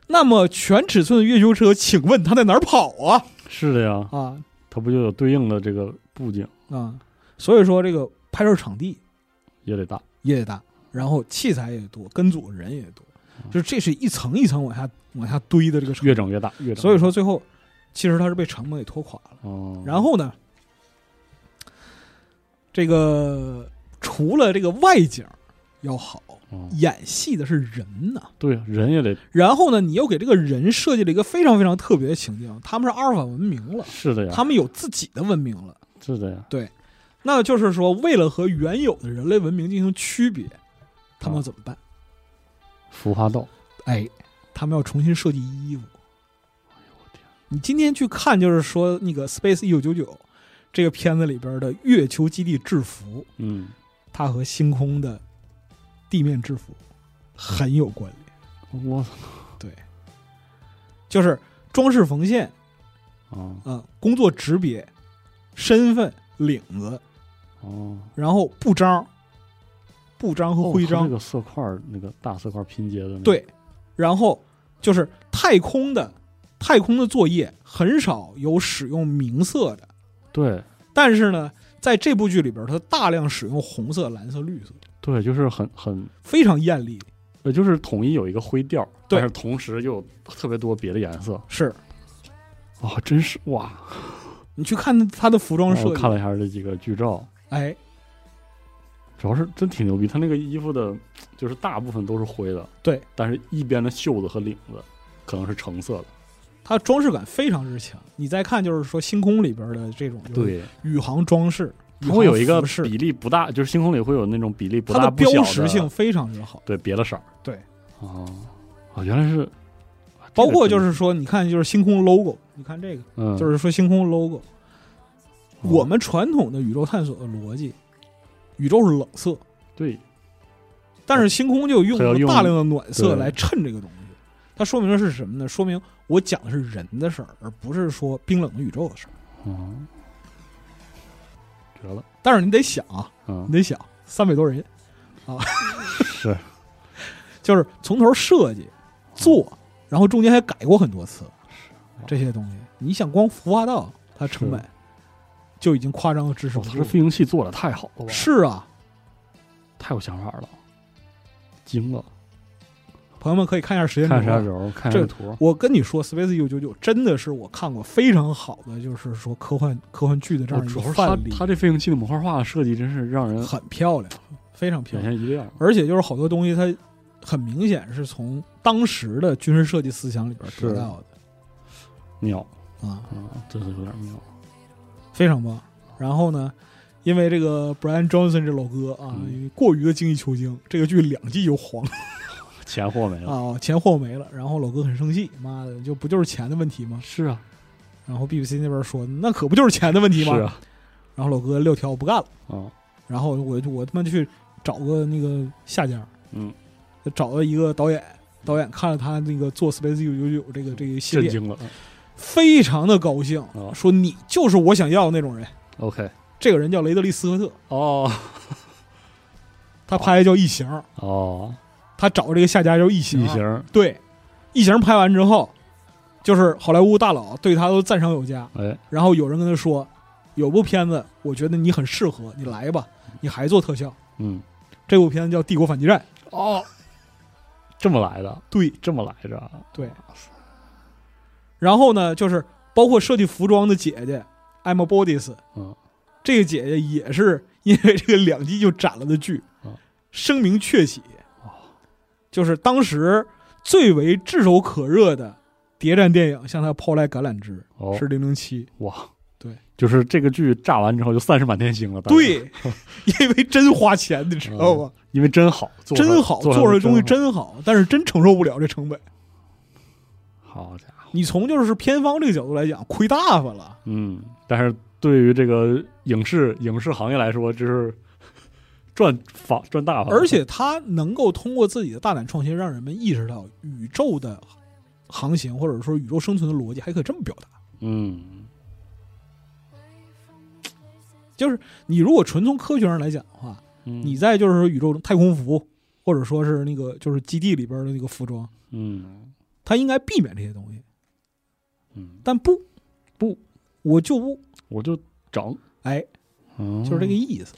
Speaker 2: 那么全尺寸的月球车，请问它在哪儿跑啊？
Speaker 1: 是的呀，
Speaker 2: 啊
Speaker 1: 它不就有对应的这个布景
Speaker 2: 啊！所以说这个拍摄场地
Speaker 1: 也得大，
Speaker 2: 也得大，然后器材也多，跟组的人也多，就是这是一层一层往下往下堆的这个成
Speaker 1: 越整越大，越整。
Speaker 2: 所以，说最后其实他是被成本给拖垮了。
Speaker 1: 哦，
Speaker 2: 然后呢，这个除了这个外景要好，
Speaker 1: 哦，
Speaker 2: 演戏的是人呐。
Speaker 1: 对啊，人也得
Speaker 2: 然后呢，你又给这个人设计了一个非常非常特别的情境，他们是阿尔法文明了，
Speaker 1: 是啊的呀，
Speaker 2: 他们有自己的文明了。
Speaker 1: 是的呀，
Speaker 2: 那就是说，为了和原有的人类文明进行区别，他们要怎么办？
Speaker 1: 服化道，
Speaker 2: 哎，他们要重新设计衣服。
Speaker 1: 哎呦我天，
Speaker 2: 你今天去看，就是说那个《Space 一九九九》这个片子里边的月球基地制服，
Speaker 1: 嗯，
Speaker 2: 它和星空的地面制服很有关联。
Speaker 1: 我
Speaker 2: 就是装饰缝线
Speaker 1: 啊
Speaker 2: 啊、工作职别、身份、领子，
Speaker 1: 哦，
Speaker 2: 然后布章、布章和徽
Speaker 1: 那
Speaker 2: 章，
Speaker 1: 个色块儿那个大色块儿拼接的那个，
Speaker 2: 对，然后就是太空的太空的作业很少有使用明色的，
Speaker 1: 对
Speaker 2: 但是呢，在这部剧里边，它大量使用红色、蓝色、绿色。
Speaker 1: 对，就是很很。
Speaker 2: 非常艳丽，
Speaker 1: 呃，就是统一有一个灰调，
Speaker 2: 对
Speaker 1: 但是同时又有特别多别的颜色，
Speaker 2: 是
Speaker 1: 哇、真是哇！
Speaker 2: 你去看它的服装
Speaker 1: 然后
Speaker 2: 设
Speaker 1: 我
Speaker 2: 计，
Speaker 1: 哦看了一下这几个剧照，
Speaker 2: 哎，
Speaker 1: 主要是真挺牛逼。他那个衣服的，就是大部分都是灰的，
Speaker 2: 对，
Speaker 1: 但是一边的袖子和领子可能是橙色的，
Speaker 2: 它装饰感非常之强。你再看就是说星空里边的这种，，宇航装饰，宇
Speaker 1: 它
Speaker 2: 航
Speaker 1: 会有一个
Speaker 2: 服饰
Speaker 1: 比例不大，就是星空里会有那种比例不
Speaker 2: 它
Speaker 1: 大
Speaker 2: 的
Speaker 1: 不小
Speaker 2: 标
Speaker 1: 的
Speaker 2: 识性，非常之好。
Speaker 1: 对别的色儿，
Speaker 2: 对，
Speaker 1: 哦，哦，原来是，啊
Speaker 2: 包括就是说，你看就是星空 logo，你看这个
Speaker 1: 这个真嗯，
Speaker 2: 就是说星空 logo，
Speaker 1: 哦
Speaker 2: 我们传统的宇宙探索的逻辑，宇宙是冷色，
Speaker 1: 对
Speaker 2: 但是星空就用
Speaker 1: 它要
Speaker 2: 了
Speaker 1: 用
Speaker 2: 大量的暖色
Speaker 1: 对
Speaker 2: 来衬这个东西。它说明的是什么呢？说明我讲的是人的事儿，而不是说冰冷的宇宙的事儿。
Speaker 1: 嗯，绝了，
Speaker 2: 但是你得想啊，
Speaker 1: 嗯
Speaker 2: 你，得想三百多人，啊
Speaker 1: 是嗯
Speaker 2: 就是从头设计、做，然后中间还改过很多次，这些东西，你想光孵化道它成本就已经夸张的支持
Speaker 1: 哦，
Speaker 2: 不
Speaker 1: 他
Speaker 2: 住
Speaker 1: 这
Speaker 2: 了。
Speaker 1: 飞行器做的太好了吧？
Speaker 2: 是啊，
Speaker 1: 太有想法了，惊了！
Speaker 2: 朋友们可以看一下时间
Speaker 1: 看时间
Speaker 2: 轴。
Speaker 1: 轴，看
Speaker 2: 这
Speaker 1: 这图，
Speaker 2: 我跟你说，《Space 1 9 9真的是我看过非常好的，就是说科幻科幻剧的这
Speaker 1: 哦
Speaker 2: 样一
Speaker 1: 主
Speaker 2: 个
Speaker 1: 要是
Speaker 2: 范
Speaker 1: 他
Speaker 2: 例，
Speaker 1: 他这飞行器的模块化设计真是让人
Speaker 2: 很漂亮，非常漂
Speaker 1: 眼
Speaker 2: 亮。
Speaker 1: 前一亮。
Speaker 2: 而且就是好多东西，它很明显是从当时的军事设计思想里边得
Speaker 1: 是
Speaker 2: 到
Speaker 1: 妙
Speaker 2: 的啊。
Speaker 1: 啊，真是有点妙。
Speaker 2: 非常棒。然后呢，因为这个 Brian Johnson 这老哥啊，
Speaker 1: 嗯
Speaker 2: 因为过于的精益求精，这个剧两季就黄了。
Speaker 1: 钱货没了。
Speaker 2: 啊，钱货没了，然后老哥很生气，妈的，就不就是钱的问题吗？
Speaker 1: 是啊，
Speaker 2: 然后 BBC 那边说，那可不就是钱的问题
Speaker 1: 是
Speaker 2: 吗？
Speaker 1: 啊，
Speaker 2: 然后老哥撂挑我不干了，
Speaker 1: 嗯
Speaker 2: 然后我就我他妈去找个那个下家，
Speaker 1: 嗯，
Speaker 2: 找了一个导演，导演看了他那个做 Space 九九九这个这个系
Speaker 1: 嗯震
Speaker 2: 列，
Speaker 1: 惊了。
Speaker 2: 非常的高兴，
Speaker 1: 哦
Speaker 2: 说你就是我想要的那种人。
Speaker 1: OK，
Speaker 2: 这个人叫雷德利·斯科特，
Speaker 1: 哦
Speaker 2: 他拍的叫《异形》，
Speaker 1: 哦，
Speaker 2: 他找这个下家叫《异形》。
Speaker 1: 异形，
Speaker 2: 对，《异形》拍完之后，就是好莱坞大佬对他都赞赏有加。
Speaker 1: 哎，
Speaker 2: 然后有人跟他说，有部片子我觉得你很适合，你来吧，你还做特效。
Speaker 1: 嗯，
Speaker 2: 这部片子叫《帝国反击战》。
Speaker 1: 哦，这么来的，
Speaker 2: 对
Speaker 1: 这么来着，
Speaker 2: 对。然后呢，就是包括设计服装的姐姐 Emma Bodis，
Speaker 1: 嗯，
Speaker 2: 这个姐姐也是因为这个两季就斩了的剧，
Speaker 1: 嗯
Speaker 2: 声名鹊起
Speaker 1: 哦。
Speaker 2: 就是当时最为炙手可热的谍战电影向她抛来橄榄枝，
Speaker 1: 哦
Speaker 2: 是《零零七》。
Speaker 1: 哇，
Speaker 2: 对，
Speaker 1: 就是这个剧炸完之后就散是满天星了。大家，
Speaker 2: 对， 因为真花钱，你知道吗？
Speaker 1: 因为真好，做出来
Speaker 2: 真好，
Speaker 1: 做
Speaker 2: 嗯做
Speaker 1: 出
Speaker 2: 出
Speaker 1: 来的
Speaker 2: 来的东西
Speaker 1: 真
Speaker 2: 真好，但是真承受不了这成本。
Speaker 1: 好好家伙，
Speaker 2: 你从就是片方这个角度来讲，亏大发了。
Speaker 1: 嗯，但是对于这个影视影视行业来说，这是赚 发赚大发了，
Speaker 2: 而且他能够通过自己的大胆创新，让人们意识到宇宙的航行或者说宇宙生存的逻辑还可以这么表达。
Speaker 1: 嗯，
Speaker 2: 就是你如果纯从科学上来讲的话，
Speaker 1: 嗯
Speaker 2: 你在就是说宇宙中太空服或者说是那个就是基地里边的那个服装，
Speaker 1: 嗯
Speaker 2: 它应该避免这些东西。
Speaker 1: 嗯，
Speaker 2: 但不不，我就不，
Speaker 1: 我就整，
Speaker 2: 哎，
Speaker 1: 嗯，
Speaker 2: 就是这个意思，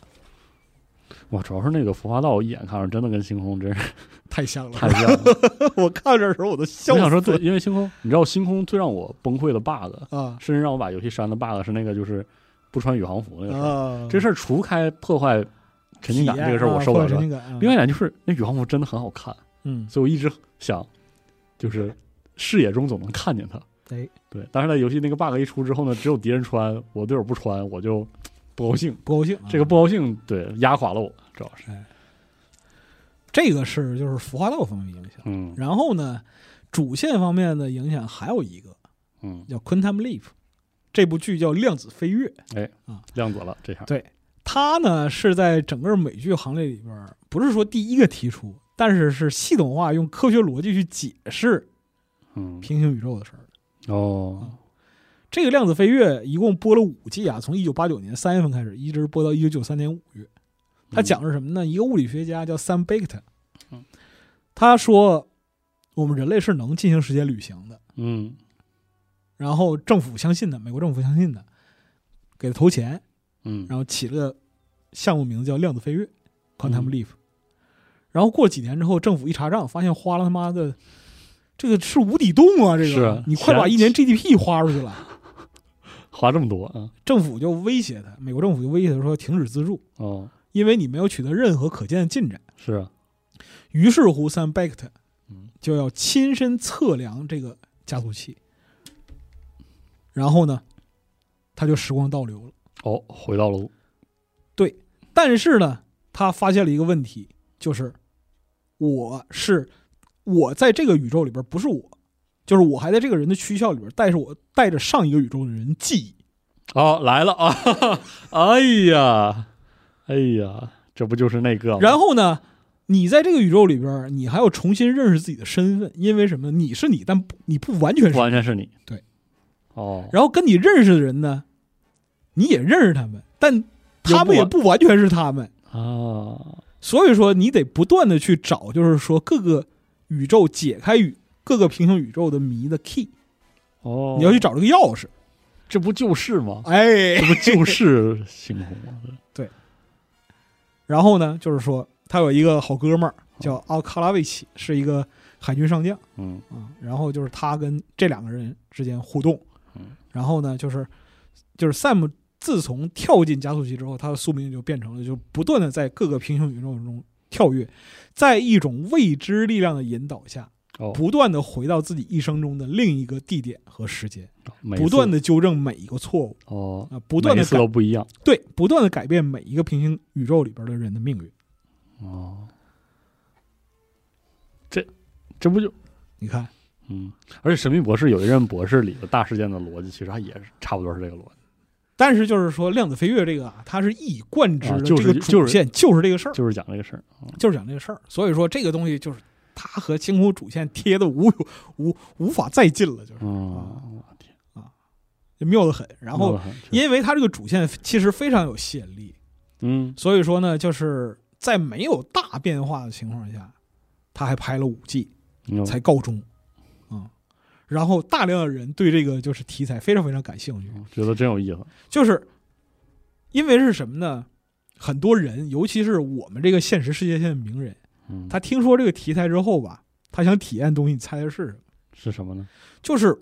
Speaker 1: 哇，主要是那个浮华道，我一眼看上真的跟星空真是
Speaker 2: 太像了。
Speaker 1: 太 像了。
Speaker 2: 我看这的时候我都笑
Speaker 1: 我
Speaker 2: 死了。
Speaker 1: 想说，对，因为星空，你知道星空最让我崩溃的 bug，
Speaker 2: 啊
Speaker 1: 甚至让我把游戏删的 bug 是那个就是不穿宇航服那个事儿。
Speaker 2: 啊，
Speaker 1: 这事儿除开破坏沉浸感
Speaker 2: 体验
Speaker 1: 这个事儿，我
Speaker 2: 啊
Speaker 1: 受不了
Speaker 2: 破坏
Speaker 1: 之外。
Speaker 2: 沉浸感。
Speaker 1: 另外一点就是那宇航服真的很好看，
Speaker 2: 嗯，
Speaker 1: 所以我一直想，就是视野中总能看见它。
Speaker 2: 哎，
Speaker 1: 对，但是在游戏那个 bug 一出之后呢，只有敌人穿，我队友不穿，我就不高兴。
Speaker 2: 不高兴啊。
Speaker 1: 这个不高兴，对，压垮了我，主要是。
Speaker 2: 这个是就是服化道方面影响。
Speaker 1: 嗯
Speaker 2: 然后呢，主线方面的影响还有一个
Speaker 1: 嗯，
Speaker 2: 叫《Quantum Leap》，这部剧叫《量子飞跃》。
Speaker 1: 亮子了这下。
Speaker 2: 对，它呢是在整个美剧行列里边儿，不是说第一个提出，但是是系统化用科学逻辑去解释
Speaker 1: 嗯
Speaker 2: 平行宇宙的事儿。
Speaker 1: 哦
Speaker 2: 这个《量子飞跃》一共播了五季啊，从一九八九年三月份开始，一直播到一九九三年五月。他讲的是什么呢？一个物理学家叫 Sam Bankton，
Speaker 1: 嗯
Speaker 2: 他说我们人类是能进行时间旅行的，
Speaker 1: 嗯
Speaker 2: 然后政府相信的，美国政府相信的，给他投钱，
Speaker 1: 嗯
Speaker 2: 然后起了个项目名字叫量子飞跃 （Quantum
Speaker 1: 嗯
Speaker 2: Leap）。然后过几年之后，政府一查账，发现花了他妈的，这个是无底洞啊！这
Speaker 1: 是
Speaker 2: 个
Speaker 1: 啊
Speaker 2: 你快把
Speaker 1: 钱
Speaker 2: 一年 GDP 花出去了。
Speaker 1: 花这么多啊
Speaker 2: 政府就威胁他，美国政府就威胁他说停止资助，
Speaker 1: 哦
Speaker 2: 因为你没有取得任何可见的进展。
Speaker 1: 是啊
Speaker 2: 于是乎，Sam b a k t o n
Speaker 1: 嗯
Speaker 2: 就要亲身测量这个加速器，然后呢，他就时光倒流了。
Speaker 1: 哦回到了
Speaker 2: 但是呢，他发现了一个问题，就是我是我在这个宇宙里边不是我，就是我还在这个人的躯壳里边，但是我带着上一个宇宙的人记忆。
Speaker 1: 哦来了啊 哈哈哎呀哎呀这不就是那个吗
Speaker 2: 然后呢，你在这个宇宙里边，你还要重新认识自己的身份，因为什么？你是你，但不你不完全是
Speaker 1: 不。完全是你
Speaker 2: 对
Speaker 1: 哦
Speaker 2: 然后跟你认识的人呢，你也认识他们，但他们也
Speaker 1: 又不
Speaker 2: 不完全是他们。
Speaker 1: 啊
Speaker 2: 所以说，你得不断的去找，就是说各个宇宙解开宇各个平行宇宙的谜的 key，
Speaker 1: 哦
Speaker 2: 你要去找这个钥匙。
Speaker 1: 这不就是 吗？
Speaker 2: 哎
Speaker 1: 这，不就是星空吗？
Speaker 2: 然后呢，就是说他有一个好哥们儿叫奥卡拉维奇，是一个海军上将
Speaker 1: 嗯
Speaker 2: 啊。然后就是他跟这两个人之间互动
Speaker 1: 嗯，
Speaker 2: 然后呢，就是就是 Sam 自从跳进加速器之后，他的宿命就变成了就不断的在各个平行宇宙中跳跃，在一种未知力量的引导下，
Speaker 1: 哦
Speaker 2: 不断的回到自己一生中的另一个地点和时间，
Speaker 1: 每
Speaker 2: 不断
Speaker 1: 次
Speaker 2: 的纠正每一个错误
Speaker 1: 哦
Speaker 2: 啊，不断
Speaker 1: 每
Speaker 2: 的
Speaker 1: 一次都不一样
Speaker 2: 对，不断的改变每一个平行宇宙里边的人的命运。
Speaker 1: 哦哦这这不就
Speaker 2: 你看，
Speaker 1: 嗯？而且《神秘博士》有一任博士里的大事件的逻辑，其实它也是差不多是这个逻辑，
Speaker 2: 但是就是说量子飞跃这个啊，它是一以贯之
Speaker 1: 啊
Speaker 2: 的
Speaker 1: 就
Speaker 2: 这
Speaker 1: 是
Speaker 2: 个主线，就是这个事儿，
Speaker 1: 就是讲这个事儿。嗯
Speaker 2: 就是讲这个事儿。所以说这个东西就是它和星空主线贴的无无无法再近了，就是
Speaker 1: 嗯，我天，
Speaker 2: 就妙得很。然
Speaker 1: 闹
Speaker 2: 后
Speaker 1: 得很确实
Speaker 2: 因为它这个主线其实非常有吸引力，
Speaker 1: 嗯
Speaker 2: 所以说呢，就是在没有大变化的情况下，他还拍了五季
Speaker 1: 嗯
Speaker 2: 才告终，啊、然后大量的人对这个就是题材非常非常感兴趣，
Speaker 1: 觉得真有意思。
Speaker 2: 就是因为是什么呢？很多人，尤其是我们这个现实世界线的名人，
Speaker 1: 嗯，
Speaker 2: 他听说这个题材之后吧，他想体验东西，你猜的是什么？
Speaker 1: 是什么呢？
Speaker 2: 就是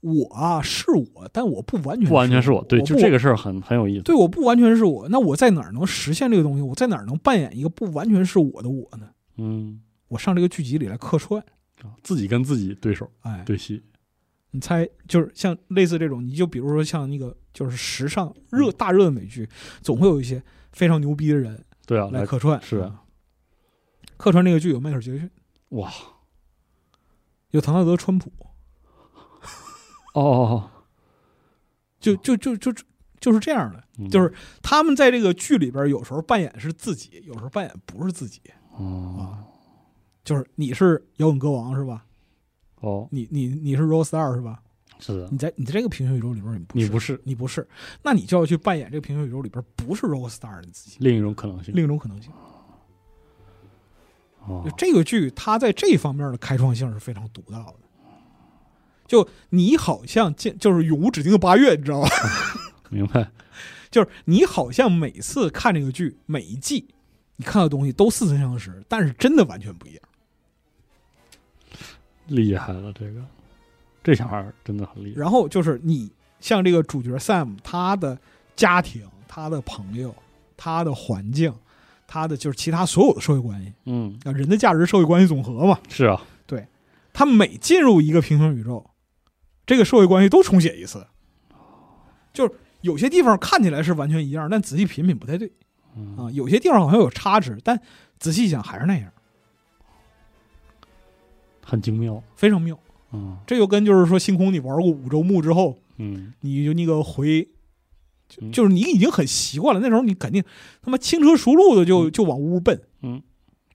Speaker 2: 我啊，是我，但我不完全
Speaker 1: 不完全是我，对，
Speaker 2: 我
Speaker 1: 就
Speaker 2: 不
Speaker 1: 这个事儿很很有意思。
Speaker 2: 对，我不完全是我，那我在哪儿能实现这个东西？我在哪儿能扮演一个不完全是我的我呢？
Speaker 1: 嗯，
Speaker 2: 我上这个剧集里来客串，
Speaker 1: 啊自己跟自己对手
Speaker 2: 哎，
Speaker 1: 对戏，
Speaker 2: 你猜就是像类似这种，你就比如说像那个就是时尚热
Speaker 1: 嗯
Speaker 2: 大热的美剧，总会有一些非常牛逼的人
Speaker 1: 对啊，
Speaker 2: 来
Speaker 1: 来
Speaker 2: 客串，
Speaker 1: 是
Speaker 2: 啊客串这个剧有迈克尔·杰克逊，
Speaker 1: 哇，
Speaker 2: 有唐纳德·川普，
Speaker 1: 哦哦
Speaker 2: 就就就就就就是这样的，
Speaker 1: 哦，
Speaker 2: 就是他们在这个剧里边有时候扮演是自己，有时候扮演不是自己，
Speaker 1: 哦
Speaker 2: 就是你是摇滚歌王是吧？
Speaker 1: 哦，
Speaker 2: 你你你是 Rose Star 是吧？
Speaker 1: 是的，
Speaker 2: 你在你在这个平行宇宙里边你不
Speaker 1: 你
Speaker 2: 是
Speaker 1: 不是
Speaker 2: 你不是，那你就要去扮演这个平行宇宙里边不是 Rose Star 的自己，
Speaker 1: 另一种可能性。
Speaker 2: 另一种可能性。
Speaker 1: 哦
Speaker 2: 就，这个剧它在这方面的开创性是非常独到的。就你好像见就是永无止境的八月，你知道吧？
Speaker 1: 明白。
Speaker 2: 就是你好像每次看这个剧，每一季你看到的东西都似曾相识，但是真的完全不一样。
Speaker 1: 厉害了，这个这小孩儿真的很厉害。
Speaker 2: 然后就是你像这个主角 Sam，他的家庭、他的朋友、他的环境、他的就是其他所有的社会关系
Speaker 1: 嗯，
Speaker 2: 啊，人的价值社会关系总和嘛。
Speaker 1: 是啊，
Speaker 2: 他每进入一个平行宇宙，这个社会关系都重写一次，就是有些地方看起来是完全一样，但仔细品品不太对
Speaker 1: 嗯
Speaker 2: 啊，有些地方好像有差池，但仔细想还是那样，
Speaker 1: 很精妙。
Speaker 2: 非常妙。
Speaker 1: 嗯
Speaker 2: 这就跟就是说，星空你玩过五周目之后，
Speaker 1: 嗯，
Speaker 2: 你就那个回，就
Speaker 1: 嗯
Speaker 2: 就是你已经很习惯了，那时候你肯定他妈轻车熟路的
Speaker 1: 嗯
Speaker 2: 就就往屋奔，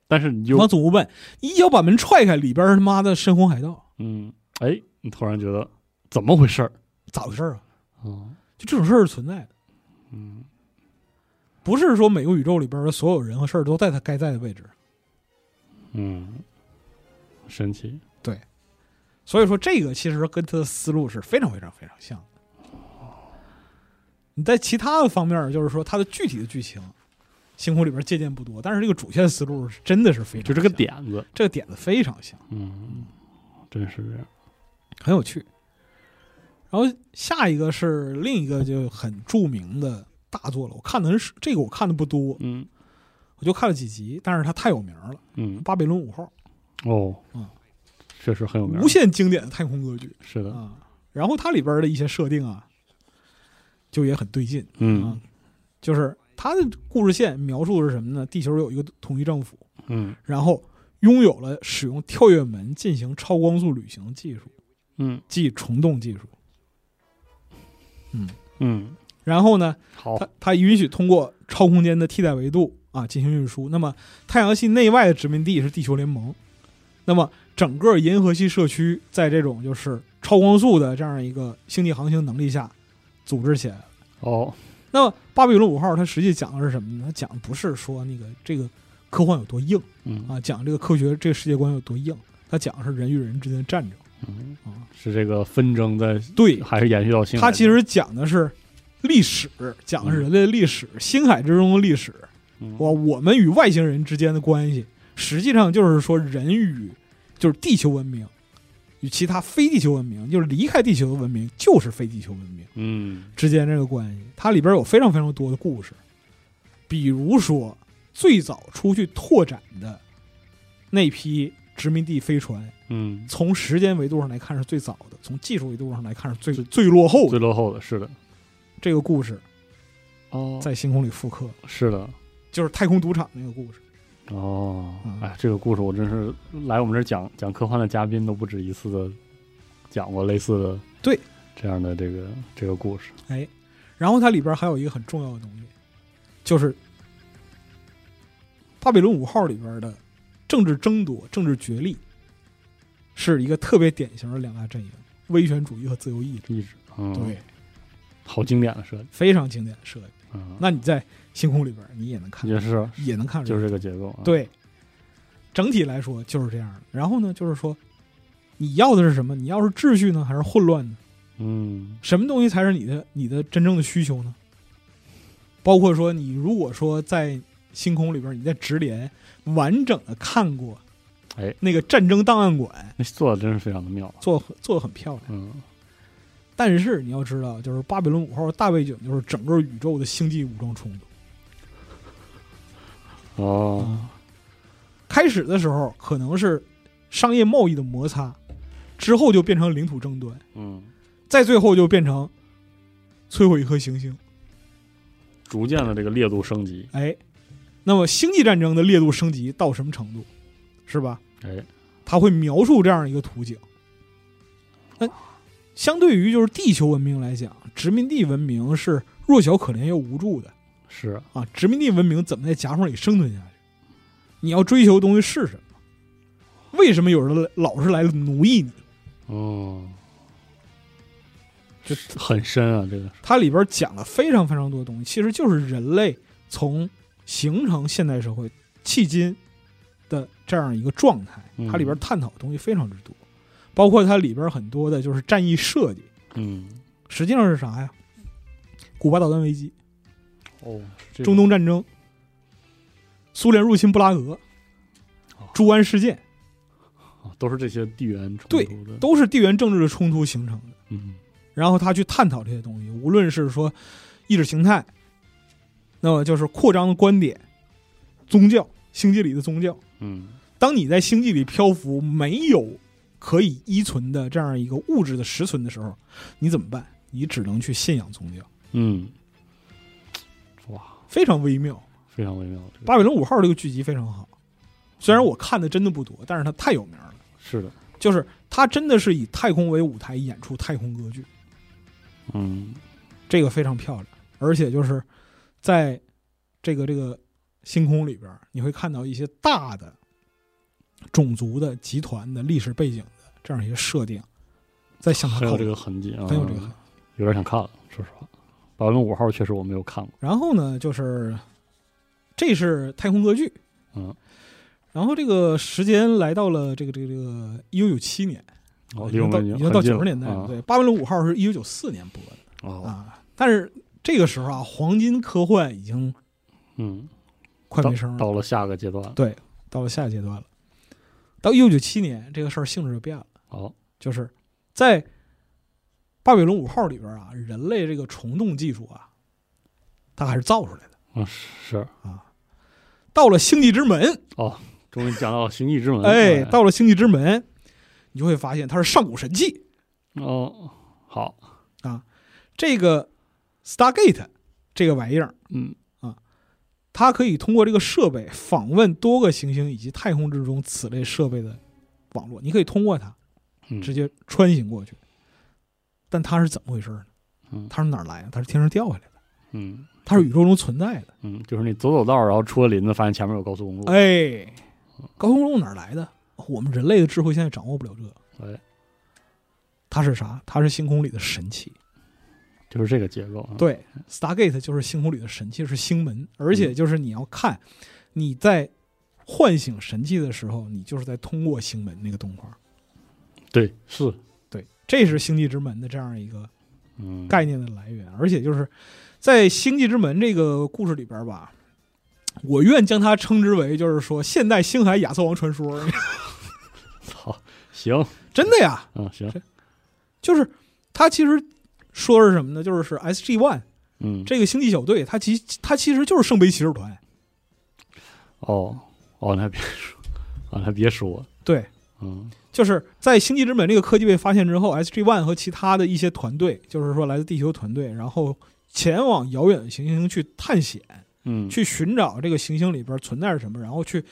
Speaker 1: 但是你就
Speaker 2: 往总屋奔，一脚把门踹开，里边儿他妈的深红海盗，
Speaker 1: 嗯，哎，你突然觉得怎么回事儿？
Speaker 2: 咋回事儿啊？
Speaker 1: 嗯
Speaker 2: 就这种事儿是存在的。
Speaker 1: 嗯，
Speaker 2: 不是说每个宇宙里边的所有人和事儿都在它该在的位置。
Speaker 1: 嗯，神奇。
Speaker 2: 所以说，这个其实跟他的思路是非常非常非常像的。你在其他的方面，就是说它的具体的剧情，星空里边借鉴不多，但是这个主线思路是真的是非常
Speaker 1: 就这个
Speaker 2: 像，
Speaker 1: 点子，
Speaker 2: 这个点子非常像，
Speaker 1: 嗯，真是这样。
Speaker 2: 很有趣。然后下一个是另一个就很著名的大作了，我看的很少，这个我看的不多，
Speaker 1: 嗯
Speaker 2: 我就看了几集，但是它太有名了，《
Speaker 1: 嗯，
Speaker 2: 巴比伦五号
Speaker 1: 哦
Speaker 2: 嗯，
Speaker 1: 确实很有》，名儿嗯
Speaker 2: 无。限经典的太空歌剧。
Speaker 1: 是的，
Speaker 2: 啊，然后它里边的一些设定啊，就也很对劲啊
Speaker 1: 嗯，
Speaker 2: 就是它的故事线描述的是什么呢？地球有一个统一政府，
Speaker 1: 嗯
Speaker 2: 然后拥有了使用跳跃门进行超光速旅行的技术，
Speaker 1: 嗯
Speaker 2: 即虫洞技术。
Speaker 1: 嗯，
Speaker 2: 然后呢，
Speaker 1: 好，
Speaker 2: 它它允许通过超空间的替代维度啊进行运输。那么太阳系内外的殖民地是地球联盟，那么整个银河系社区在这种就是超光速的这样一个星际航行能力下组织起来了。
Speaker 1: 哦，
Speaker 2: 那么《巴比伦五号》它实际讲的是什么呢？它讲的不是说那个这个科幻有多硬
Speaker 1: 嗯
Speaker 2: 啊，讲这个科学这个世界观有多硬，它讲的是人与人之间的战争
Speaker 1: 嗯，
Speaker 2: 啊。
Speaker 1: 是这个纷争在
Speaker 2: 对，
Speaker 1: 还是延续到星海
Speaker 2: 它其实讲的是历史，讲的是人类历史，星海之中的历史，
Speaker 1: 嗯
Speaker 2: 我我们与外星人之间的关系，实际上就是说人与就是地球文明与其他非地球文明，就是离开地球的文明，就是非地球文明。
Speaker 1: 嗯
Speaker 2: 之间这个关系，它里边有非常非常多的故事，比如说最早出去拓展的那批殖民地飞船，
Speaker 1: 嗯，
Speaker 2: 从时间维度上来看是最早的，从技术维度上来看是最最落后
Speaker 1: 最
Speaker 2: 的。
Speaker 1: 落后的是的，
Speaker 2: 这个故事
Speaker 1: 哦
Speaker 2: 在星空里复刻，
Speaker 1: 是的，
Speaker 2: 就是太空赌场那个故事。
Speaker 1: 哦
Speaker 2: 嗯，
Speaker 1: 哎，这个故事我真是来我们这儿讲讲科幻的嘉宾都不止一次的讲过类似的
Speaker 2: 对
Speaker 1: 这样的这个这个故事。
Speaker 2: 哎，然后它里边还有一个很重要的东西，就是《巴比伦五号》里边的政治争夺、政治角力，是一个特别典型的两大阵营：威权主义和自由意志。
Speaker 1: 意志，嗯，
Speaker 2: 对，，
Speaker 1: 好经典的设计，
Speaker 2: 非常经典的设计。
Speaker 1: 嗯，
Speaker 2: 那你在星空里边，你也能看，
Speaker 1: 也是
Speaker 2: 也能看出来，
Speaker 1: 就是这个结构啊。
Speaker 2: 对，整体来说就是这样的。然后呢，就是说，你要的是什么？你要是秩序呢，还是混乱呢？
Speaker 1: 嗯，
Speaker 2: 什么东西才是你的你的真正的需求呢？包括说，你如果说在星空里边，你在直连完整的看过，
Speaker 1: 哎，
Speaker 2: 那个战争档案馆
Speaker 1: 那做的真是非常的妙啊。
Speaker 2: 做做的很漂亮。
Speaker 1: 嗯，
Speaker 2: 但是你要知道，就是巴比伦五号大背景就是整个宇宙的星际武装冲突。
Speaker 1: 哦，
Speaker 2: 开始的时候可能是商业贸易的摩擦，之后就变成领土争端，
Speaker 1: 嗯，
Speaker 2: 再最后就变成摧毁一颗行星。
Speaker 1: 逐渐的这个烈度升级，
Speaker 2: 哎，那么星际战争的烈度升级到什么程度，是吧？
Speaker 1: 哎，
Speaker 2: 它会描述这样一个图景。那相对于就是地球文明来讲，殖民地文明是弱小可怜又无助的
Speaker 1: 是，
Speaker 2: 啊。殖民地文明怎么在夹缝里生存下去？你要追求的东西是什么？为什么有人老是来奴役你？
Speaker 1: 哦，
Speaker 2: 就
Speaker 1: 很深啊，这个是，
Speaker 2: 它里边讲了非常非常多的东西，其实就是人类从形成现代社会迄今的这样一个状态
Speaker 1: 嗯。
Speaker 2: 它里边探讨的东西非常之多，包括它里边很多的就是战役设计，
Speaker 1: 嗯，
Speaker 2: 实际上是啥呀？古巴导弹危机、
Speaker 1: 哦，这个
Speaker 2: 中东战争、苏联入侵布拉格
Speaker 1: 哦、
Speaker 2: 朱湾事件，哦
Speaker 1: 啊都是这些地缘冲
Speaker 2: 对
Speaker 1: 突的，
Speaker 2: 都是地缘政治的冲突形成的。
Speaker 1: 嗯，
Speaker 2: 然后他去探讨这些东西，无论是说意识形态，那么呃就是扩张的观点，宗教，星际里的宗教。
Speaker 1: 嗯，
Speaker 2: 当你在星际里漂浮，没有可以依存的这样一个物质的实存的时候，你怎么办？你只能去信仰宗教，
Speaker 1: 嗯，哇，
Speaker 2: 非常微妙。
Speaker 1: 非常微妙，这
Speaker 2: 《
Speaker 1: 个
Speaker 2: 巴比伦五号》这个剧集非常好，虽然我看的真的不多，但是它太有名了。
Speaker 1: 是的，
Speaker 2: 就是它真的是以太空为舞台演出太空歌剧，
Speaker 1: 嗯，
Speaker 2: 这个非常漂亮，而且就是在这个这个星空里边儿，你会看到一些大的种族的集团的历史背景的这样一些设定，在向它
Speaker 1: 很
Speaker 2: 靠
Speaker 1: 有这
Speaker 2: 拢
Speaker 1: 个，痕迹啊，
Speaker 2: 很有这个痕迹。
Speaker 1: 有点想看了，说实话，《巴比伦五号》确实我没有看过，
Speaker 2: 然后呢，就是这是太空歌剧，
Speaker 1: 嗯，
Speaker 2: 然后这个时间来到了这个这个这个一九九七年，
Speaker 1: 哦，
Speaker 2: 已
Speaker 1: 离我
Speaker 2: 经到
Speaker 1: 们
Speaker 2: 已经
Speaker 1: 很
Speaker 2: 到
Speaker 1: 近
Speaker 2: 九十年代
Speaker 1: 了
Speaker 2: 了，
Speaker 1: 啊
Speaker 2: 对，《巴比伦五号》是一九九四年播的
Speaker 1: 哦，
Speaker 2: 啊，但是这个时候啊，黄金科幻已经
Speaker 1: 嗯，
Speaker 2: 快没声
Speaker 1: 到
Speaker 2: 了。
Speaker 1: 到了下个阶段了，
Speaker 2: 到了下一阶段了。到一九九七年，这个事儿性质就变了，
Speaker 1: 好，
Speaker 2: 就是在巴比伦五号里边啊，人类这个虫洞技术啊，它还是造出来的
Speaker 1: 嗯，是，
Speaker 2: 啊。到了星际之门，
Speaker 1: 终于讲到了《星际之门》，
Speaker 2: 哎，到了星际之门，你就会发现它是上古神器。
Speaker 1: 哦，好，
Speaker 2: 这个 Stargate 这个玩意儿，
Speaker 1: 嗯，
Speaker 2: 它可以通过这个设备访问多个行星以及太空之中此类设备的网络，你可以通过它
Speaker 1: 嗯
Speaker 2: 直接穿行过去。但它是怎么回事呢
Speaker 1: 嗯？
Speaker 2: 它是哪儿来的？它是天上掉下来的，
Speaker 1: 嗯
Speaker 2: 它是宇宙中存在的。
Speaker 1: 嗯，就是你走走道儿，然后出了林子，发现前面有高速公路，
Speaker 2: 哎，高空中哪儿来的？我们人类的智慧现在掌握不了这个。
Speaker 1: 哎，
Speaker 2: 它是啥？它是星空里的神器。
Speaker 1: 就是这个结构啊，
Speaker 2: 对，Stargate 就是星空里的神器，是星门。而
Speaker 1: 嗯
Speaker 2: 且就是你要看，你在唤醒神器的时候，你就是在通过星门那个动画。
Speaker 1: 对，是，
Speaker 2: 对，这是星际之门的这样一个
Speaker 1: 嗯，
Speaker 2: 概念的来源，而且就是在《星际之门》这个故事里边吧，我愿将它称之为就是说现代星海亚瑟王传说，
Speaker 1: 操，行，
Speaker 2: 真的呀，
Speaker 1: 嗯，行，
Speaker 2: 就是它其实说是什么呢？就是 S G One
Speaker 1: 嗯，
Speaker 2: 这个星际小队，它其它其实就是圣杯骑士团，
Speaker 1: 哦哦，那别说，啊，那别说，
Speaker 2: 对。
Speaker 1: 嗯
Speaker 2: 就是在《星际之门》这个科技被发现之后，S G One 和其他的一些团队，就是说来自地球的团队，然后前往遥远的行星去探险，
Speaker 1: 嗯，
Speaker 2: 去寻找这个行星里边存在着什么，然后去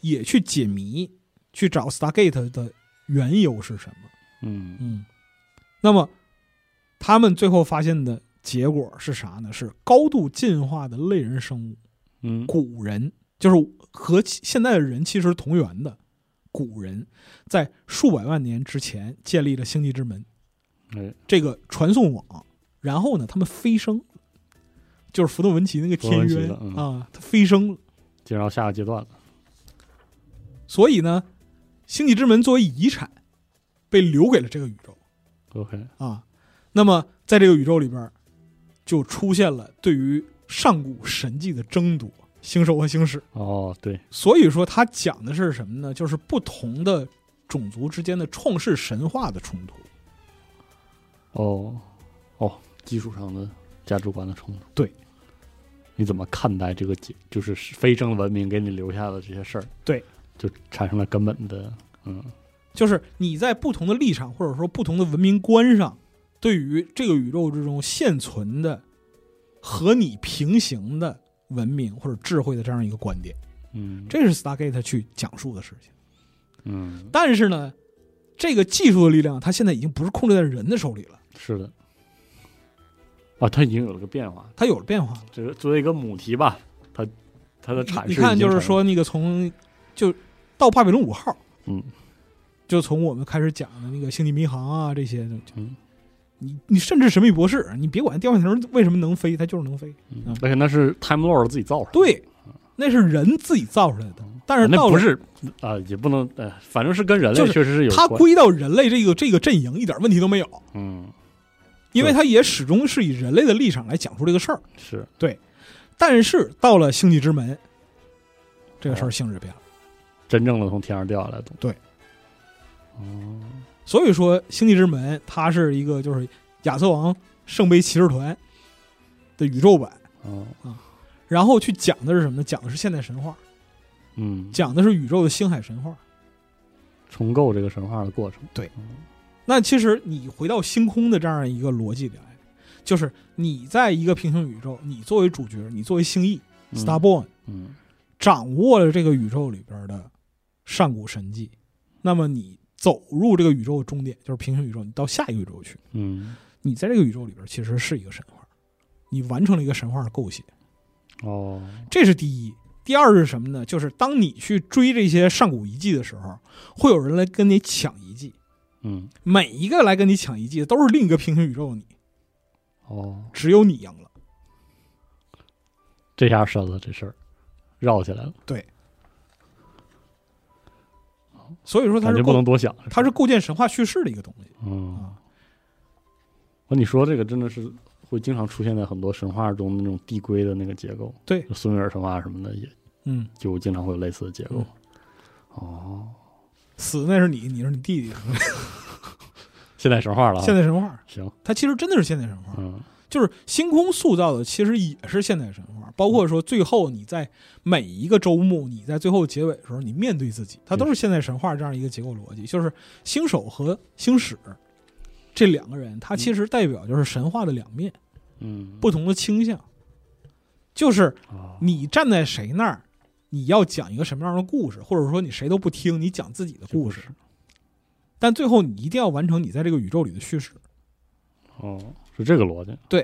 Speaker 2: 也去解谜，去找 Stargate 的缘由是什么。
Speaker 1: 嗯
Speaker 2: 嗯，那么他们最后发现的结果是啥呢？是高度进化的类人生物，
Speaker 1: 嗯
Speaker 2: 古人就是和其现在的人其实是同源的。古人在数百万年之前建立了星际之门，
Speaker 1: 哎，
Speaker 2: 这个传送网，然后呢，他们飞升，就是弗洛文奇那个天
Speaker 1: 弗洛
Speaker 2: 渊
Speaker 1: 文奇的嗯
Speaker 2: 啊，他飞升了。
Speaker 1: 进入到下个阶段了。
Speaker 2: 所以呢，星际之门作为遗产被留给了这个宇宙
Speaker 1: OK，
Speaker 2: 啊。那么在这个宇宙里边儿，就出现了对于上古神迹的争夺，星兽和星矢。
Speaker 1: 哦，对，
Speaker 2: 所以说，它讲的是什么呢？就是不同的种族之间的创世神话的冲突。
Speaker 1: 哦，哦，技术上的价值观的冲突。
Speaker 2: 对，
Speaker 1: 你怎么看待这个解，就是非生文明给你留下的这些事儿？
Speaker 2: 对，
Speaker 1: 就产生了根本的，嗯
Speaker 2: 就是你在不同的立场或者说不同的文明观上，对于这个宇宙之中现存的和你平行的文明或者智慧的这样一个观点，
Speaker 1: 嗯，
Speaker 2: 这是 Stargate 去讲述的事情。
Speaker 1: 嗯
Speaker 2: 但是呢，这个技术的力量，它现在已经不是控制在人的手里了，
Speaker 1: 是的。啊，它已经有了个变化。
Speaker 2: 它有了变化了。
Speaker 1: 这个作为一个母题吧，它它的阐释
Speaker 2: 你看，
Speaker 1: 已经
Speaker 2: 就
Speaker 1: 产生
Speaker 2: 是
Speaker 1: 了，
Speaker 2: 说那个从就到帕比伦五号，
Speaker 1: 嗯，
Speaker 2: 就从我们开始讲的那个星际迷航啊这些，
Speaker 1: 嗯
Speaker 2: 你你甚至神秘博士，你别管电话亭为什么能飞，它就是能飞。
Speaker 1: 嗯而且那是 Time Lord 自己造出来的。啊
Speaker 2: 对，那是人自己造出来的，但是
Speaker 1: 嗯那
Speaker 2: 到
Speaker 1: 不
Speaker 2: 了
Speaker 1: 是啊、也不能呃，反正是跟人类
Speaker 2: 就是
Speaker 1: 确实是有
Speaker 2: 它
Speaker 1: 关。
Speaker 2: 归到人类这个这个阵营一点问题都没有，
Speaker 1: 嗯，
Speaker 2: 因为它也始终是以人类的立场来讲述这个事儿。
Speaker 1: 是
Speaker 2: 但是到了星际之门，这个事儿性质变了。
Speaker 1: 真正的从天上掉下来的东西。
Speaker 2: 对，
Speaker 1: 哦，
Speaker 2: 所以说，星际之门它是一个就是亚瑟王圣杯骑士团的宇宙版，
Speaker 1: 哦，
Speaker 2: 然后去讲的是什么呢？讲的是现代神话，
Speaker 1: 嗯，
Speaker 2: 讲的是宇宙的星海神话。
Speaker 1: 重构这个神话的过程。
Speaker 2: 对那其实你回到星空的这样一个逻辑里来，就是你在一个平行宇宙，你作为主角，你作为星翼
Speaker 1: 嗯
Speaker 2: Starborn，
Speaker 1: 嗯
Speaker 2: 掌握了这个宇宙里边的上古神迹，那么你走入这个宇宙的终点，就是平行宇宙，你到下一个宇宙去，
Speaker 1: 嗯，
Speaker 2: 你在这个宇宙里边其实是一个神话，你完成了一个神话的构写，
Speaker 1: 哦，
Speaker 2: 这是第一。第二是什么呢？就是当你去追这些上古遗迹的时候，会有人来跟你抢遗迹，
Speaker 1: 嗯，
Speaker 2: 每一个来跟你抢遗迹的都是另一个平行宇宙的你。
Speaker 1: 哦，
Speaker 2: 只有你赢了。
Speaker 1: 这下深了，这事儿绕起来了，
Speaker 2: 所以说它
Speaker 1: 感觉
Speaker 2: 是
Speaker 1: 不
Speaker 2: 构
Speaker 1: 能多想。
Speaker 2: 它是构建神话叙事的一个东西
Speaker 1: 嗯，
Speaker 2: 啊。
Speaker 1: 我你说这个真的是会经常出现在很多神话中那种递归的那个结构。
Speaker 2: 对，
Speaker 1: 苏美尔神话什么的也
Speaker 2: 嗯，
Speaker 1: 就经常会有类似的结构
Speaker 2: 嗯。
Speaker 1: 哦，
Speaker 2: 死那是你，你是你弟
Speaker 1: 啊
Speaker 2: 弟。
Speaker 1: 现代神话了啊，
Speaker 2: 现代神话，
Speaker 1: 行，
Speaker 2: 它其实真的是现代神话，
Speaker 1: 嗯
Speaker 2: 就是星空塑造的，其实也是现代神话。包括说最后你在每一个周目，你在最后结尾的时候，你面对自己，它都是现代神话这样一个结构逻辑。就是星手和星矢这两个人，它其实代表就是神话的两面，
Speaker 1: 嗯，
Speaker 2: 不同的倾向。就是
Speaker 1: 啊，
Speaker 2: 你站在谁那儿，你要讲一个什么样的故事，或者说你谁都不听，你讲自己的故事，但最后你一定要完成你在这个宇宙里的叙事。
Speaker 1: 哦，是这个逻辑。
Speaker 2: 对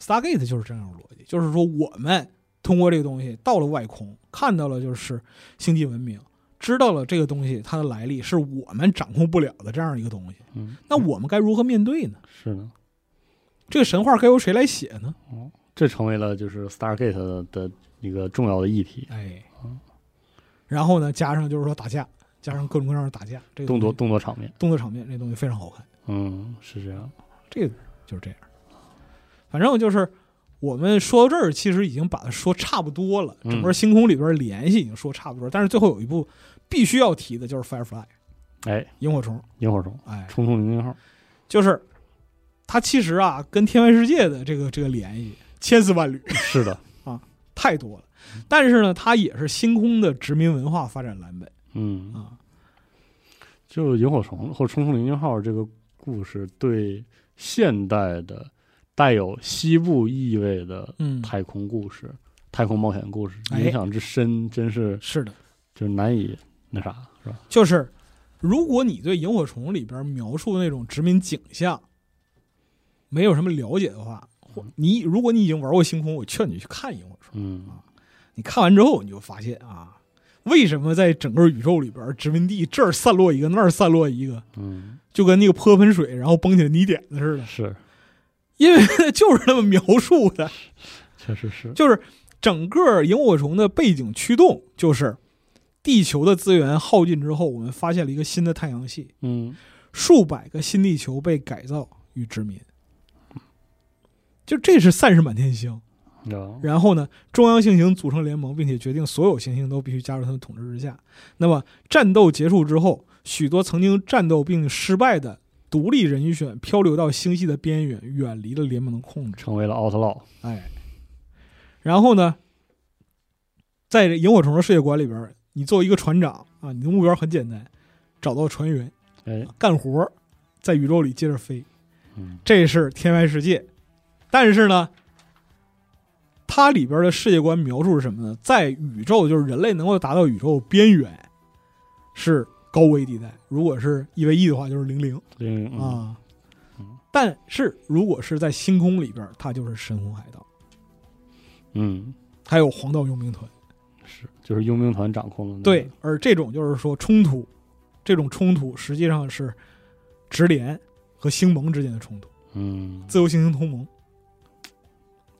Speaker 2: ，Stargate 就是这样的逻辑，就是说我们通过这个东西到了外空，看到了就是星际文明，知道了这个东西它的来历是我们掌控不了的这样一个东西，
Speaker 1: 嗯，
Speaker 2: 那我们该如何面对呢？
Speaker 1: 是呢，
Speaker 2: 这个神话该由谁来写呢？
Speaker 1: 这成为了就是 Stargate 的的一个重要的议题，
Speaker 2: 哎，
Speaker 1: 嗯
Speaker 2: 然后呢，加上就是说打架，加上各种各样的打架，这个
Speaker 1: 动作
Speaker 2: 东
Speaker 1: 动
Speaker 2: 西
Speaker 1: 作场面。
Speaker 2: 动作场面，这东西非常好看。
Speaker 1: 嗯，是这样。
Speaker 2: 这个就是这样。反正就是我们说到这儿，其实已经把它说差不多了。
Speaker 1: 嗯
Speaker 2: 整个星空里边联系已经说差不多了，但是最后有一部必须要提的就是《Firefly》
Speaker 1: 哎，
Speaker 2: 萤火虫。
Speaker 1: 萤火虫，
Speaker 2: 哎，
Speaker 1: 冲冲零零号，
Speaker 2: 就是它其实啊，跟天外世界的这个这个联系千丝万缕，
Speaker 1: 是的，
Speaker 2: 太多了。但是呢，它也是星空的殖民文化发展蓝本
Speaker 1: 嗯，
Speaker 2: 啊。
Speaker 1: 就萤火虫或者冲冲零零号这个故事对现代的带有西部意味的
Speaker 2: 嗯，
Speaker 1: 太空故事太空冒险故事，
Speaker 2: 哎
Speaker 1: 影响之深，真是
Speaker 2: 是的，
Speaker 1: 就是难以那啥，是吧？
Speaker 2: 就是如果你对《萤火虫》里边描述的那种殖民景象没有什么了解的话，或你如果你已经玩过《星空》，我劝你去看《萤火虫》。
Speaker 1: 嗯，
Speaker 2: 你看完之后，你就发现啊，为什么在整个宇宙里边，殖民地这儿散落一个，那儿散落一个，
Speaker 1: 嗯，
Speaker 2: 就跟那个泼盆水然后崩起来泥点子似的，
Speaker 1: 是，
Speaker 2: 因为就是那么描述的，
Speaker 1: 确实是，
Speaker 2: 就是整个萤火虫的背景驱动就是。地球的资源耗尽之后，我们发现了一个新的太阳系，
Speaker 1: 嗯，
Speaker 2: 数百个新地球被改造与殖民，就这是散是满天星。
Speaker 1: 然后
Speaker 2: 然后呢，中央行星组成联盟，并且决定所有行星都必须加入他们统治之下。那么战斗结束之后，许多曾经战斗并失败的独立人选漂流到星系的边缘，远离了联盟的控制。
Speaker 1: 成为了 outlaw，
Speaker 2: 哎，然后呢，在这萤火虫的世界观里边，你作为一个船长啊，你的目标很简单，找到船员，
Speaker 1: 哎，
Speaker 2: 干活儿，在宇宙里接着飞。
Speaker 1: 嗯，
Speaker 2: 这是天外世界。但是呢，它里边的世界观描述是什么呢？在宇宙，就是人类能够达到宇宙边缘，是高危地带；如果是一 v 一的话，就是零零
Speaker 1: 零零，
Speaker 2: 啊
Speaker 1: 嗯。
Speaker 2: 但是如果是在星空里边，它就是深红海盗，
Speaker 1: 嗯，
Speaker 2: 还有黄道佣兵团。
Speaker 1: 是，就是佣兵团掌控的，
Speaker 2: 对，，而这种就是说冲突，这种冲突实际上是直联和星盟之间的冲突，
Speaker 1: 嗯，
Speaker 2: 自由行星同盟，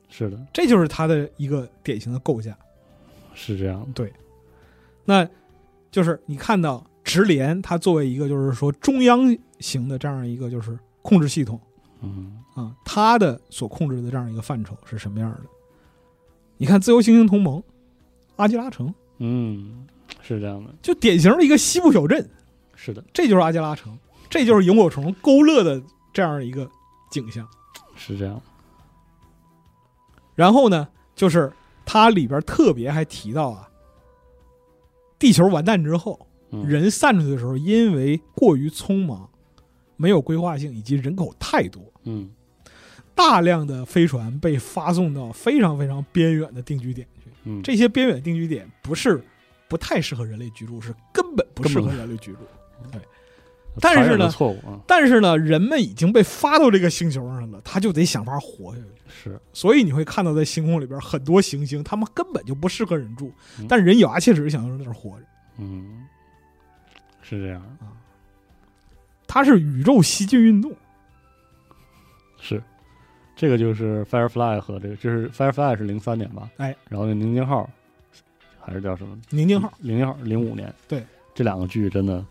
Speaker 1: 是的，
Speaker 2: 这就是它的一个典型的构架。
Speaker 1: 是这样的，
Speaker 2: 那就是你看到直联，它作为一个就是说中央型的这样一个就是控制系统
Speaker 1: 嗯，
Speaker 2: 啊，它的所控制的这样一个范畴是什么样的？你看自由行星同盟、阿基拉城，
Speaker 1: 嗯，是这样的，
Speaker 2: 就典型的一个西部小镇，
Speaker 1: 是的，
Speaker 2: 这就是阿基拉城，这就是萤火虫勾勒的这样一个景象。
Speaker 1: 是这样，
Speaker 2: 然后呢，就是它里边特别还提到啊，地球完蛋之后，
Speaker 1: 嗯，
Speaker 2: 人散出去的时候，因为过于匆忙、没有规划性以及人口太多，
Speaker 1: 嗯，
Speaker 2: 大量的飞船被发送到非常非常边远的定居点去。
Speaker 1: 嗯，
Speaker 2: 这些边远定居点不是不太适合人类居住，是根本不适合人类居住。但
Speaker 1: 残
Speaker 2: 是
Speaker 1: 忍的
Speaker 2: 呢
Speaker 1: 错误啊，
Speaker 2: 但是呢，人们已经被发到这个星球上了，他就得想法活下去。
Speaker 1: 是，
Speaker 2: 所以你会看到，在星空里边很多行星，他们根本就不适合人住
Speaker 1: 嗯，
Speaker 2: 但是人咬牙切齿想要在那儿活着。
Speaker 1: 嗯，是这样的，
Speaker 2: 它是宇宙西进运动，
Speaker 1: 是，这个就是 Firefly 和这个，就是 Firefly 是零三年吧？
Speaker 2: 哎，
Speaker 1: 然后那宁静号还是叫什么？
Speaker 2: 宁静号，
Speaker 1: 零零号零五年。
Speaker 2: 对，
Speaker 1: 这两个剧真的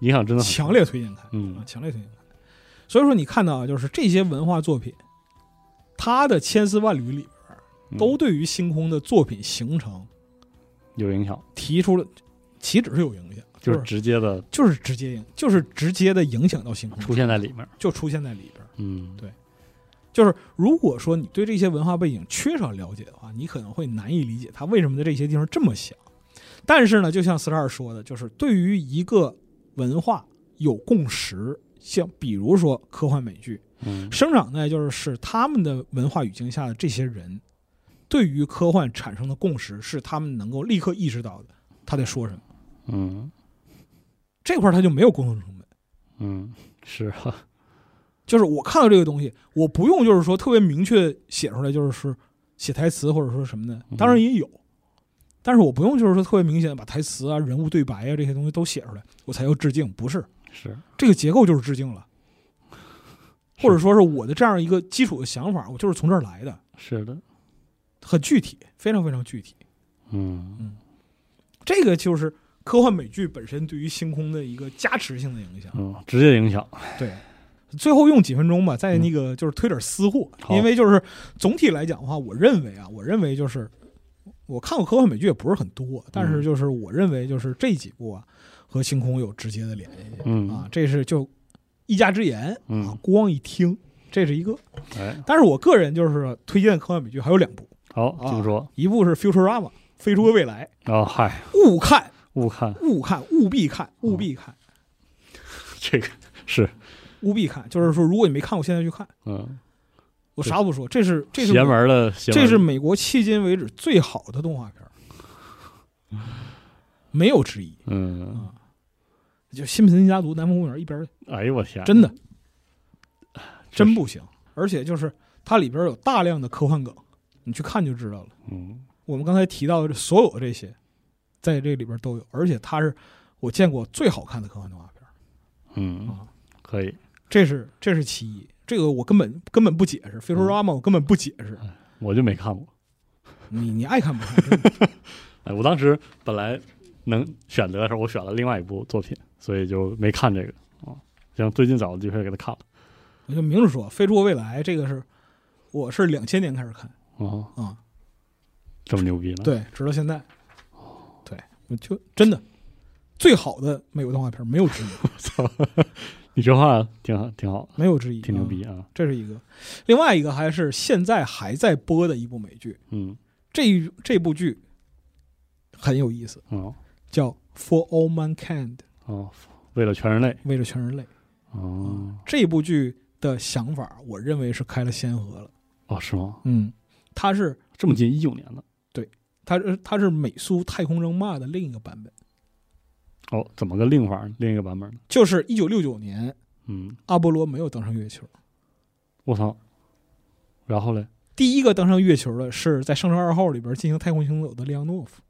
Speaker 1: 影响真的很
Speaker 2: 强。烈推荐看。啊
Speaker 1: 嗯，
Speaker 2: 强烈推荐看。所以说，你看到啊，就是这些文化作品，它的千丝万缕里边
Speaker 1: 嗯
Speaker 2: 都对于星空的作品形成
Speaker 1: 有影响，
Speaker 2: 提出了，岂止是有影响，
Speaker 1: 就
Speaker 2: 就是是
Speaker 1: 直接的
Speaker 2: 就是直接影，就是直接的影响到星空，
Speaker 1: 出现在里面。
Speaker 2: 就出现在里边。
Speaker 1: 嗯，
Speaker 2: 对就是如果说你对这些文化背景缺少了解的话，你可能会难以理解它为什么在这些地方这么想。但是呢，就像四十二说的，就是对于一个文化有共识，像比如说科幻美剧，
Speaker 1: 嗯，
Speaker 2: 生长在就是是他们的文化语境下的这些人，对于科幻产生的共识是他们能够立刻意识到的，他在说什么
Speaker 1: 嗯，
Speaker 2: 这块儿他就没有沟通成本。
Speaker 1: 嗯，是啊，
Speaker 2: 就是我看到这个东西，我不用就是说特别明确写出来，就是说写台词或者说什么的，
Speaker 1: 嗯
Speaker 2: 当然也有，但是我不用就是说特别明显地把台词啊、人物对白啊这些东西都写出来，我才要致敬，不是
Speaker 1: 是，
Speaker 2: 这个结构就是致敬了，或者说是我的这样一个基础的想法，我就是从这儿来的，
Speaker 1: 是的。
Speaker 2: 很具体，非常非常具体。
Speaker 1: 嗯，
Speaker 2: 这个就是科幻美剧本身对于星空的一个加持性的影响。
Speaker 1: 嗯，直接影响。
Speaker 2: 对，最后用几分钟吧，在那个就是推点私货，
Speaker 1: 好
Speaker 2: 因为就是总体来讲的话，我认为啊，我认为就是我看过科幻美剧也不是很多，但是就是
Speaker 1: 嗯
Speaker 2: 我认为就是这几部啊和星空有直接的联系啊
Speaker 1: 嗯，，
Speaker 2: 这是就一家之言啊
Speaker 1: 嗯，，
Speaker 2: 光一听这是一个，
Speaker 1: 哎，
Speaker 2: 但是我个人就是推荐科幻美剧还有两部，
Speaker 1: 好，
Speaker 2: 啊
Speaker 1: 请说。
Speaker 2: 一部是《Futurama》飞出个 未来，
Speaker 1: 啊，嗨，
Speaker 2: 勿看。
Speaker 1: 误看
Speaker 2: 勿看，务必看，务必看，
Speaker 1: 这个是，
Speaker 2: 务必看。就是说，如果你没看过，现在去看。
Speaker 1: 嗯，
Speaker 2: 我啥都不说，这是这是
Speaker 1: 邪门儿的邪门儿
Speaker 2: 这是美国迄今为止最好的动画片儿，没有之一。
Speaker 1: 嗯，
Speaker 2: 就《辛普森家族》《南方公园》一边儿去，
Speaker 1: 哎呦我天，
Speaker 2: 真的
Speaker 1: 确实
Speaker 2: 真不行。而且就是它里边有大量的科幻梗，你去看就知道了。
Speaker 1: 嗯
Speaker 2: 我们刚才提到的所有这些，在这里边都有，而且它是我见过最好看的科幻动画片儿。
Speaker 1: 嗯
Speaker 2: 啊，
Speaker 1: 可以，
Speaker 2: 这是这是其一，这个我根本根本不解
Speaker 1: 嗯
Speaker 2: 释，《非洲拉玛》我根本不解释。
Speaker 1: 我就没看过。
Speaker 2: 你你爱看不看？真的
Speaker 1: 哎，我当时本来能选择的时候，我选了另外一部作品，所以就没看这个啊。行，最近找个机会给他看了
Speaker 2: 我就明着说，《非洲未来》这个是我是两千年开始看
Speaker 1: 啊，
Speaker 2: 啊、
Speaker 1: 这么牛逼呢？，
Speaker 2: 对，直到现在。
Speaker 1: 哦
Speaker 2: 对，我就真的最好的美国动画片没有之一，
Speaker 1: 你这话挺好，挺好，
Speaker 2: 没有之一，
Speaker 1: 挺牛
Speaker 2: 啊
Speaker 1: 逼啊。
Speaker 2: 这是一个，另外一个还是现在还在播的一部美剧，
Speaker 1: 嗯，
Speaker 2: 这一这部剧很有意思，
Speaker 1: 哦
Speaker 2: 叫《For All Mankind》，
Speaker 1: 哦，为了全人类
Speaker 2: 为了全人类。
Speaker 1: 哦
Speaker 2: 这部剧的想法，我认为是开了先河了。
Speaker 1: 哦，是吗？
Speaker 2: 嗯，它是
Speaker 1: 这么近，一九年的
Speaker 2: 它是它是美苏太空争霸的另一个版本，
Speaker 1: 哦，怎么个另法儿？另一个版本呢？
Speaker 2: 就是一九六九年
Speaker 1: 嗯，
Speaker 2: 阿波罗没有登上月球，
Speaker 1: 我操，然后嘞？
Speaker 2: 第一个登上月球的是在《上升二号》里边进行太空行走的列昂诺夫。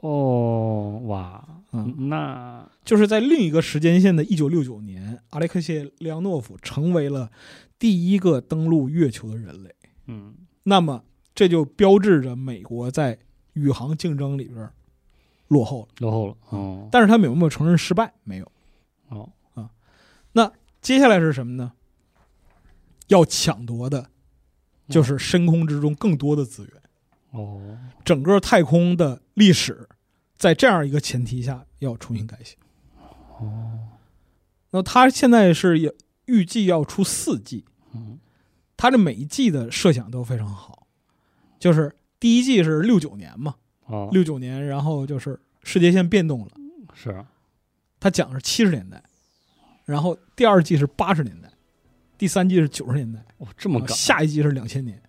Speaker 1: 哦，哇，
Speaker 2: 嗯，
Speaker 1: 那
Speaker 2: 就是在另一个时间线的1969年，阿列克谢·列昂诺夫成为了第一个登陆月球的人类。
Speaker 1: 嗯
Speaker 2: 那么，这就标志着美国在宇航竞争里边落后了。
Speaker 1: 落后了。
Speaker 2: 嗯
Speaker 1: 哦
Speaker 2: 但是他们有没有承认失败？没有。啊
Speaker 1: 哦，
Speaker 2: 接下来是什么呢？要抢夺的，就是深空之中更多的资源。
Speaker 1: 哦，
Speaker 2: 整个太空的历史，在这样一个前提下要重新改写。
Speaker 1: 哦，
Speaker 2: 那他现在是也预计要出四季，
Speaker 1: 嗯
Speaker 2: 他这每一季的设想都非常好，就是第一季是六九年嘛，
Speaker 1: 哦，
Speaker 2: 六九年，然后就是世界线变动了，
Speaker 1: 是啊
Speaker 2: 他讲是七十年代，然后第二季是八十年代，第三季是九十年代，
Speaker 1: 哦，这么
Speaker 2: 然后
Speaker 1: 赶
Speaker 2: 嗯下一季是两千年，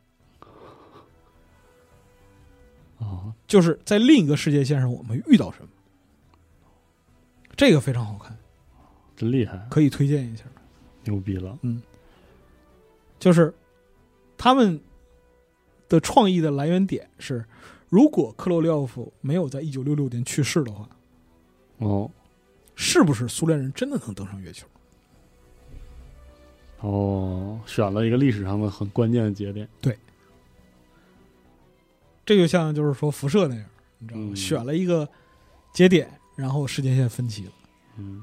Speaker 1: 哦，
Speaker 2: 就是在另一个世界线上我们遇到什么，这个非常好看，
Speaker 1: 真厉害，
Speaker 2: 可以推荐一下。
Speaker 1: 牛逼了。
Speaker 2: 就是他们的创意的来源点是，如果克罗廖夫没有在一九六六年去世的话，
Speaker 1: 哦
Speaker 2: 是不是苏联人真的能登上月球？
Speaker 1: 哦，选了一个历史上的很关键的节点。
Speaker 2: 这就像就是说辐射那样，你知道吗？
Speaker 1: 嗯
Speaker 2: 选了一个节点，然后时间线分歧了，
Speaker 1: 嗯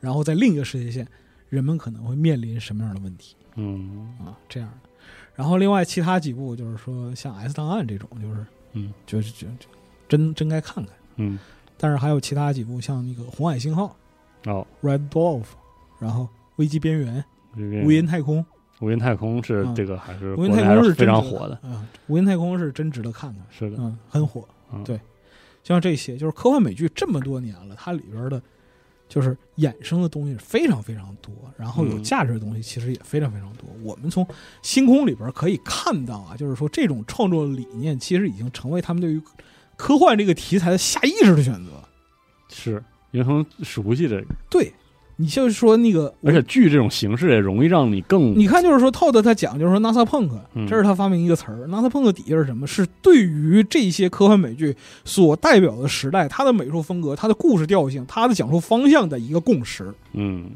Speaker 2: 然后在另一个世界线，人们可能会面临什么样的问题
Speaker 1: 嗯
Speaker 2: 啊？这样的。然后另外其他几部就是说像《S 档案》这种，就是
Speaker 1: 嗯
Speaker 2: 就是就就真真该看看。
Speaker 1: 嗯，
Speaker 2: 但是还有其他几部像那个《红海信号》。
Speaker 1: 哦，
Speaker 2: Red Dwarf，然后危机边缘、
Speaker 1: 这个
Speaker 2: 无垠太空，
Speaker 1: 无垠太空是
Speaker 2: 嗯
Speaker 1: 嗯这个还是
Speaker 2: 无
Speaker 1: 国
Speaker 2: 垠
Speaker 1: 内
Speaker 2: 太
Speaker 1: 还
Speaker 2: 空是
Speaker 1: 非
Speaker 2: 真
Speaker 1: 常
Speaker 2: 值得
Speaker 1: 火的，
Speaker 2: 啊，无垠太空是真值得看看，
Speaker 1: 是的。
Speaker 2: 嗯，很火，
Speaker 1: 嗯
Speaker 2: 对，像这些就是科幻美剧这么多年了，它里边的，就是衍生的东西非常非常多，然后有
Speaker 1: 嗯
Speaker 2: 价值的东西其实也非常非常多。我们从星空里边可以看到啊，就是说这种创作理念其实已经成为他们对于科幻这个题材的下意识的选择。
Speaker 1: 是因为他们熟悉这个，
Speaker 2: 对，你就是说那个，
Speaker 1: 而且剧这种形式也容易让你更
Speaker 2: 你看，就是说 Todd 他讲，就是说 NASA Punk，
Speaker 1: 嗯
Speaker 2: 这是他发明一个词儿。NASA Punk 底下是什么？是对于这些科幻美剧所代表的时代，它的美术风格、它的故事调性、它的讲述方向的一个共识。
Speaker 1: 嗯。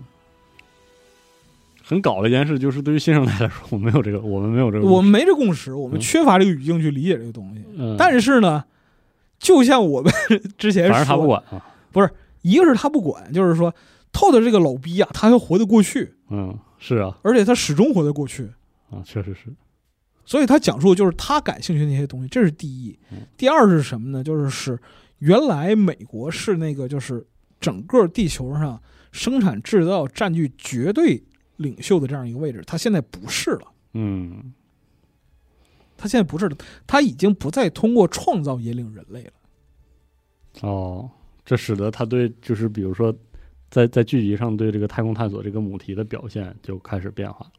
Speaker 1: 很搞的一件事，就是对于新生代来说，我没有这个，我们没有这个，
Speaker 2: 我们没这共识，我们
Speaker 1: 嗯
Speaker 2: 缺乏这个语境去理解这个东西。
Speaker 1: 嗯，
Speaker 2: 但是呢，就像我们 之前
Speaker 1: 反正
Speaker 2: 说，
Speaker 1: 他不，管啊，
Speaker 2: 一个是他不管，就是说 Todd 这个老逼啊，他还活得过去，
Speaker 1: 嗯，是啊，
Speaker 2: 而且他始终活得过去。
Speaker 1: 啊，确实是，
Speaker 2: 所以他讲述就是他感兴趣的那些东西，这是第一
Speaker 1: 嗯。
Speaker 2: 第二是什么呢？就是是原来美国是那个就是整个地球上生产制造占据绝对领袖的这样一个位置，他现在不是了。
Speaker 1: 嗯，
Speaker 2: 他现在不是了，他已经不再通过创造引领人类了。
Speaker 1: 哦，这使得他对就是比如说在在剧集上对这个太空探索这个母题的表现就开始变化了。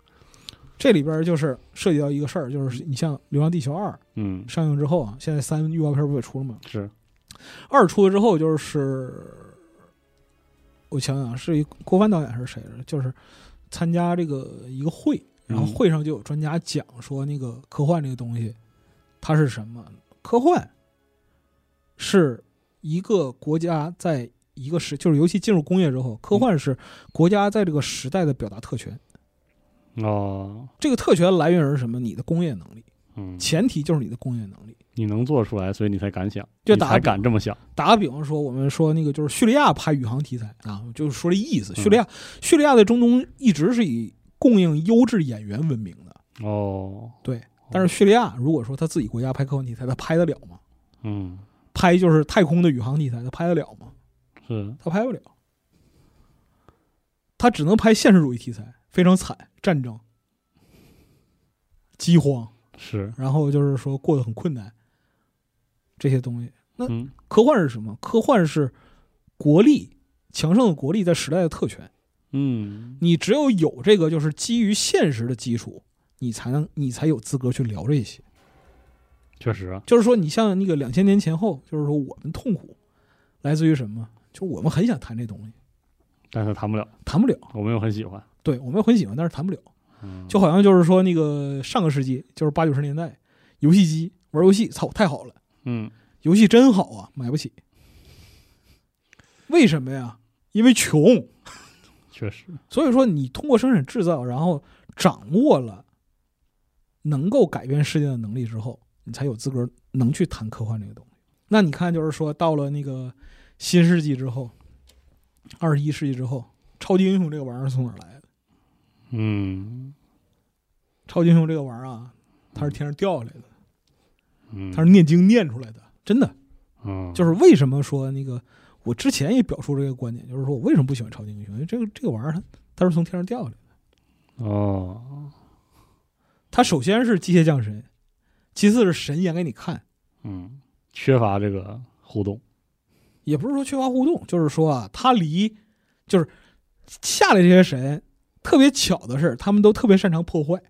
Speaker 2: 这里边就是涉及到一个事儿，就是你像《流浪地球二
Speaker 1: 嗯》，
Speaker 2: 上映之后啊，现在三预告片不也出了吗？
Speaker 1: 是，
Speaker 2: 二出了之后，就是我想想，是一郭帆导演还是谁来着？就是参加这个一个会，然后
Speaker 1: 嗯
Speaker 2: 会上就有专家讲说，那个科幻这个东西它是什么？科幻是一个国家在一个时，就是尤其进入工业之后，科幻是国家在这个时代的表达特权。
Speaker 1: 哦，
Speaker 2: 这个特权来源于什么？你的工业能力，
Speaker 1: 嗯，
Speaker 2: 前提就是你的工业能力。
Speaker 1: 你能做出来，所以你才敢想，
Speaker 2: 就
Speaker 1: 你
Speaker 2: 打
Speaker 1: 才
Speaker 2: 比
Speaker 1: 敢这么想，
Speaker 2: 打个比方说，我们说那个就是叙利亚拍宇航题材啊，就是说这意思。
Speaker 1: 嗯
Speaker 2: 叙利亚，叙利亚在中东一直是以供应优质演员闻名的，
Speaker 1: 哦，
Speaker 2: 对。但是叙利亚如果说他自己国家拍科幻题材，他拍得了吗？
Speaker 1: 嗯，
Speaker 2: 拍就是太空的宇航题材，他拍得了吗？
Speaker 1: 是，
Speaker 2: 他拍不了，他只能拍现实主义题材，非常惨，战争、饥荒，
Speaker 1: 是，
Speaker 2: 然后就是说过得很困难，这些东西。那
Speaker 1: 嗯，
Speaker 2: 科幻是什么？科幻是国力强盛的国力在时代的特权。
Speaker 1: 嗯，
Speaker 2: 你只有有这个，就是基于现实的基础，你才能你才有资格去聊这些。
Speaker 1: 确实啊，
Speaker 2: 就是说，你像那个两千年前后，就是说我们痛苦来自于什么？就是我们很想谈这东西，
Speaker 1: 但是谈不了，
Speaker 2: 谈不了。
Speaker 1: 我们又很喜欢，
Speaker 2: 对我们很喜欢，但是谈不了。
Speaker 1: 嗯，
Speaker 2: 就好像就是说那个上个世纪，就是八九十年代，游戏机玩游戏，操，太好了。
Speaker 1: 嗯，
Speaker 2: 游戏真好啊，买不起。为什么呀？因为穷。
Speaker 1: 确实，
Speaker 2: 所以说，你通过生产制造，然后掌握了能够改变世界的能力之后，你才有资格能去谈科幻这个东西。那你看，就是说到了那个新世纪之后，二十一世纪之后，超级英雄这个玩意儿是从啊哪儿来的？
Speaker 1: 嗯，
Speaker 2: 超级英雄这个玩意儿啊，它是天上掉下来的，
Speaker 1: 嗯，
Speaker 2: 它是念经念出来的，真的。
Speaker 1: 嗯，
Speaker 2: 就是为什么说那个，我之前也表述这个观点，就是说我为什么不喜欢超级英雄？因为这个这个玩意儿它它是从天上掉下来的，
Speaker 1: 哦，
Speaker 2: 它首先是机械降神，其次是神演给你看，
Speaker 1: 嗯，缺乏这个互动，
Speaker 2: 也不是说缺乏互动，就是说啊，它离就是下来这些神，特别巧的是，他们都特别擅长破坏，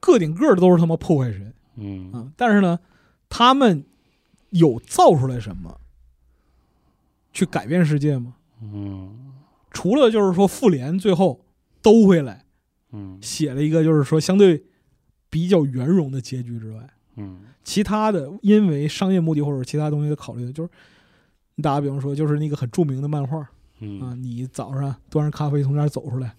Speaker 2: 个顶个儿都是他妈破坏神
Speaker 1: 嗯，
Speaker 2: 啊、但是呢，他们有造出来什么去改变世界吗？
Speaker 1: 嗯，
Speaker 2: 除了就是说复联最后兜回来
Speaker 1: 嗯，
Speaker 2: 写了一个就是说相对比较圆融的结局之外，
Speaker 1: 嗯，
Speaker 2: 其他的因为商业目的或者其他东西的考虑，就是你打个比方说，就是那个很著名的漫画啊，
Speaker 1: 嗯，
Speaker 2: 你早上端着咖啡从家走出来。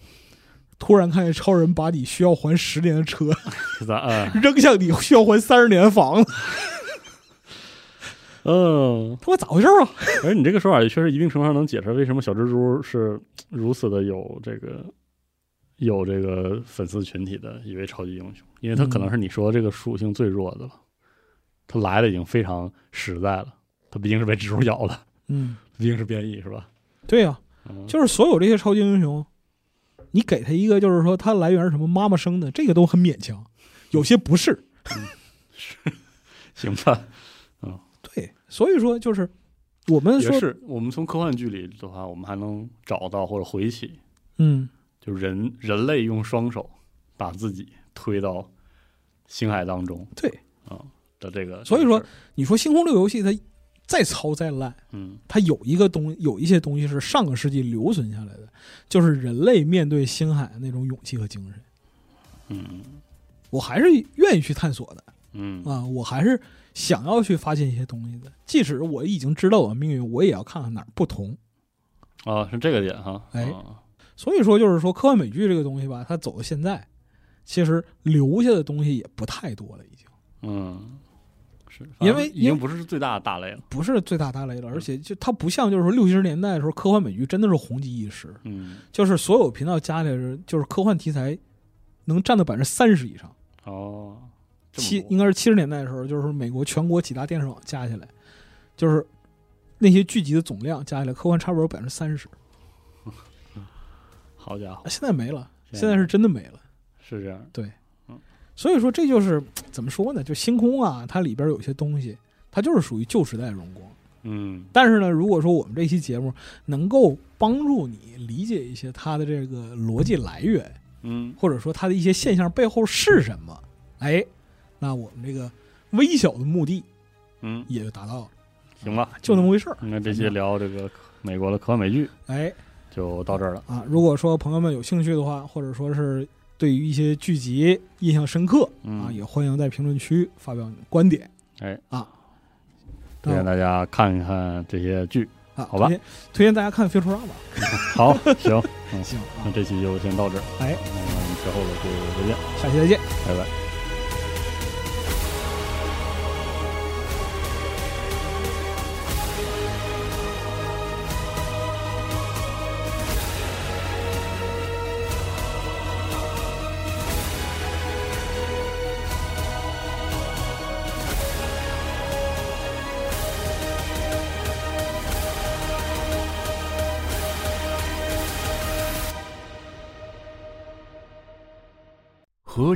Speaker 2: 突然看见超人把你需要还十年的车
Speaker 1: 是咱哎，
Speaker 2: 扔向你，需要还三十年的房子，
Speaker 1: 嗯，
Speaker 2: 他妈咋回事儿啊？
Speaker 1: 而你这个说法也确实一定程度上能解释为什么小蜘蛛是如此的有这个有这个粉丝群体的一位超级英雄，因为他可能是你说的这个属性最弱的了，他来的已经非常实在了，他毕竟是被蜘蛛咬了，
Speaker 2: 嗯，
Speaker 1: 毕竟是变异是吧？
Speaker 2: 对呀、
Speaker 1: 嗯，
Speaker 2: 就是所有这些超级英雄，你给他一个就是说他来源是什么妈妈生的，这个都很勉强，有些不是。
Speaker 1: 行吧。
Speaker 2: 对，所以说就是我们
Speaker 1: 也
Speaker 2: 说，
Speaker 1: 是，我们从科幻剧里的话，我们还能找到或者回起，
Speaker 2: 嗯，
Speaker 1: 就人人类用双手把自己推到星海当中啊
Speaker 2: 对，
Speaker 1: 的这个。
Speaker 2: 所以
Speaker 1: 这
Speaker 2: 说
Speaker 1: 个事儿，
Speaker 2: 你说《星空六》游戏它再糙再烂，
Speaker 1: 嗯
Speaker 2: 它有一个东有一些东西是上个世纪留存下来的，就是人类面对星海的那种勇气和精神，
Speaker 1: 嗯
Speaker 2: 我还是愿意去探索的
Speaker 1: 嗯
Speaker 2: 啊，我还是想要去发现一些东西的，即使我已经知道我的命运，我也要看看哪儿不同。
Speaker 1: 啊，是这个点哈。
Speaker 2: 哎
Speaker 1: 啊
Speaker 2: 所以说，就是说科幻美剧这个东西吧，它走到现在，其实留下的东西也不太多了，已经
Speaker 1: 嗯，是，反
Speaker 2: 因
Speaker 1: 正
Speaker 2: 为
Speaker 1: 已经不是最大的大类了。
Speaker 2: 不是最大大类了。而且就它不像就是说六七十年代的时候，科幻美剧真的是红极一时，
Speaker 1: 嗯，
Speaker 2: 就是所有频道加起来是就是科幻题材能占到百分之三十以上。
Speaker 1: 哦，这么
Speaker 2: 七
Speaker 1: 多
Speaker 2: 应该是七十年代的时候，就是美国全国几大电视网加起来，就是那些剧集的总量加起来，科幻差不多有百分之三十。
Speaker 1: 好家伙，
Speaker 2: 现在没了，现
Speaker 1: 现在
Speaker 2: 在是真的没了。
Speaker 1: 是这样。
Speaker 2: 所以说这就是怎么说呢？就星空啊，它里边有些东西，它就是属于旧时代的荣光。
Speaker 1: 嗯
Speaker 2: 但是呢，如果说我们这期节目能够帮助你理解一些它的这个逻辑来源，
Speaker 1: 嗯
Speaker 2: 或者说它的一些现象背后是什么，哎，那我们这个微小的目的
Speaker 1: 嗯，
Speaker 2: 也就达到了，啊
Speaker 1: 行吧，
Speaker 2: 就那么回事儿。
Speaker 1: 那这期聊这个美国的科幻美剧
Speaker 2: 哎
Speaker 1: 就到这儿了。
Speaker 2: 啊，如果说朋友们有兴趣的话，或者说是对于一些剧集印象深刻
Speaker 1: 嗯，
Speaker 2: 啊，也欢迎在评论区发表你的观点。
Speaker 1: 哎
Speaker 2: 啊，
Speaker 1: 推荐大家看一看这些剧。
Speaker 2: 啊，
Speaker 1: 好吧
Speaker 2: 推荐，推荐大家看《Futurama》。
Speaker 1: 好，行，嗯
Speaker 2: 行
Speaker 1: 那
Speaker 2: 啊，
Speaker 1: 这期就先到这儿。
Speaker 2: 哎
Speaker 1: 那我们之后的就再见，
Speaker 2: 下期再见。
Speaker 1: 拜拜。
Speaker 3: 核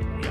Speaker 3: 模样。